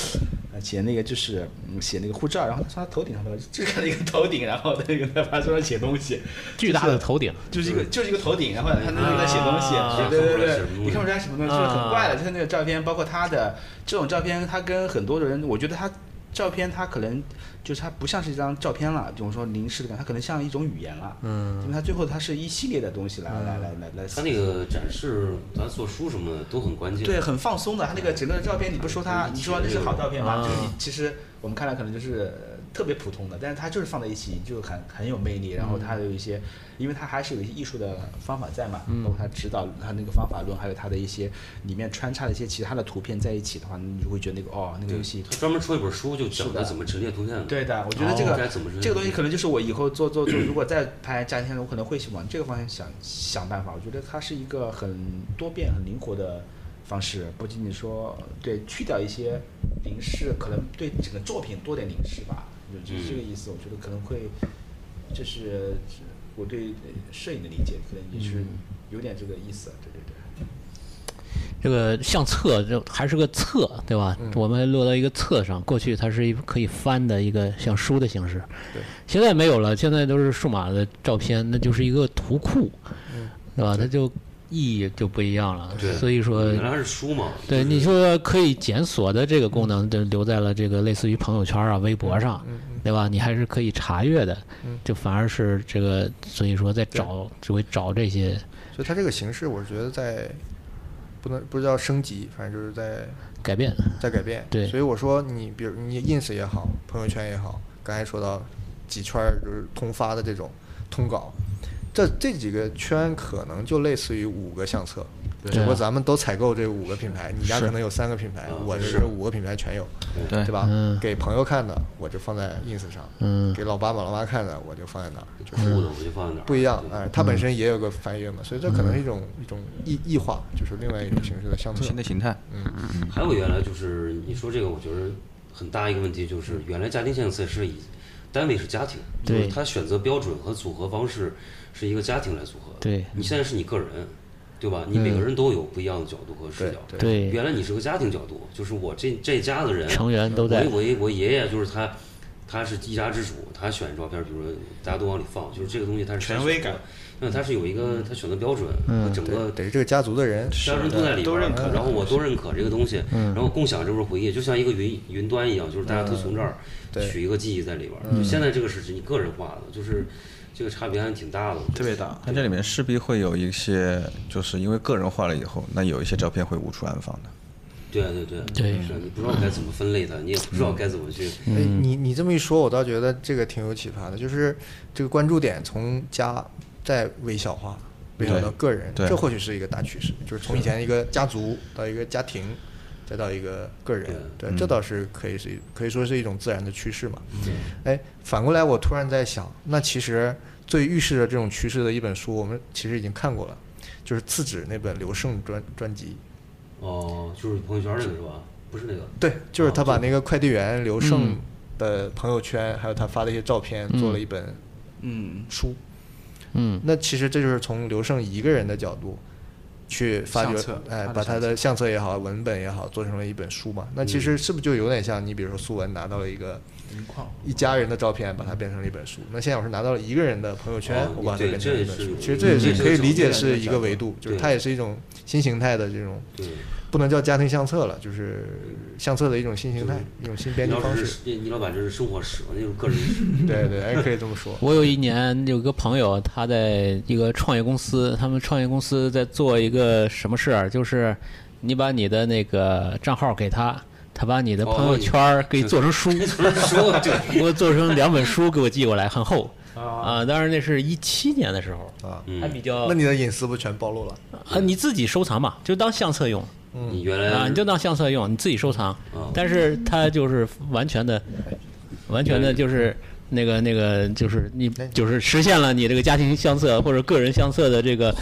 E: 呃写那个就是嗯写那个护照，然后他从他头顶上拍，就看到一个头顶，然后那个在他桌上写东西，
F: 巨大的头顶，
E: 就是一个就是一个头顶，然后 他那个在写东西，
C: 啊
E: 啊对对对对，你看不出来什么东西，就是很怪的，就是那个照片，包括他的这种照片，他跟很多人，我觉得他照片他可能就是他不像是一张照片了，就是说凝视的感觉，他可能像一种语言了，嗯，因为他最后他是一系列的东西来来来来来，
C: 嗯他那个展示，咱做书什么的都很关键。
E: 对，很放松的。他那个整个的照片，你不说他，你说这是好照片吗？
F: 啊
E: 就是你其实我们看来可能就是呃特别普通的，但是它就是放在一起就很很有魅力。然后它有一些，因为它还是有一些艺术的方法在嘛，包括它指导它那个方法论，还有它的一些里面穿插的一些其他的图片在一起的话，你就会觉得那个哦，那个
C: 对
E: 东西
C: 他专门出一本书，就讲
E: 是
C: 他
E: 的
C: 怎么陈列图片的。
E: 对的，我觉得
C: 哦
E: 这个、
C: 该怎么是
E: 这个东西可能就是我以后做做做，如果再拍家庭片，我可能会往这个方向想想办法。我觉得它是一个很多变、很灵活的方式，不仅仅说对去掉一些凝视，可能对整个作品多点凝视吧，就就是这个意思。我觉得可能会，这是我对摄影的理解，可能也
C: 嗯
E: 是有点这个意思。对对对。
F: 这个相册就还是个册，对吧？
C: 嗯
F: 我们落到一个册上，过去它是一可以翻的一个像书的形式，
D: 对，
F: 现在没有了，现在都是数码的照片，那就是一个图库，对吧？它就意义就不一样了，
C: 嗯对
F: 所以
G: 呃
F: 说。
C: 原来是书嘛。
F: 对你说可以检索的这个功能，就留在了这个类似于朋友圈啊、微博上，
C: 嗯
F: 对吧？你还是可以查阅的，就反而是这个，所以说在找只会找这些，
D: 所以它这个形式，我觉得在不能不知道升级，反正就是在
F: 改变，
C: 嗯
D: 在改变。
F: 对
D: 所以我说你，比如你 ins 也好，朋友圈也好，刚才说到几圈儿就是通发的这种通稿，这这几个圈可能就类似于五个相册，
F: 对
D: 只不过
F: 啊
D: 咱们都采购这五个品牌，你家可能有三个品牌，我这是五个品牌全有，
G: 对
D: 对吧？
F: 嗯
D: 给朋友看的我就放在 ins 上，
F: 嗯
D: 给老爸爸老妈看的我就放在哪儿，就
C: 就是
G: 嗯
D: 是
C: 酷的，我就放在哪儿。
D: 不一样。哎，它本身也有个翻阅嘛，所以这可能是一种
F: 嗯
D: 一种异异化，就是另外一种形式的相册
G: 新。的形态，
C: 还有原来就是你说这个，我觉得很大一个问题就是，原来家庭相册是以单位是家庭，就是
F: 对
C: 他选择标准和组合方式是一个家庭来组合的。
F: 对嗯
C: 你现在是你个人，对吧？你每个人都有不一样的角度和视角。
D: 对
F: 对
C: 原来你是个家庭角度，就是我这这家的人
F: 成员都在
C: 我我我爷爷就是他，他是一家之主，他选照片，比如说大家都往里放，就是这个东西他是
E: 权威感，
C: 那他是有一
F: 嗯
C: 个他选择标准和整个
D: 得是这个家族的人，
C: 家人都在里边
E: 都
C: 儿
E: 认可
C: 然后我都认可这个东西，然后共享这份回忆，就像一个云云端一样，就是大家都从这儿
D: 对
C: 取一个记忆在里边儿。就现在这个是指你个人化的，就是这个差别还挺大的。
E: 特别大。
H: 它这里面势必会有一些，就是因为个人化了以后，那有一些照片会无处安放的。
C: 对对对，
F: 对
C: 是你不知道该怎么分类它，你也不知道该怎么去。
D: 哎，
H: 嗯
D: 你你这么一说，我倒觉得这个挺有启发的，就是这个关注点从家再微小化，微小到个人，
H: 对
D: 这或许是一个大趋势，就是从以前一个家族到一个家庭，再到一个个人，对，
H: 嗯
D: 这倒是可以是可以说是一种自然的趋势嘛。哎，反过来我突然在想，那其实最预示着这种趋势的一本书，我们其实已经看过了，就是次子那本刘胜专专辑。
C: 哦，就是朋友圈那个是吧？不是那个。
D: 对，就是他把那个快递员刘胜的朋友圈，还有他发的一些照片，做了一本
E: 嗯，
D: 书。
F: 嗯，
D: 那其实这就是从刘胜一个人的角度去发
E: 相
D: 掘
E: 册，
D: 哎，
E: 他的
D: 把他的相册也好，文本也好，做成了一本书嘛。那其实是不是就有点像你，比如说苏文拿到了一个
E: 云矿
D: 嗯一家人的照片，把它变成了一本书？那现在我是拿到了一个人的朋友圈
C: 哦，
D: 我把它
C: 对
D: 变成了一本
C: 这也
D: 书。
C: 是
D: 其实这也
C: 这也
D: 是
C: 是
D: 可以理
C: 一
D: 解
C: 种
D: 是一个维度，就是它
C: 对
D: 也是一种新形态的这种，
C: 对，
D: 不能叫家庭相册了，就是相册的一种新形态，一种新编
C: 你
D: 辑
C: 要
D: 方
C: 是
D: 式。
C: 是你老板这是生活史，那就是个人史。
D: 对对，哎，可以这么 说。
F: 我有一年有个朋友，他在一个创业公司，他们创业公司在做一个什么事儿，就是你把你的那个账号给他，他把你的朋友圈儿给做 成书，
C: 说对，
F: 给我做成两本书给我寄过来，很厚啊。当然那是一七年的时候
D: 啊，
F: 还比较
D: 嗯那你的隐私不全暴露了？
F: 啊，你自己收藏吧，就当相册用
C: 你原
F: 啊，
C: 来
F: 你就当相册用，你自己收藏。
C: 嗯
F: 但是它就是完全的，完全的就是那个那个，就是你就是实现了你这个家庭相册或者个人相册的这个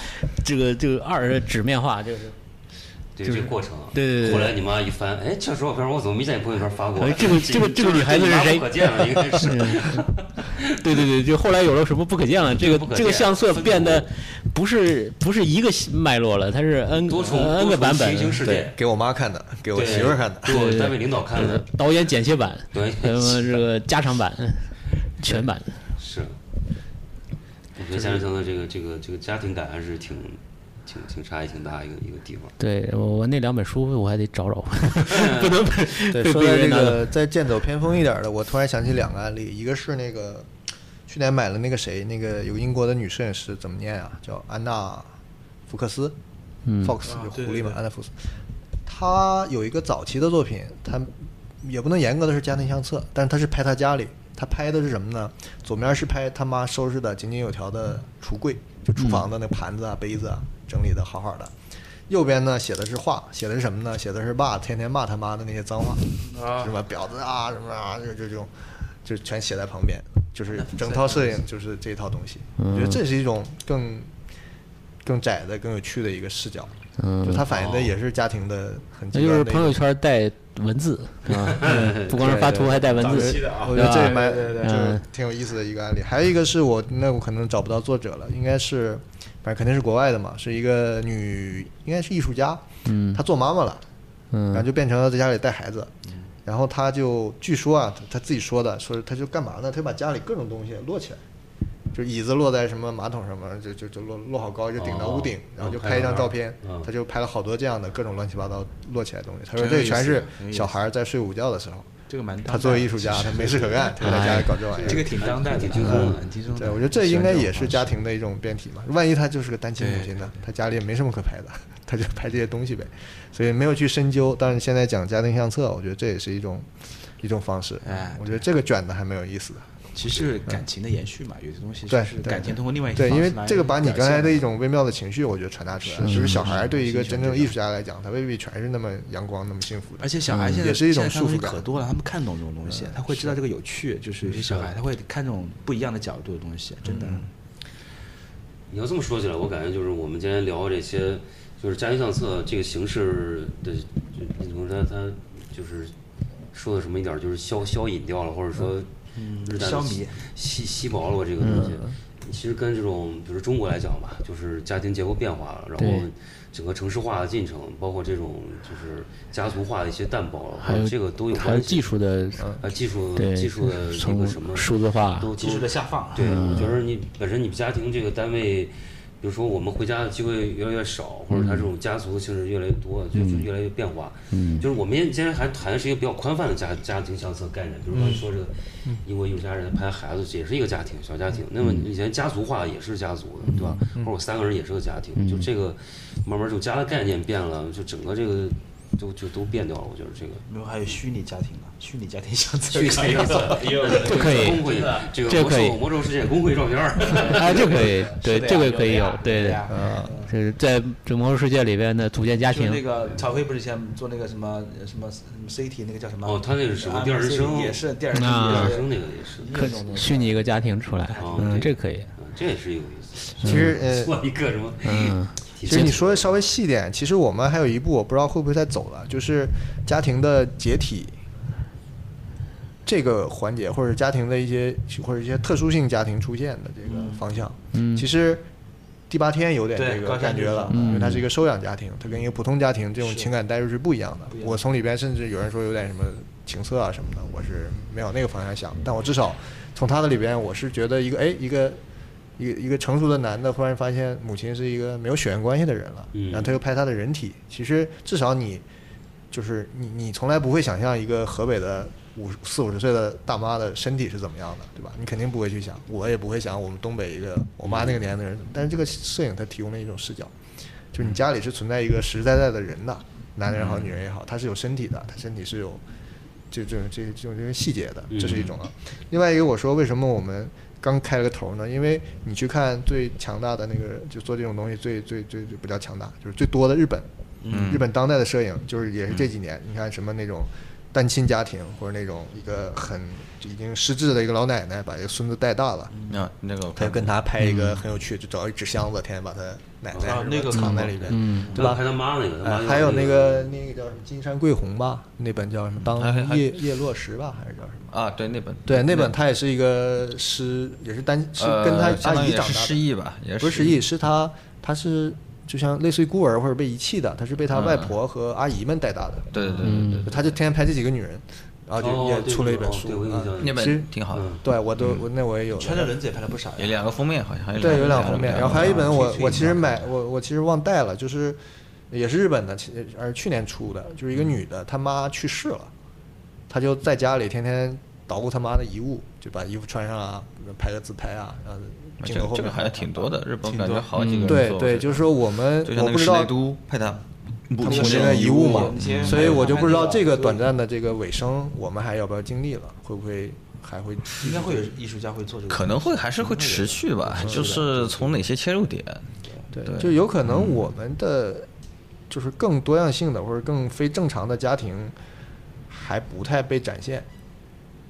F: 这个这个二纸面 化，就是
C: 对这过程啊。
F: 对对对对
C: 后来你妈一翻，哎，这照片我怎么没在你朋友圈发过
F: 哎？这 个这个这个女孩子是
C: 这妈
F: 谁嗯
C: 不可见了，应该 是。
F: 对对对，就后来有了什么不可见了，这
C: 不
F: 个
C: 可
F: 这个
C: 见
F: 相册
C: 分
F: 变得
C: 组
F: 不是不是一个脉络了，它是 n
C: 多重
F: n
C: 多重
F: 个呃版
C: 平
F: 本，
C: 行世界，
D: 给我妈看的，给我
C: 对
D: 媳妇儿看的。
C: 给我单位领导看的，
F: 导演剪切版，
C: 对
F: 什么这个加长 版、全版。
C: 是。我觉得家庭相册这个这个这个家庭感还是挺挺挺差异挺大一个一个地方。
F: 对我我那两本书我还得找找，不能被
D: 对，
F: 被
D: 说
F: 别
D: 到这
F: 人拿走。
D: 个再剑走偏锋一点儿的，我突然想起两个案例，一个是那个去年买了那个谁，那个有个英国的女摄影师怎么念啊？叫安娜福克斯、f o x
E: 啊
D: 就狐
E: 对
D: 狸
E: 对
D: 嘛，
E: 对
D: 安娜福克斯。她有一个早期的作品，她也不能严格的是家庭相册，但是她是拍她家里，她拍的是什么呢？左面是拍她妈收拾的井井有条的橱柜，就厨房的那盘子啊、杯子啊，整理的好好的。右边呢写的是话，写的是什么呢？写的是爸天天骂他妈的那些脏话，什么婊子啊，什么啊，就这种，就全写在旁边，就是整套摄影就是这一套东西。我觉得这是一种更更窄的、更有趣的一个视角，就它反映
E: 哦
D: 的也是家庭的很
F: 嗯那
D: 极
F: 就
D: 端
F: 是
D: 的一
F: 朋友
D: 种。
F: 圈带文字啊，不光是发图还带文
E: 早期
F: 字
E: 的。啊
D: 我，觉得这也
F: 嗯
D: 蛮
E: 对对对
D: 就是挺有意思的一个案例。还有一个是我那我可能找不到作者了，应该是反正肯定是国外的嘛，是一个女，应该是艺术家，嗯，她做妈妈了，然后
F: 嗯，
D: 就变成了在家里带孩子。然后他就据说啊，他他自己说的，说是他就干嘛呢？他就把家里各种东西摞起来，就椅子落在什么马桶上面，就就就摞摞好高，就顶到屋顶，然后就拍一张照片。他就拍了好多这样的各种乱七八糟摞起来的东西。他说
E: 真有
D: 这
E: 意思
D: 全是
E: 真有意思
D: 小孩儿在睡午觉的时候。
E: 这个蛮当代
D: 他作为艺术家，他没事可干，他在家里搞这玩意儿。
E: 这个挺当代的，挺轻松的，挺轻松的。
D: 对，我觉得这应该也是家庭的一种变体嘛。万一他就是个单亲母亲呢，他家里也没什么可拍的， 他就拍这些东西呗。所以没有去深究。但是现在讲家庭相册，我觉得这也是一种一种方式。
E: 哎
D: 我觉得这个卷的还蛮有意思的。
E: 其实是感情的延续嘛，有些东西
D: 对
E: 是，
D: 对
E: 感情通过另外一
D: 对，因为这个把你刚才的一
E: 种
D: 种微妙的情绪，我觉得传达出来了。就是小孩对一个真正艺术家来讲，他未必全是那么阳光、那么幸福的。
E: 而且小孩现在
D: 嗯也是一种
E: 现在看
D: 束
E: 东西
D: 缚感嗯
E: 可。多了，他们看懂这种东西，他会知道这个有趣，就是有些小孩他会看这种不一样的角度的东
D: 嗯
E: 西，真的。
C: 你要这么说起来，我感觉就是我们今天聊这些，就是家庭相册这个形式的，就你从它它就是说的什么一点
F: 嗯
C: 儿，就是消消隐掉了，或者说日
E: 消弭
C: 稀稀薄了吧这个东西。其实跟这种，比如中国来讲吧，就是家庭结构变化了，然
F: 对
C: 后整个城市化的进程，包括这种就是家族化的一些淡薄，
F: 还有
C: 这个都有
F: 还有
C: 关系。
F: 技术的
C: 啊，技术
F: 对
C: 技术的一
F: 从
C: 个什么
F: 数字化
C: 都都
E: 技术的下放，啊
C: 对，
F: 嗯
C: 我觉得你本身你们家庭这个单位，比如说我们回家的机会越来越少，或者
F: 嗯
C: 他这种家族的性质越来越多，就就越来越变化。嗯，就是我们现在还谈的是一个比较宽泛的家家庭相册概念，比如刚
F: 嗯
C: 才说这个
E: 嗯
C: 英国艺术家人他拍孩子也是一个家庭小家庭，那么
F: 嗯
C: 以前家族化也是家族的，对吧？或者我三个人也是个家庭，
F: 嗯
C: 就这个慢慢就家的概念变了，就整个这个就就都变掉了。我觉得这个。
E: 没有还有虚拟家庭啊，虚拟家庭 相册，
C: 虚拟 相册
E: 也有
F: 这可以
C: 工会这个
F: 这
C: 魔
F: 可以
C: 兽魔兽世界工会照片 儿，
F: 哎，这可以，对，
E: 是的呀
F: 这个可以
E: 有
F: 有
E: 的呀，
F: 对
E: 有的
F: 对
E: 呀，
F: 就是在这魔兽世界里边的组建家
E: 嗯就
F: 庭，
E: 那个曹飞不是以前做那个什么什么什么 CT 那个叫什么？
C: 哦他那个是什么
E: 啊
C: 第二人称
E: 也是第二人
F: 啊
C: 小
E: 称，
C: 生
E: 也是
C: 那个也是。
E: 各种东西。
F: 虚拟一个家庭出
D: 啊
F: 来，
C: 哦
F: 嗯，
C: 对
F: 这可以，
C: 嗯这也是有意思。
D: 其实 呃，
C: 做一个什么？
F: 嗯，
C: 其
D: 其实你说的稍微细一点，其实我们还有一步，我不知道会不会再走了，就是家庭的解体这个环节，或者家庭的一些或者一些特殊性家庭出现的这个方向。
F: 嗯
D: 其实第八天有点
E: 对
D: 这个
E: 高山
D: 感觉
E: 就是
D: 了，
E: 嗯
D: 因为它是一个收养家庭，它跟一个普通家庭这种
E: 是
D: 情感代入是不一样的
E: 不一。样
D: 我从里边甚至有人说有点什么情色啊什么的，我是没有那个方向想，但我至少从他的里边，我是觉得一个哎一个。一个一个成熟的男的忽然发现母亲是一个没有血缘关系的人了，
C: 嗯
D: 然后他又拍她的人体。其实至少你就是你，你从来不会想象一个河北的五四五十岁的大妈的身体是怎么样的，对吧？你肯定不会去想，我也不会想我们东北一个我妈那个年代的人怎么。但是这个摄影它提供了一种视角，就是你家里是存在一个实实在在的人的，男人也好，女人也好，他是有身体的，他身体是有这这这这种这个细节的，这是一种啊。另外一个，我说为什么我们刚开了个头呢？因为你去看最强大的那个，就做这种东西最最最最不叫强大，就是最多的日本，日本当代的摄影就是也是这几年，你看什么那种单亲家庭或者那种一个很已经失智的一个老奶奶把一个孙子带大了，
G: 那那个
D: 嗯
G: 我
D: 他
G: 看
D: 就跟他拍一个很有趣，就找一纸箱子，天天把他奶奶
E: 啊
D: 什么
E: 那个
D: 藏在
E: 看过
D: 里面，
F: 嗯
C: 对吧？拍他妈那个，他妈
D: 呃，
C: 就
D: 还有
C: 那
D: 那个那个叫什么金山贵红吧，那本叫什么？当
G: 还还
D: 叶叶落时吧，还是叫什么？
G: 啊，对那本
D: 对，那本他也是一个失，也是单是
G: 呃
D: 跟他
G: 相
D: 阿
G: 当于
D: 姨
G: 也
D: 长
G: 是
D: 大
G: 失
D: 的，
G: 忆吧，也
D: 不是失忆，是他他是就像类似于孤儿或者被遗弃的，他是被他外婆和阿姨们带大的，
G: 嗯对对对对对，
D: 他就天天拍这几个女人，然后就
C: 哦
D: 也
C: 对
D: 出了一
C: 对
D: 本
C: 哦
D: 书
C: 对我印
D: 啊
C: 象有
G: 那
D: 其实
G: 本挺好的，
C: 嗯
D: 对我都我那我也有，
E: 穿着轮子也拍了不少
G: 有
E: 呀，
G: 两个封面好像，
D: 对，有两封面，然后还有一本我
E: 去
D: 我其实买我我其实忘带了，就是也是日本的，其而去年出的，就是一
G: 嗯
D: 个女的，她妈去世了，她就在家里天天捣鼓她妈的遗物，就把衣服穿上啊，拍个自拍啊，然后
G: 这
D: 镜头
G: 个
D: 后面啊
G: 这个还挺多的，日本
E: 挺
G: 感觉
E: 多
G: 好几个人
D: 嗯对
G: 做
D: 对，
G: 这
D: 就
G: 个
D: 是说我们
G: 就像
D: 我
G: 那
D: 不
G: 个
D: 知
G: 史
D: 道
G: 内都拍他
D: 他
G: 母
D: 母
G: 亲
D: 亲的遗物嘛
E: 那
G: 嗯
E: 些，
D: 所以我就不知道这个
E: 对
D: 短暂的这个尾声，我们还要不要经历了，会不会还会
E: 应该会有艺术家会做这个，
G: 可能会还是会持续吧，就是从哪些切入点？
D: 嗯对
G: 对，
D: 就有可
E: 嗯
D: 能我们的就是更多样性的或者更非正常的家庭还不太被展现，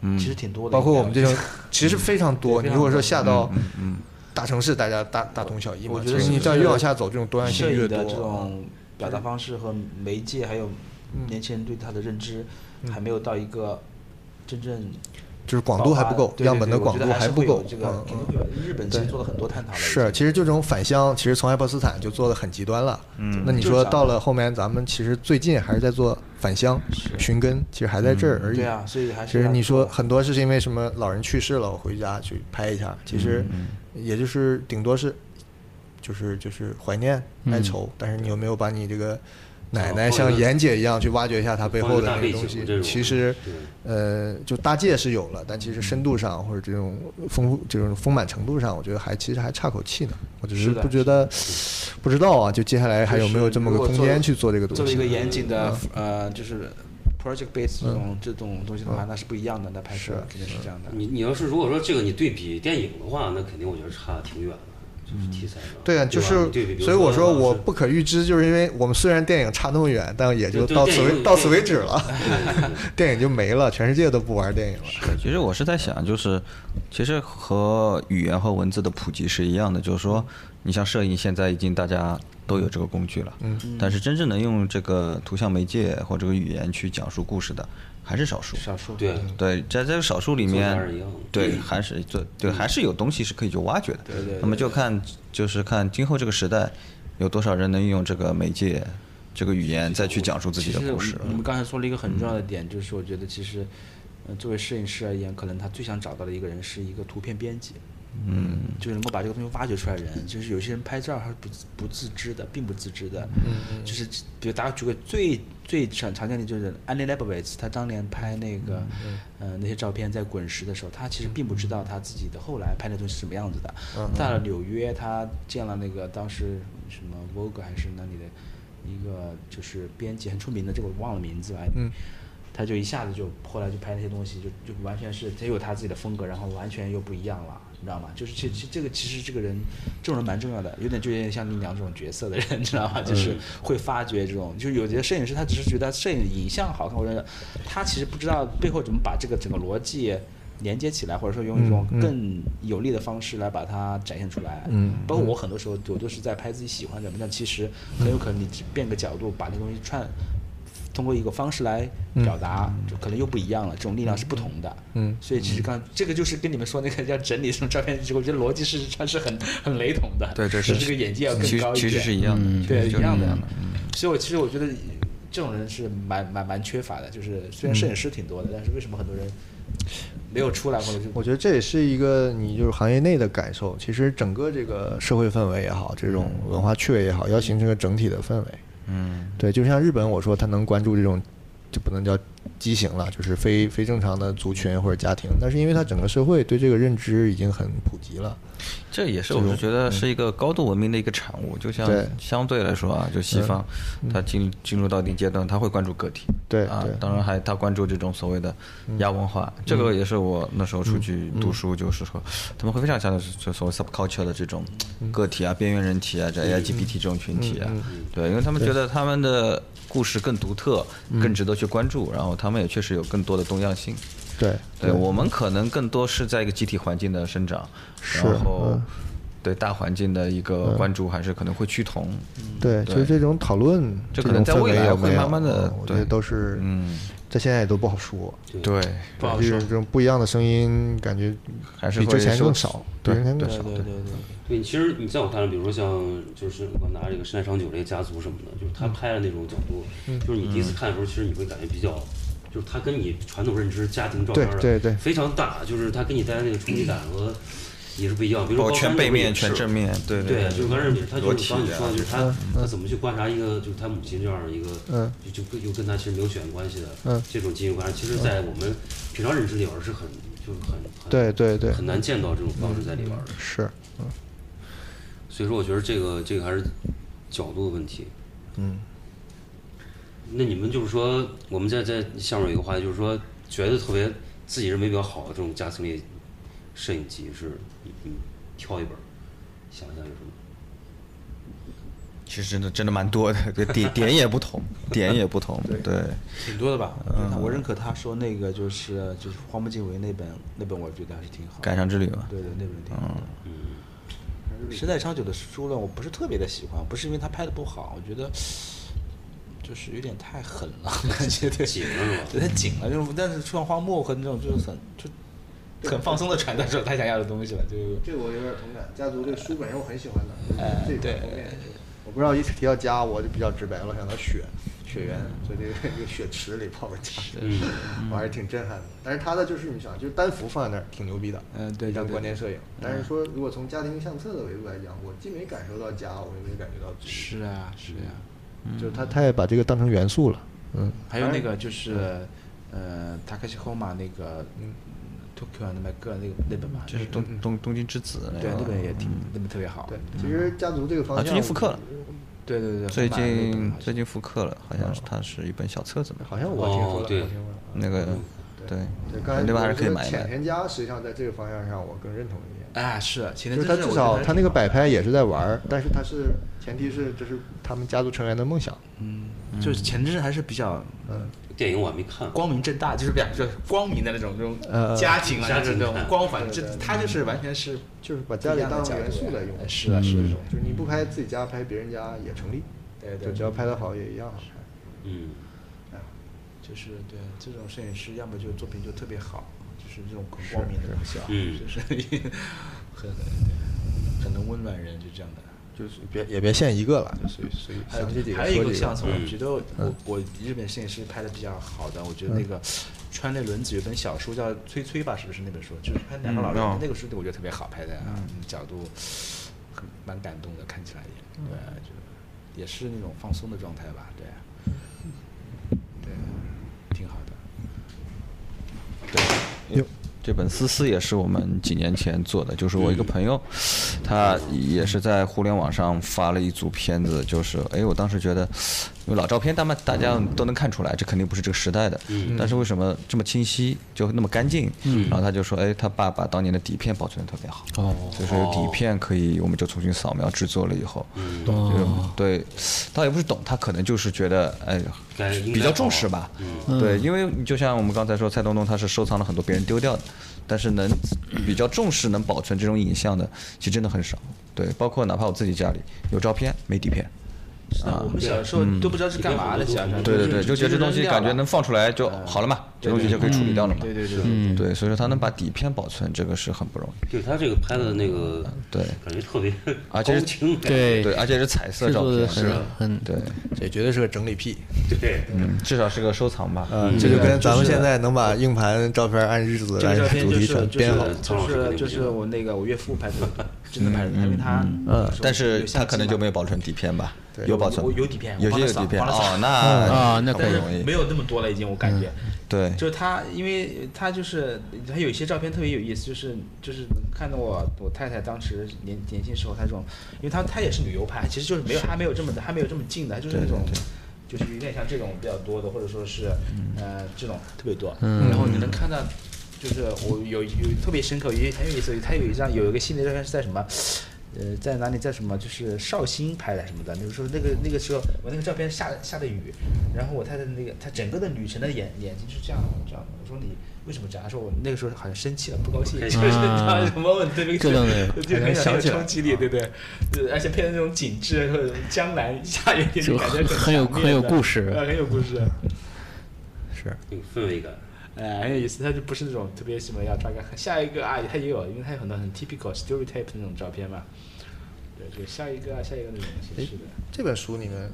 G: 嗯
E: 其实挺多的，
D: 包括我们这
E: 应
D: 种其实非常多。
E: 对
D: 你
E: 非常
D: 如果说下到
G: 嗯嗯，
D: 大城市，大家大大同小异嘛。
E: 我觉
D: 其
E: 得
D: 实你
E: 是
D: 这样越往下走，这种多
E: 该
D: 样性
E: 摄
D: 越
E: 影
D: 多啊
E: 的。这种表达方式和媒介，还有
D: 嗯
E: 年轻人对他的认知，还没有到一个真正。
D: 就是嗯广度还不够
E: 对对对
D: 样本的
E: 我觉
D: 广
E: 得
D: 度
E: 还是
D: 不
E: 会有
D: 够
E: 这个
D: 嗯
E: 肯定会有日本其实做了很多探讨了，
D: 是，啊其实这种返乡，其实从爱泼斯坦就做的很极端了。嗯，那你
E: 就是
D: 说
E: 想
D: 到了后面，咱们其实最近还是在做返乡寻根，其实还在这儿而已。
E: 对啊所以还是
D: 其实
E: 要
D: 你说
E: 做
D: 很多是因为什么老人去世了，我回家去拍一下，其实也就是顶多是就是就是怀念哀愁，但是你有没有把你这个奶奶
C: 哦
D: 像
C: 或者
D: 严姐一样去挖掘一下她背后
C: 或者
D: 的
C: 大
D: 那
C: 背
D: 个东
C: 景
D: 西
C: 这？种
D: 其实
C: 对
D: 呃，就搭界是有了，但其实深度上或者这种丰富、这种丰满程度上，我觉得还其实还差口气呢。我只是
E: 是的
D: 不觉得，不知道啊，就接下来还有没有这么个
E: 就是如果
D: 空
E: 做
D: 间去做这个东
E: 作为
D: 西嗯
E: 一个？严谨的呃，就是 project base 这种这种东西的话，那是不一样的，那拍
D: 啊
E: 摄肯定是这样的。
C: 你
D: 嗯
C: 你要是如果说这个你对比电影的话，那肯定我觉得差得挺远的，就是题材上。
D: 对啊，
C: 吧
D: 就是
C: 你对比，比如
D: 所以我说我
C: 是
D: 不可预知，就是因为我们虽然电影差那么远，但也就
C: 对对
D: 到此
C: 电影
D: 为到此
C: 电
D: 为
C: 影
D: 止了，
C: 对对对
D: 电影就没了，全世界都不玩电影了。
G: 对其实我是在想，就是其实和语言和文字的普及是一样的，就是说你像摄影，现在已经大家都有这个工具了，嗯，但是真正能用这个图像媒介或者这个语言去讲述故事的，还是少数。
E: 少数
C: 对，
G: 对，在这个少数里
C: 作家是一
G: 面
C: 样的，
G: 对，还是对对，还是有东西是可以去挖掘的。
E: 对对对
G: 那么就看就是看今后这个时代有多少人能运用这个媒介、这个语言再去讲述自己
E: 其
G: 的
E: 实
G: 故事嗯了。
E: 我们刚才说了一个很重要的点，就是我觉得其实，呃，作为摄影师而言，可能他最想找到的一个人是一个图片编辑，嗯，就是能够把这个东西挖掘出来的人。就是有些人拍照他是不自不自知的，并不自知的，嗯，就是比如大家举个最最常常见的就是 Annie Leibovitz，他当年拍那个，呃，那些照片在滚石的时候，他其实并不知道他自己的后来拍的东西是什么样子的。到了纽约，他见了那个当时什么 Vogue 还是哪里的。一个就是编辑很出名的，这个我忘了名字了。哎
D: 嗯，
E: 他就一下子就后来就拍那些东西，就就完全是他有他自己的风格，然后完全又不一样了，你知道吗？就是其其这个其实这个人这种人蛮重要的，有点就有点像林良这种角色的人，你知道吗？就是会发掘这种，就是有些摄影师他只是觉得摄影影像好看，或者他其实不知道背后怎么把这个整个逻辑。连接起来，或者说用一种更有力的方式来把它展现出来。
D: 嗯
E: 包括我很多时候我都是在拍自己喜欢的，但其实很有可能你只变个角度，把那东西串，通过一个方式来表达，
G: 嗯
E: 就可能又不一样了。这种力量是不同的。
D: 嗯
E: 所以其实刚这个就是跟你们说那个要整理这种照片，我觉得逻辑事实上是很很雷同的。
G: 对，这
E: 只
G: 是
E: 是这个眼界要更
G: 其实
E: 高一点。嗯
G: 其实是一样的，
E: 对，
G: 其
E: 一
G: 实就是
E: 样的。
G: 的。嗯
E: 所以我其实我觉得这种人是蛮蛮蛮缺乏的，就是虽然摄影师挺多的，但是为什么很多人没有出来，或者是
D: 我觉得这也是一个你就是行业内的感受。其实整个这个社会氛围也好，这种文化趣味也好，要形成一个整体的氛围。
G: 嗯，
D: 对，就像日本，我说他能关注这种，就不能叫畸形了，就是非非正常的族群或者家庭，但是因为他整个社会对这个认知已经很普及了。
G: 这也是我是觉得是一个高度文明的一个产物，就像
D: 嗯对嗯
G: 相对来说啊，就西方，它进进入到一定阶段，它会关注个体，
D: 对
G: 啊
D: 对，嗯
G: 当然还它关注这种所谓的亚文化，这个也是我那时候出去读书，就是说他们会非常强调就所谓 subculture 的这种
D: 嗯
G: 个体啊、边缘人体啊、这 LGBT 这种群体啊，对，因为他们觉得他们的故事更独特、
D: 嗯
G: 更值得去关注，然后他们也确实有更多的多样性。
D: 对
G: 对我们可能更多是在一个集体环境的生长，然后对大环境的一个关注还是可能会趋同。
D: 对，就是这种讨论，
G: 这可
D: 种
G: 能在
D: 氛
G: 未
D: 围
G: 来
D: 有
G: 会
D: 没有
G: 慢慢地
D: 嗯我觉得
G: 对
D: 都是，
G: 嗯，
D: 这现在也都不好说。
G: 对，
E: 不好
D: 就是
E: 说
D: 这。种不一样的声音，感觉
G: 还是
D: 比
G: 会
D: 之前
G: 受
D: 更少，比
G: 对
D: 之前更
E: 对
D: 少。
E: 对对对，
C: 对，其实你在我看来，比如说像就是我拿这个山上九这个家族什么的，就是他拍的那种角度，就是你第一
G: 嗯
C: 次看的时候，其实你会感觉比较，就是他跟你传统认知家庭照片的
D: 对对对
C: 非常大，就是他给你带来那个冲击感和也是不一样。比如
G: 包
C: 说
G: 括
C: 高山
G: 哦全背
C: 那边
G: 面、
C: 也是
G: 全正面，对
C: 对，就是完事儿，他
G: 裸
C: 就是
G: 体
C: 刚你
G: 啊
C: 说的，就是他他怎么去观察一个，就是他母亲这样的一个，
D: 嗯，
C: 就就又跟他其实没有血缘关系的，
D: 嗯，
C: 这种亲缘关系，其实，在我们平常认知里边儿是很就是很很
D: 对对对，嗯
C: 很难见到这种方式在里边儿的。
D: 是，
C: 所以说，我觉得这个这个还是角度的问题。
D: 嗯，
C: 那你们就是说，我们在在下面有一个话题，就是说，觉得特别自己认为比较好的这种家庭里摄影集是，你你挑一本儿，想一下有什么？
G: 其实真的真的蛮多的， 对点点也不同，点也不同，对，
E: 挺多的吧？我觉得他
G: 嗯
E: 我认可他说那个就是就是荒木经惟那本那本，我觉得还是挺好的。
G: 感伤之旅嘛，
E: 对对，那本挺好的。神代昌久的书呢，我不是特别的喜欢，不是因为他拍的不好，我觉得就是有点太狠了， 感觉对，
C: 紧了是吧
E: 有点紧了。就是但是像荒漠和那种就是很就很放松的传达出他想要的东西了，就
D: 这个我有点同感。家族这个书本身我很喜欢的，
E: 哎
D: 这一块
E: 对
D: 方面是我不知道一提到家，我就比较直白，我想到雪，雪原，就这个一个雪池里泡个茶，
C: 嗯，
D: 我还是挺震撼的。但是他的就是你想，就是单幅放在那儿挺牛逼的，
E: 嗯对
D: 一张
E: 对对
D: 观念摄影。但是说如果从家庭相册的维度来讲，我既没感受到家，我也没感觉到自己，
E: 是啊是啊。
D: 就是他太把这个当成元素了。嗯，
E: 还有那个就是，呃，塔克西后马那个，嗯，Tokyo and My Girl 那个那本嘛，
G: 就是东东东京之子，
E: 对那本也挺那本特别好，
D: 对，其实家族这个方
G: 啊，
D: 向
G: 最近复刻了，
E: 对对对，
G: 最
E: 后马那本
G: 近
E: 好像
G: 最近复刻了，好像是它是一本小册子嘛，
D: 好像我听说了，
C: 哦
D: 我
C: 对
D: 听说了。
G: 那个对
D: 对，刚才，
G: 那本还是可以
D: 我觉得
G: 买
D: 浅
G: 的，
D: 田家实际上在这个方向上，我更认同一点。
E: 哎，是，前
D: 就
E: 天
D: 是他至少他那个摆拍也是在玩儿，但是他是前提是这是他们家族成员的梦想。
E: 就是前置还是比较
D: 嗯
C: 电影我还没看，
E: 光明正大，就是比较就是光明的那种这
D: 呃
E: 种家庭啊，就是这种光环，这他就是完全是
D: 就是把家里当元素来用，嗯
E: 是啊是啊
D: 这种就是你不拍自己家，拍别人家也成立，
E: 对
D: 就
E: 对，
D: 只要拍得好也一样。
C: 嗯，
E: 啊，就是对这种摄影师，要么就作品就特别好，就是这种很光明的东西啊，
C: 嗯
E: 就是 很很对很能温暖人，就这样的。
D: 就是别也别限一个了，就随随
E: 还
D: 想起几
E: 有
D: 个
E: 还有一
D: 说
E: 个
D: 几
E: 像素，
C: 嗯
E: 我觉得我我日本摄影师拍的比较好的，我觉得那
G: 嗯
E: 个川内伦子有本小说叫《崔崔》吧，是不是那本书？就是拍两个老人
I: 嗯哦，
E: 那个书我觉得特别好拍的，嗯角度很蛮感动的，看起来也
G: 嗯
E: 对，啊就也是那种放松的状态吧，对，啊对，啊挺好的。
G: 哟，这本《思思》也是我们几年前做的，就是我一个朋友，他也是在互联网上发了一组片子，就是哎，我当时觉得，因为老照片，大们大家都能看出来，这肯定不是这个时代的，但是为什么这么清晰，就那么干净？然后他就说，哎，他爸爸当年的底片保存的特别好，
F: 哦
G: 就是底片可以，我们就重新扫描制作了以后，就是对，倒也不是懂，他可能就是觉得，哎
C: 该嗯应，该
G: 比较重视吧，对，因为你就像我们刚才说，蔡东东他是收藏了很多别人丢掉的，但是能比较重视、能保存这种影像的，其实真的很少。对，包括哪怕我自己家里有照片没底片，
E: 是的，
G: 啊
E: 我们小时候都不知道是干嘛的，小时候
G: 嗯对对对，就觉得这东西感觉能放出来就好了嘛，这东西就可以处理掉了嘛。
E: 嗯对对对，
G: 对，所以说他能把底片保存，这个是很不容易。
C: 对他这个拍的那个，
G: 对
C: 感觉特别
D: 啊
G: 而且
C: 高清，
E: 哎
F: 对
G: 对，而且是彩色
F: 制
G: 照
F: 作
G: 片
F: 的，是很
G: 对，
D: 这绝对是个整理癖。
C: 对，
G: 嗯，至少是个收藏吧。
D: 嗯，这就跟咱们现在能把硬盘照片按日子
E: 这
D: 来
E: 个照片
D: 主
E: 就
D: 题
E: 是
D: 全
E: 就是
D: 编好，
E: 就是就是我那个我岳父拍的，真的拍的，因为他嗯
G: 但是他可能就没有保存底片吧？有保存，
E: 我有底片我帮他
G: 有些有
E: 扫
G: 底片
E: 帮他扫
G: 哦，那
F: 啊那
G: 不
E: 但是
G: 容易
E: 没。有那么多了，已经我感觉。
G: 对，
E: 就是他，因为他就是他有一些照片特别有意思，就是就是能看到我我太太当时年年轻时候她这种，因为她她也是旅游派，其实就是没有还没有这么的还没有这么近的，她就是那种就是有点像这种比较多的，或者说是呃这种特别多。然后你能看到，就是我有有特别深刻，有一很有意思，他有一张有一个系列照片是在什么？呃，在哪里，在什么，就是绍兴拍的什么的。那个时候，那个那个时候，我那个照片下下的雨，然后我太太那个，她整个的旅程的眼眼睛是这样的这样的。我说你为什么这样？她说我那个时候好像生气了，不高兴，就是她什么问题，那个
F: 这种人
E: 就很想有冲击力，对不对？对，而且配上那种景致，或者江南下雨，
F: 就
E: 感觉
F: 很有
E: 强烈
F: 很有
E: 的
F: 故事
E: 呃很有故事。
C: 有氛围感，
E: 哎，很有意思，他就不是那种特别什么要抓个下一个啊，他也有，因为他有很多很 typical stereotype 那种照片嘛。对，就下一个啊，下一个那种形式的。
D: 这本书你们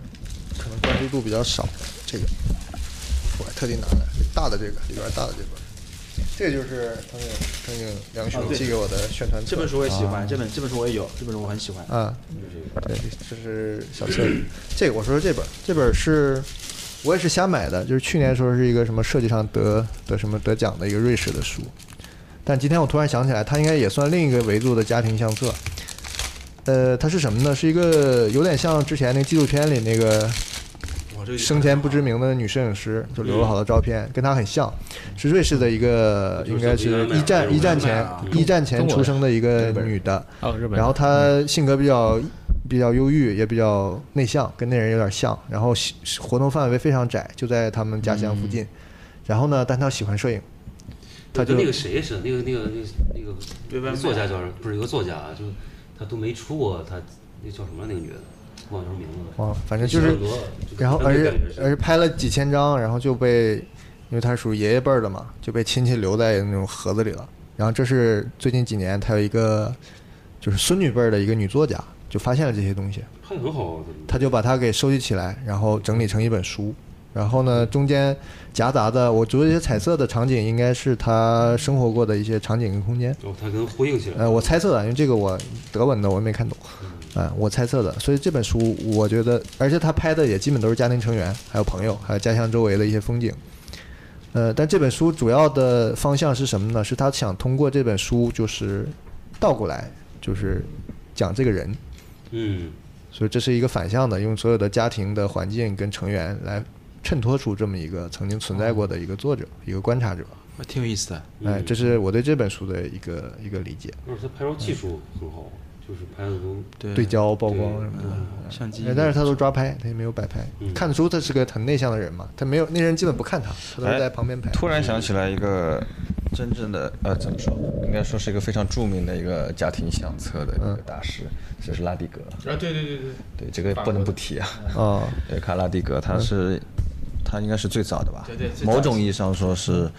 D: 可能关注度比较少，这个我还特地拿来大的这个里边大的这本，这个就是藤井藤井良雄
E: 哦对
D: 寄给我的宣传册。
E: 这本书我也喜欢，这本这本书我也有，这本书我很喜欢。
D: 啊，对，这是小册子。这个我说说这本，这本是我也是瞎买的，就是去年说是一个什么设计上得得什么得奖的一个瑞士的书，但今天我突然想起来，它应该也算另一个维度的家庭相册。呃，它是什么呢？是一个有点像之前那个纪录片里那个
E: 我这个
D: 生前不知名的女摄影师，就留了好多照片，跟她很像，是瑞士的一个，应该是一战一战前一战前出生的一个女的，
F: 哦日本人
D: 然后她性格比较比较忧郁，也比较内向，跟那人有点像，然后喜活动范围非常窄，就在他们家乡附近，然后呢，但她喜欢摄影，他就
C: 跟那个谁似的，那个那个那个那个作家叫什么？不是有个作家啊，就他都没出过，他那叫什么来那个女的，忘了叫什么名字了。
D: 啊，反正就是
C: 很多，就
D: 然后
C: 感
D: 而
C: 觉
D: 且
C: 是
D: 而且拍了几千张，然后就被，因为他属于爷爷辈儿的嘛，就被亲戚留在那种盒子里了。然后这是最近几年，他有一个就是孙女辈儿的一个女作家，就发现了这些东西，
C: 拍的很好，啊怎么
D: 他就把它给收集起来，然后整理成一本书。然后呢，中间夹杂的，我觉得一些彩色的场景应该是他生活过的一些场景跟空间。
C: 然后他跟呼应起来
D: 呃，，我猜测的，因为这个我德文的我也没看懂，嗯、我猜测的，所以这本书我觉得，而且他拍的也基本都是家庭成员，还有朋友，还有家乡周围的一些风景。呃，但这本书主要的方向是什么呢？是他想通过这本书，就是倒过来，就是讲这个人，
C: 嗯，
D: 所以这是一个反向的，用所有的家庭的环境跟成员来衬托出这么一个曾经存在过的一个作者，一个观察者。
E: 哦挺有意思的。
D: 嗯哎、这是我对这本书的一个一个理解。
C: 而且他拍照技术很好，啊就是拍的都
J: 对
D: 对焦、曝光什么的。
E: 嗯
J: 相机
D: 哎，但是他都抓拍，他也没有摆拍，看得出他是个很内向的人嘛。他没有，那人基本不看他，他都是在旁边拍。
G: 哎突然想起来一个真正的呃，怎么说？应该说是一个非常著名的一个家庭相册的一
D: 嗯
G: 个大师，就是拉蒂格。
E: 啊，对对对对，
G: 对，这个不能不提啊。
E: 嗯
D: 啊，
G: 对，卡拉蒂格
D: 嗯
G: 他是他应该是最早的吧？
E: 对对最早
G: 某种意义上说是，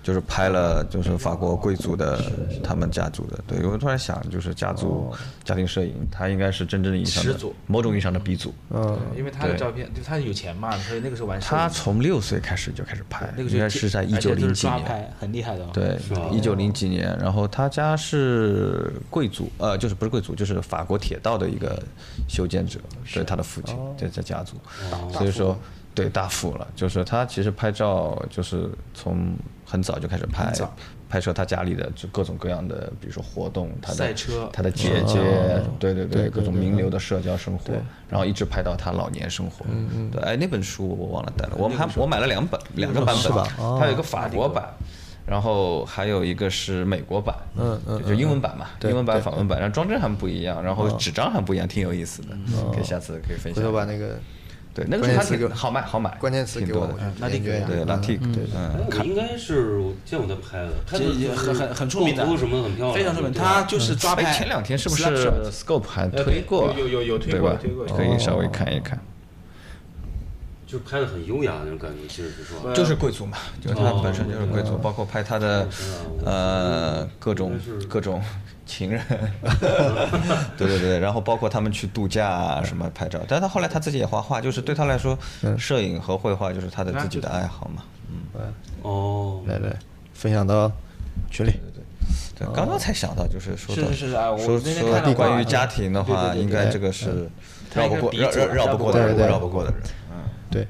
G: 就是拍了就是法国贵族的他们家族的。对，我突然想，就是家族家庭摄影，他应该是真正的意义上的
E: 哦始祖
G: 某种意义上的鼻祖。
D: 嗯，
E: 因为他的
G: 对
E: 照片，就他有钱嘛，所以那个时候玩摄影
G: 他从六岁开始就开始拍，
E: 那个
G: 应
E: 就
G: 该是在一九
E: 而且都
G: 零
E: 是
G: 几
E: 抓
G: 年。
E: 拍很厉害的哦，
G: 对，一九零几年，然后他家是贵族，呃，就是不是贵族，就是法国铁道的一个修建者，对，他的父亲，
E: 哦
G: 对，在家族，所以说对大富了，就是他其实拍照就是从很早就开始拍，拍摄他家里的就各种各样的，比如说活动，他的
E: 赛车
G: 他的姐姐，对哦对对，各种名流的社交生活，然后一直拍到他老年生活，对，哎，那本书我忘了带了，我还我买了两本，两个版本，它有一个法国版。然后还有一个是美国版，嗯嗯，就英文版嘛，英文版、法文版，然后装帧还不一样，然后纸张还不一样，挺有意思的，可以下次可以
D: 嗯
G: 分
D: 回头把
G: 享。
D: 那个
G: 对，那个
D: 关
G: 时
D: 键
G: 候还
D: 词给
G: 挺
D: 我
G: 好卖，好买，
D: 关键词
G: 挺
D: 给我，
G: 多的
D: 我。去
E: 拉
D: 研
E: 蒂
D: 究
E: 格
D: 一下。
G: 对，拉 t 对，嗯，
C: 我应该是我见过他拍的，拍的
E: 这也很很很出名的
C: 构图什么的很漂亮，
E: 非常出名。
C: 对
E: 他就是抓
G: 哎
E: 拍。
G: 前两天是不是
E: Slapshot
G: Scope 还推过？
E: 呃对有有有有推
G: 对
E: 过
G: 吧
E: 推过
G: 可以稍
D: 哦
G: 微看一看。
C: 就是拍的很优雅的那种感觉，其实是说，
G: 就是贵族嘛，就是他
E: 哦
G: 本身就是贵族，包括拍他
E: 嗯
G: 的呃各种各种情 人， 对对对，然后包括他们去度假啊什么拍照，但是他后来他自己也画画，就是对他来说，摄影和绘画就是他的自己的爱好嘛。嗯
C: 哦，
D: 来来，嗯分享到群里。
G: 对，刚刚才想到，就是说
E: 是
G: 到
E: 是是是哎我
G: 说
E: 那天看
G: 说
E: 到
G: 关于
E: 过
G: 家庭的话，应该这个是
E: 嗯他
G: 绕
E: 应
G: 不
E: 该
G: 过
E: 鼻
G: 绕
E: 祖
G: 绕
E: 啊
G: 绕
E: 绕
G: 不
E: 不
G: 过
E: 过
G: 的
E: 的
G: 人，
E: 人
G: 绕不过的人。
D: 对，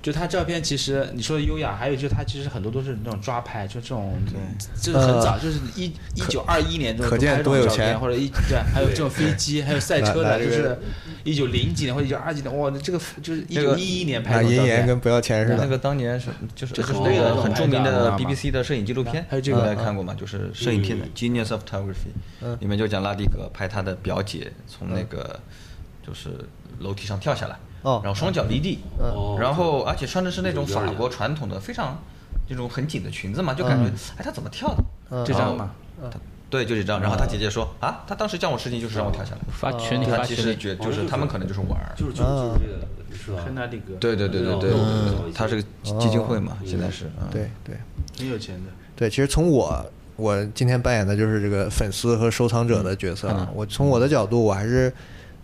E: 就他照片，其实你说的优雅，还有就是他其实很多都是那种抓拍，就这种，就是很早，就是一一九二一年这种
D: 可见
E: 拍这种
D: 多有
E: 照片
D: 钱
E: 或者一对，还有这种飞机，还有赛车
D: 来
E: 的，
D: 来
E: 就
D: 这
E: 是
D: 个
E: 一九零几年或者一九二几年，哇，这个就是一
G: 这
E: 九
G: 个
E: 一一年拍
D: 拿
E: 的照
D: 银盐
E: 片。
D: 跟不要钱似
G: 那
D: 的。
G: 个当年是就是
E: 这
G: 就是
E: 很
G: 那
E: 多那
G: 个
E: 种
G: 很
E: 拍
G: 著名
E: 照你知
G: 的
E: 道吗
G: BBC 的摄影纪录片，
E: 还有这个
G: 大家看过吗？就是摄影片的《Genius of Photography》，里面就讲拉蒂格拍他的表姐从那个就是楼梯上跳下来，
D: 哦
G: 然后双脚离地，
C: 嗯
G: 然后而且穿的是那种
C: 有点
G: 法
C: 儿
G: 国传统的非常那种很紧的裙子嘛，就感觉哎她怎么跳的？
E: 这张嘛
G: 然后她，对，就这张。然后她姐姐说啊，她当时叫我事情就是让我跳下来。
F: 发哦
E: 呃
F: 群里
G: 她
F: 发
G: 其
F: 群
G: 实
F: 里，
G: 觉就是他们可能就是玩儿，
C: 就是就是
D: 嗯
C: 就是这个，是吧？
E: 亨纳利格
G: 对对对对对
C: 嗯
G: 对，对他是个基金会嘛，现在是，嗯
D: 对对
E: 很有钱的，
D: 对，其实从我我今天扮演的就是这个粉丝和收藏
G: 嗯
D: 者的角色啊。我从我的角度，我还是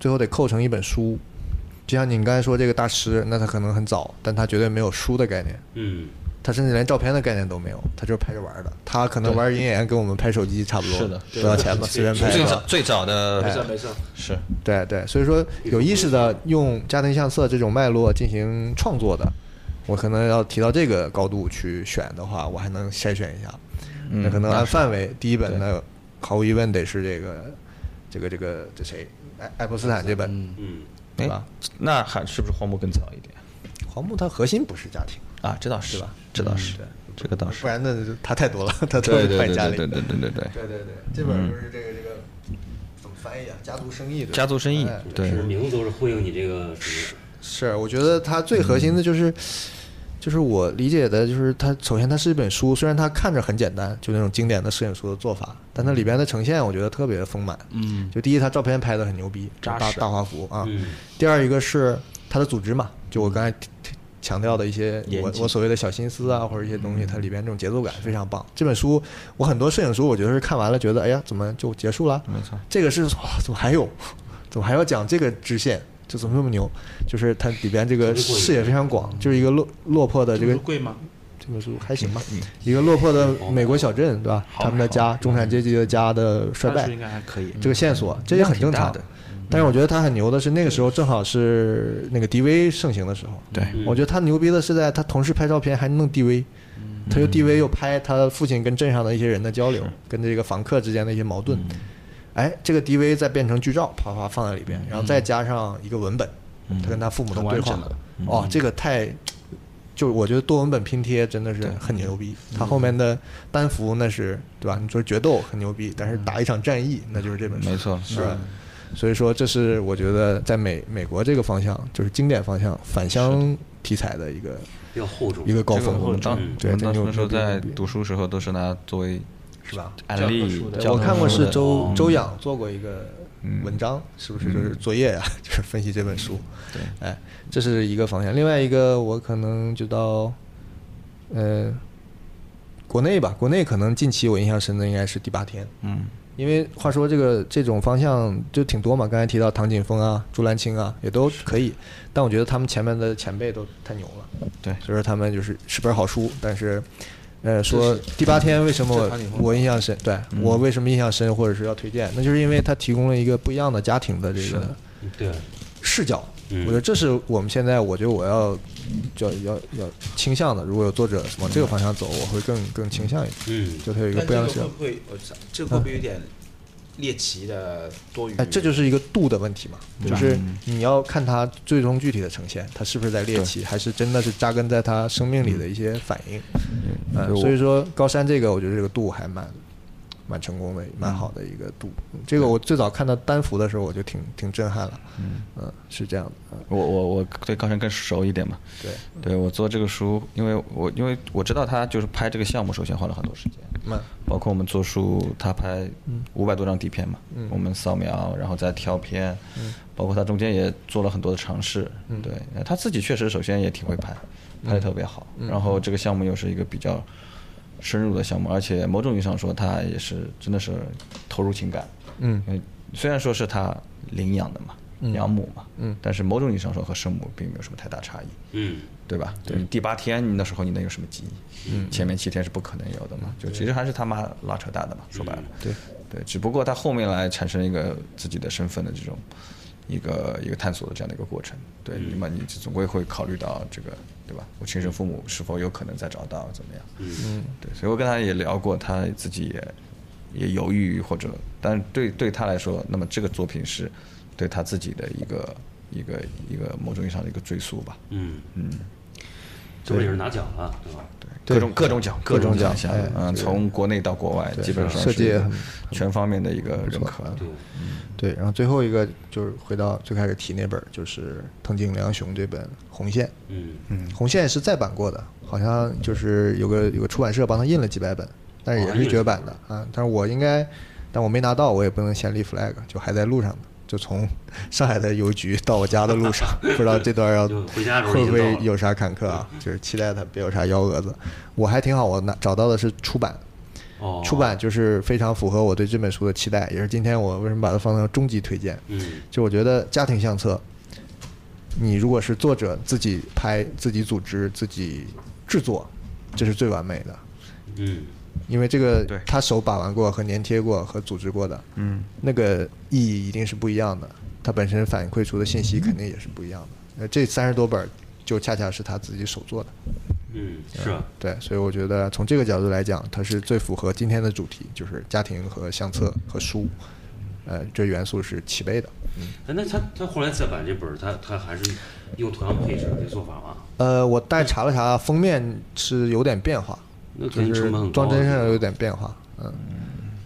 D: 最后得扣成一本书。就像你刚才说这个大师，那他可能很早，但他绝对没有书的概念，
C: 嗯，
D: 他甚至连照片的概念都没有，他就是拍着玩儿的。他可能玩银眼跟我们拍手机差不多，
G: 是的
D: 不要钱嘛，随便拍。
G: 最
D: 是
G: 早
D: 吧
G: 最早的
E: 没错没错，
G: 哎是
D: 对对，所以说有意识的用家庭相册这种脉络进行创作的，我可能要提到这个高度去选的话，我还能筛选一下。那可能按范围，第一本呢，毫无疑问得是这个，这个这个这谁，爱爱泼斯坦这本，
C: 嗯，
D: 对吧？
G: 哎那还是不是荒木更早一点
D: 黄木它核心不是家庭，
G: 啊？这倒是吧？这倒是，这个倒是
D: 不。然呢它太多了，它都
G: 对
D: 是
G: 对
D: 放
G: 对
D: 家里。
G: 对对对对对对，
D: 对对对这本就是这个这个怎么翻译啊？家族生意对吧
G: 家族生意
D: 哎，
G: 对
C: 其实名字都是呼应你这个什么
D: 是，我觉得它最核心的就是，就是我理解的，就是它首先它是一本书，虽然它看着很简单，就那种经典的摄影书的做法，但它里边的呈现我觉得特别丰满。嗯，就第一，它照片拍的很牛逼，
E: 扎
D: 大
E: 实
D: 大画幅啊。
C: 嗯
D: 第二一个是它的组织嘛，就我刚才提提强调的一些我我所谓的小心思啊，或者一些东西，它里边这种节奏感非常棒。这本书我很多摄影书，我觉得是看完了觉得，哎呀，怎么就结束了？
G: 没错，
D: 这个是哇，怎么还有？怎么还要讲这个支线？就怎么这么牛？就是它里边这个视野非常广，就是一个落落魄的这
E: 这
D: 个
E: 个贵吗？
D: 这本书还行吧，一个落魄的美国小镇，对吧？他们的家，中产阶级的家的衰
E: 当
D: 败
E: 时，应该还可以。
D: 这个线索，这也很正常
G: 嗯量挺大的。
D: 但是我觉得他很牛的是，那个时候正好是那个 DV 盛行的时候。嗯
G: 对
D: 我觉得他牛逼的是在他同时拍照片还弄 DV，他又 DV 又拍他父亲跟镇上的一些人的交流，跟这个房客之间的一些矛盾。哎，这个 DV 再变成剧照，啪啪放在里
G: 嗯嗯
D: 边，然后再加上一个文本，他跟他父母的对话。哦，这个太就是我觉得多文本拼贴真的是很牛逼，
G: 嗯
D: 它后面的单服那是对吧？你说决斗很牛逼，但是打一场战役那就是这本书，
G: 嗯没错
D: 是吧？所以说，这是我觉得在美美国这个方向，就是经典方向返乡题材的一个
C: 比较厚重
D: 一。个高
G: 这个
D: 峰。
G: 我们当
D: 对
G: 我们
D: 这
G: 当
D: 牛
G: 时时候
D: 逼
G: 在
D: 牛逼
G: 读书时候都是拿作为
D: 是吧？
G: 案例
E: 教科书的，
G: 教
D: 我
G: 科
D: 看过
G: 书
D: 是
G: 的
D: 周
G: 嗯
D: 周仰做过一个文章，是不是就是作业呀、 就是分析这本书。
G: 对，
D: 哎，这是一个方向。另外一个，我可能就到，呃，国内吧。国内可能近期我印象深的应该是第八天，
G: 嗯，
D: 因为话说这个这种方向就挺多嘛。刚才提到唐景峰啊、朱兰青啊，也都可以，但我觉得他们前面的前辈都太牛了。
G: 对
D: 所以说他们就是是本好书，但是。呃，说第八天为什么
E: 这是唐景
D: 我
E: 峰
D: 我印象深？对、
E: 嗯
D: 我为什么印象深，或者是要推荐？那就是因为它提供了一个不一样的家庭的这个
C: 对，
D: 视角。
C: 嗯
D: 我觉得这是我们现在，我觉得我要就要要要倾向的。如果有作者往这个方向走，我会更更倾向一点，
C: 嗯，
D: 就它有一个
E: 但
D: 不一
E: 这
D: 样
E: 个
D: 的视
E: 会
D: 角
E: 不。会，我操这个会不会有点猎奇的多余？
D: 哎，这就是一个度的问题嘛，
E: 对
D: 就
E: 吧
D: 是你要看它最终具体的呈现，它是不是在猎奇，还是真的是扎根在他生命里的一些反应。呃，所以说高山这个，我觉得这个度还蛮蛮成功的，蛮好的一个度。这个我最早看到单幅的时候，我就挺挺震撼了。嗯、是这样的。嗯
G: 我我我对高山更熟一点嘛。
D: 对，
G: 对我做这个书，因为我因为我知道他就是拍这个项目，首先花了很多时间，
D: 那
G: 包括我们做书，他拍
D: 嗯
G: 五百多张底片嘛，我们扫描，然后再挑片，
D: 嗯
G: 包括他中间也做了很多的尝试。对，呃他自己确实首先也挺会拍，
D: 嗯
G: 拍的特别好。然后这个项目又是一个比较深入的项目，而且某种意义上说，他也是真的是投入情感。
D: 嗯
G: 因为虽然说是他领养的嘛，养母嘛，
D: 嗯
G: 但是某种意义上说和生母并没有什么太大差异。
C: 嗯，
G: 对吧？对，第八天你那时候你能有什么记忆？嗯，前面七天是不可能有的嘛，就其实还是他妈拉扯大的嘛，说白了。嗯对对，只不过他后面来产生一个自己的身份的这种一个一个探索的这样的一个过程。对，那么你总归会考虑到这个，对吧？我亲生父母是否有可能再找到怎么样？嗯，对，所以我跟他也聊过，他自己也也犹豫或者，但是对对他来说，那么这个作品是对他自己的一个一个一个某种意义上的一个追溯吧。
C: 嗯嗯，这不也是拿奖了，对吧？
D: 对
G: 各种各种奖，各
D: 种奖
G: 项
D: 哎，
G: 嗯，从国内到国外，基本上
D: 设计也
G: 是
D: 很啊
G: 全方面的一个认可。
D: 对，然后最后一个就是回到最开始提那本儿，就是藤井良雄这本《红线》。
C: 嗯，
D: 嗯，《红线》是再版过的，好像就是有个有个出版社帮他印了几百本，但
C: 哦
D: 是也是绝版的啊。但是我应该，但我没拿到，我也不能先立 flag，就还在路上呢。就从 上海的邮局到我家的路上，不知道这段 要
C: 就回家的时候已
D: 会不
C: 经到了
D: 会有啥坎坷啊？就是期待它别有啥幺蛾子。我还挺好，我拿找到的是出版，
C: 哦，
D: 出，版就是非常符合我对这本书的期待，也是今天我为什么把它放成终极推荐。
C: 嗯
D: 就我觉得家庭相册，你如果是作者自己拍、自己组织、自己制作，这是最完美的，
C: 嗯，
D: 因为这个
G: 对
D: 他手把玩过、和粘贴过、和组织过的，嗯，那个意义一定是不一样的，它本身反馈出的信息肯定也是不一样的。呃，这三十多本儿就恰恰是他自己手做的。
C: 嗯，是啊，
D: 对，所以我觉得从这个角度来讲，它是最符合今天的主题，就是家庭和相册和书，呃，这元素是齐备的。
C: 哎，那他他后来再版这本儿，他他还是用同样配置这做法吗？
D: 呃，我大概查了查，封面是有点变化，
C: 嗯那肯定
D: 就是
C: 成本很高
D: 装
C: 啊。
D: 帧
C: 这
D: 上
C: 个
D: 有点变化，嗯，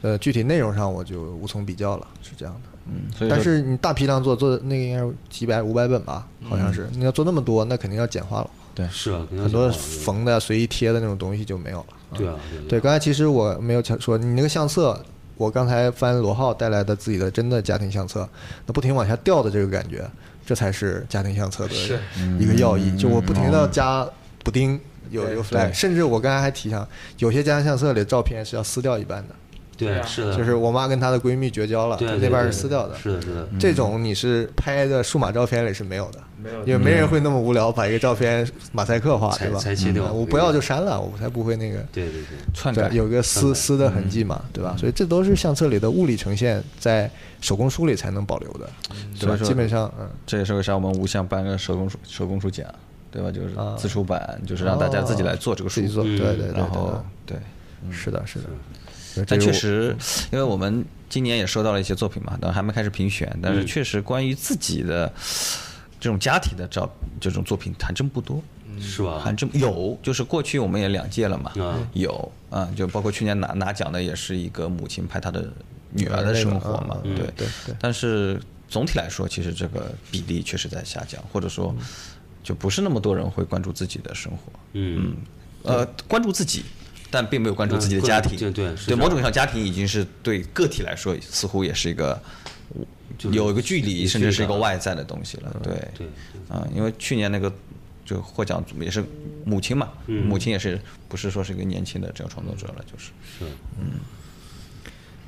D: 呃，具体内容上我就无从比较了，是这样的。
G: 嗯，所以
D: 但
G: 说
D: 是你大批量做做那个应该有几百五百本吧，好像是。你要做那么多，那肯定要简化了，
C: 是啊，嗯肯定要
D: 很多
C: 讲究
D: 缝的随意贴的那种东西就没有了。嗯
C: 对啊，
D: 对，刚才其实我没有讲说你那个相册，我刚才翻罗浩带来的自己的真的家庭相册，那不停往下掉的这个感觉，这才是家庭相册的
C: 嗯
D: 一个要义。就我不停的加补丁，有有 flag，甚至我刚才还提上，有些家庭相册里的照片是要撕掉一半的，
C: 对，是的，
D: 就是我妈跟她的闺蜜绝交了，
C: 嗯对对
D: 那半
C: 对嗯
D: 是撕掉的。
C: 是的，是的，
D: 这种你是拍的数码照片里是没有的，
E: 没
C: 嗯
D: 因
E: 有
D: 为没人会那么无聊把一个照片马赛克化，
C: 裁
D: 对吧？
C: 裁切掉
D: 嗯我不要就删了，我才不会那个。
C: 对对对，
G: 篡
D: 对
G: 改，
D: 有个撕撕的
G: 嗯
D: 痕迹嘛，对吧？所以这都是相册里的物理呈现，在手工书里才能保留的，对吧？
G: 所以说
D: 基本上，嗯，
G: 这也是为啥我们无相颁个手工书手工书奖，对吧？就是
D: 啊哦
G: 自出版，就是让大家自己来做这个书，嗯
D: 自己做，对对对对，
G: 然后对。
D: 对是的，是的。所以这
G: 但
D: 是
G: 确
D: 我，
G: 实，因为我们今年也收到了一些作品嘛，当然还没开始评选，但是确实关于自己的这种家庭的照这种作品还真不多，
C: 是吧？
G: 还真有，就是过去我们也两届了嘛，
C: 嗯
G: 有啊，就包括去年拿拿奖的也是一个母亲拍她的女儿的生活嘛，对
D: 对对
G: 但是总体来说，其实这个比例确实在下降，或者说就不是那么多人会关注自己的生活，
C: 嗯，
G: 呃，关注自己，但并没有关注自己的家庭。
C: 嗯对对是这
G: 对，
C: 样
G: 某种意义上，家庭已经是对个体来说，似乎也是一个
C: 就是
G: 有一个距离，甚至是一
C: 距离
G: 个
C: 感嗯
G: 外在的东西了。对，
C: 对
G: 啊，因为去年那个就获奖组也是母亲嘛，
C: 嗯
G: 母亲也是不是说是一个年轻的这个创作者了，就是
C: 是，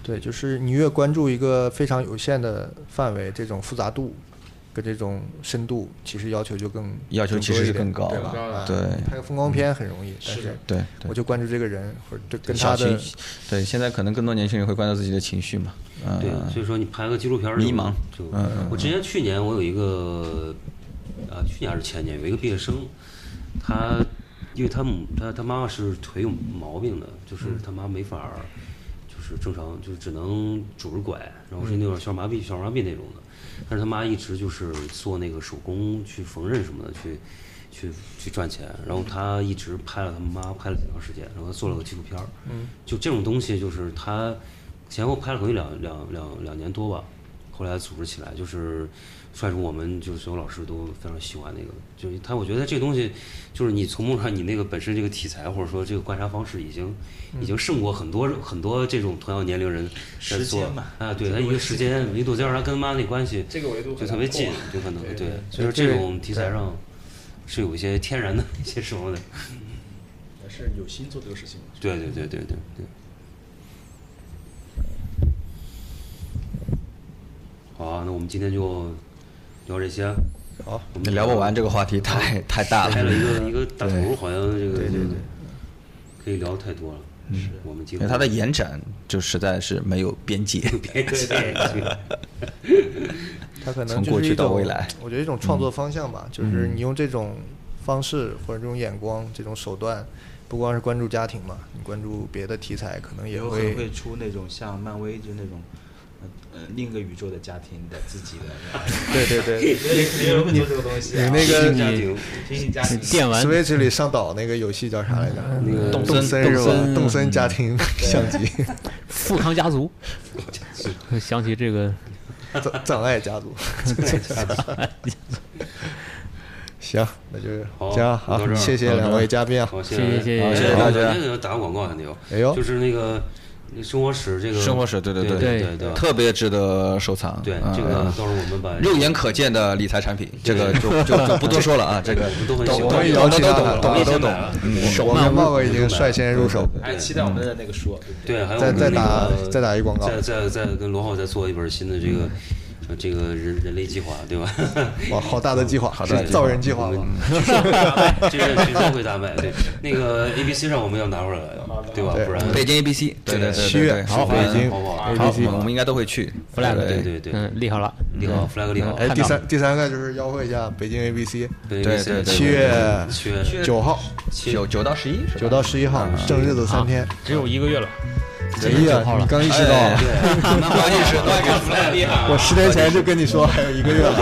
D: 对，就是你越关注一个非常有限的范围，这种复杂度跟这种深度，其实要求就更
G: 要求其实是
D: 更
G: 更高
D: 多一点对吧
G: 了？？对
D: 啊拍个风光片很容易，但是
G: 对对
D: 我就关注这个人或者对跟
G: 小
D: 他的
G: 情绪对，现在可能更多年轻人会关注自己的情绪嘛，嗯，
C: 对，所以说你拍个纪录片儿就
G: 迷茫
C: 就
G: 嗯嗯
C: 我之前去年我有一个啊，去年还是前年有一个毕业生，他因为他母他他妈妈是腿有毛病的，就是
G: 嗯
C: 他妈没法儿就是正常就是只能拄着拐，然后是那种小儿麻痹小儿麻痹那种的，但是他妈一直就是做那个手工去缝纫什么的去。去去赚钱，然后他一直拍了他妈拍了挺长时间，然后他做了个纪录片儿。嗯，就这种东西，就是他前后拍了回两两两两年多吧，后来组织起来，就是率直我们就是所有老师都非常喜欢那个，就是他我觉得这东西就是你从某种上你那个本身这个题材或者说这个观察方式已经、已经胜过很多很多这种同样年龄人在
E: 嗯时
C: 做
E: 间嘛
C: 啊，对他一个时间维度，再加上他跟妈那关系
E: 这个维度
C: 就特别近，就可能
E: 对
C: 对
E: 对，
C: 所以说
D: 这
C: 这
D: 个
C: 种题材上是有一些天然的 一些什么的，
E: 还是有心做这个事情嘛。
C: 对对对对对对。好啊，那我们今天就聊这些。啊
D: 好，
C: 我
G: 你
C: 们
G: 聊不完这个话题太太大
C: 开
G: 了
C: 了。一个一个大头，好像这个对对对，可以聊太多了。是我们今
G: 因为
C: 天
G: 它的延展就实在是没有边界。
C: 对对对，
D: 他可能就
G: 从
D: 是
G: 过去
D: 一
G: 到
D: 种
G: 未来嗯
D: 我觉得一种创作方向吧，就是你用这种方式或者这种眼光、这种手段，不光是关注家庭嘛，你关注别的题材，可能也
E: 有可能
D: 会
E: 会出那种像漫威就那种，呃呃，另一个宇宙的家庭的自己的，
D: 对对对
E: 也有人会做这个东西啊。
D: 你那个
E: 新型家
C: 你
E: 庭，新型家庭，
F: 电玩
D: ，Switch 里上岛那个游戏叫啥来着？那
C: 个
D: 动
G: 森
D: 森是
F: 动
D: 吧？
F: 森
D: 动森家庭 相机，
F: 富康家族，想起这个
D: 葬葬爱家族。 行，那就
C: 好
D: 这样
C: 到这
D: 好，
C: 儿
D: 谢谢
C: 到
D: 两
C: 这儿
D: 位嘉宾啊。
C: 好，谢哎
F: 谢谢谢谢
C: 谢
G: 大家
C: 那个打个广告还得有，
D: 哎呦
C: 就是那个生活史这个
G: 生活史，对
C: 对
G: 对
C: 对
F: 对
C: 对，
G: 特别值得收藏。
C: 对
G: 嗯
C: 这个到
G: 嗯
C: 时候我们把
G: 肉眼可见的理财产品，这个就就就不多说了啊。这个
C: 我们都很
G: 懂
C: 喜
G: 懂
C: 欢
G: 懂
D: 我也
G: 懂
D: 邀请
G: 懂
D: 他
G: 懂懂
D: 我也
G: 懂
C: 先
G: 懂
C: 买了。
D: 嗯我跟茂哥已经率先入手，
E: 还期待我们的那个书，对
C: 对，
E: 不对？
C: 还有
D: 再
C: 我们
D: 再
C: 那
D: 打
C: 个
D: 再打一广告
C: 再再再跟罗浩再做一本新的这个呃这个人人类计划，对吧？
D: 哇，好大的计划，
C: 大的
D: 是
C: 计划嗯
D: 造人计划吗？
C: 这是谁说会大卖？对，那个 A B C 上我们要拿出来，对吧？
D: 对
C: 不然
G: 北京 ABC，对对对对
D: 七月
G: 对，好，
D: 北京
C: 好不啊好
G: 好，
D: ABC
G: 我们我们应该都会去。
F: flag，
C: 对对对
F: 嗯，立好了，
C: 立好 flag 立好，
D: 哎，
F: 看
D: 第
F: 到
D: 三第三个就是吆喝一下北京 ABC，
C: 对
G: 对对对
D: 七月
C: 七月
D: 九号，
G: 九九到十一，
D: 九到十一号，
C: 啊
D: 正日子三天。
F: 只有一个月了，
D: 哎呀，你刚意识到
G: 哎
D: 啊，
G: 那关键是那个 flag，
D: 我十天前就跟你说还有一个月了，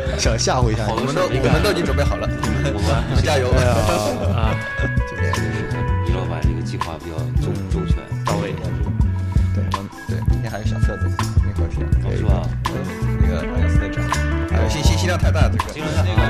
D: 想吓唬一下
C: 好
G: 我
D: 你。
G: 们都我们都已经准备好了，你们
C: 我们
G: 加油！
D: 哎呀，今天
C: 李老板这个计划比较周
G: 嗯
C: 周全，
G: 到位。对，我们对，今天还有小册子，那块儿贴，
C: 哦
G: 嗯
C: 是吧？
G: 那个啊 S 那张，哎，信息信息量太大，这个。
C: 经常那个。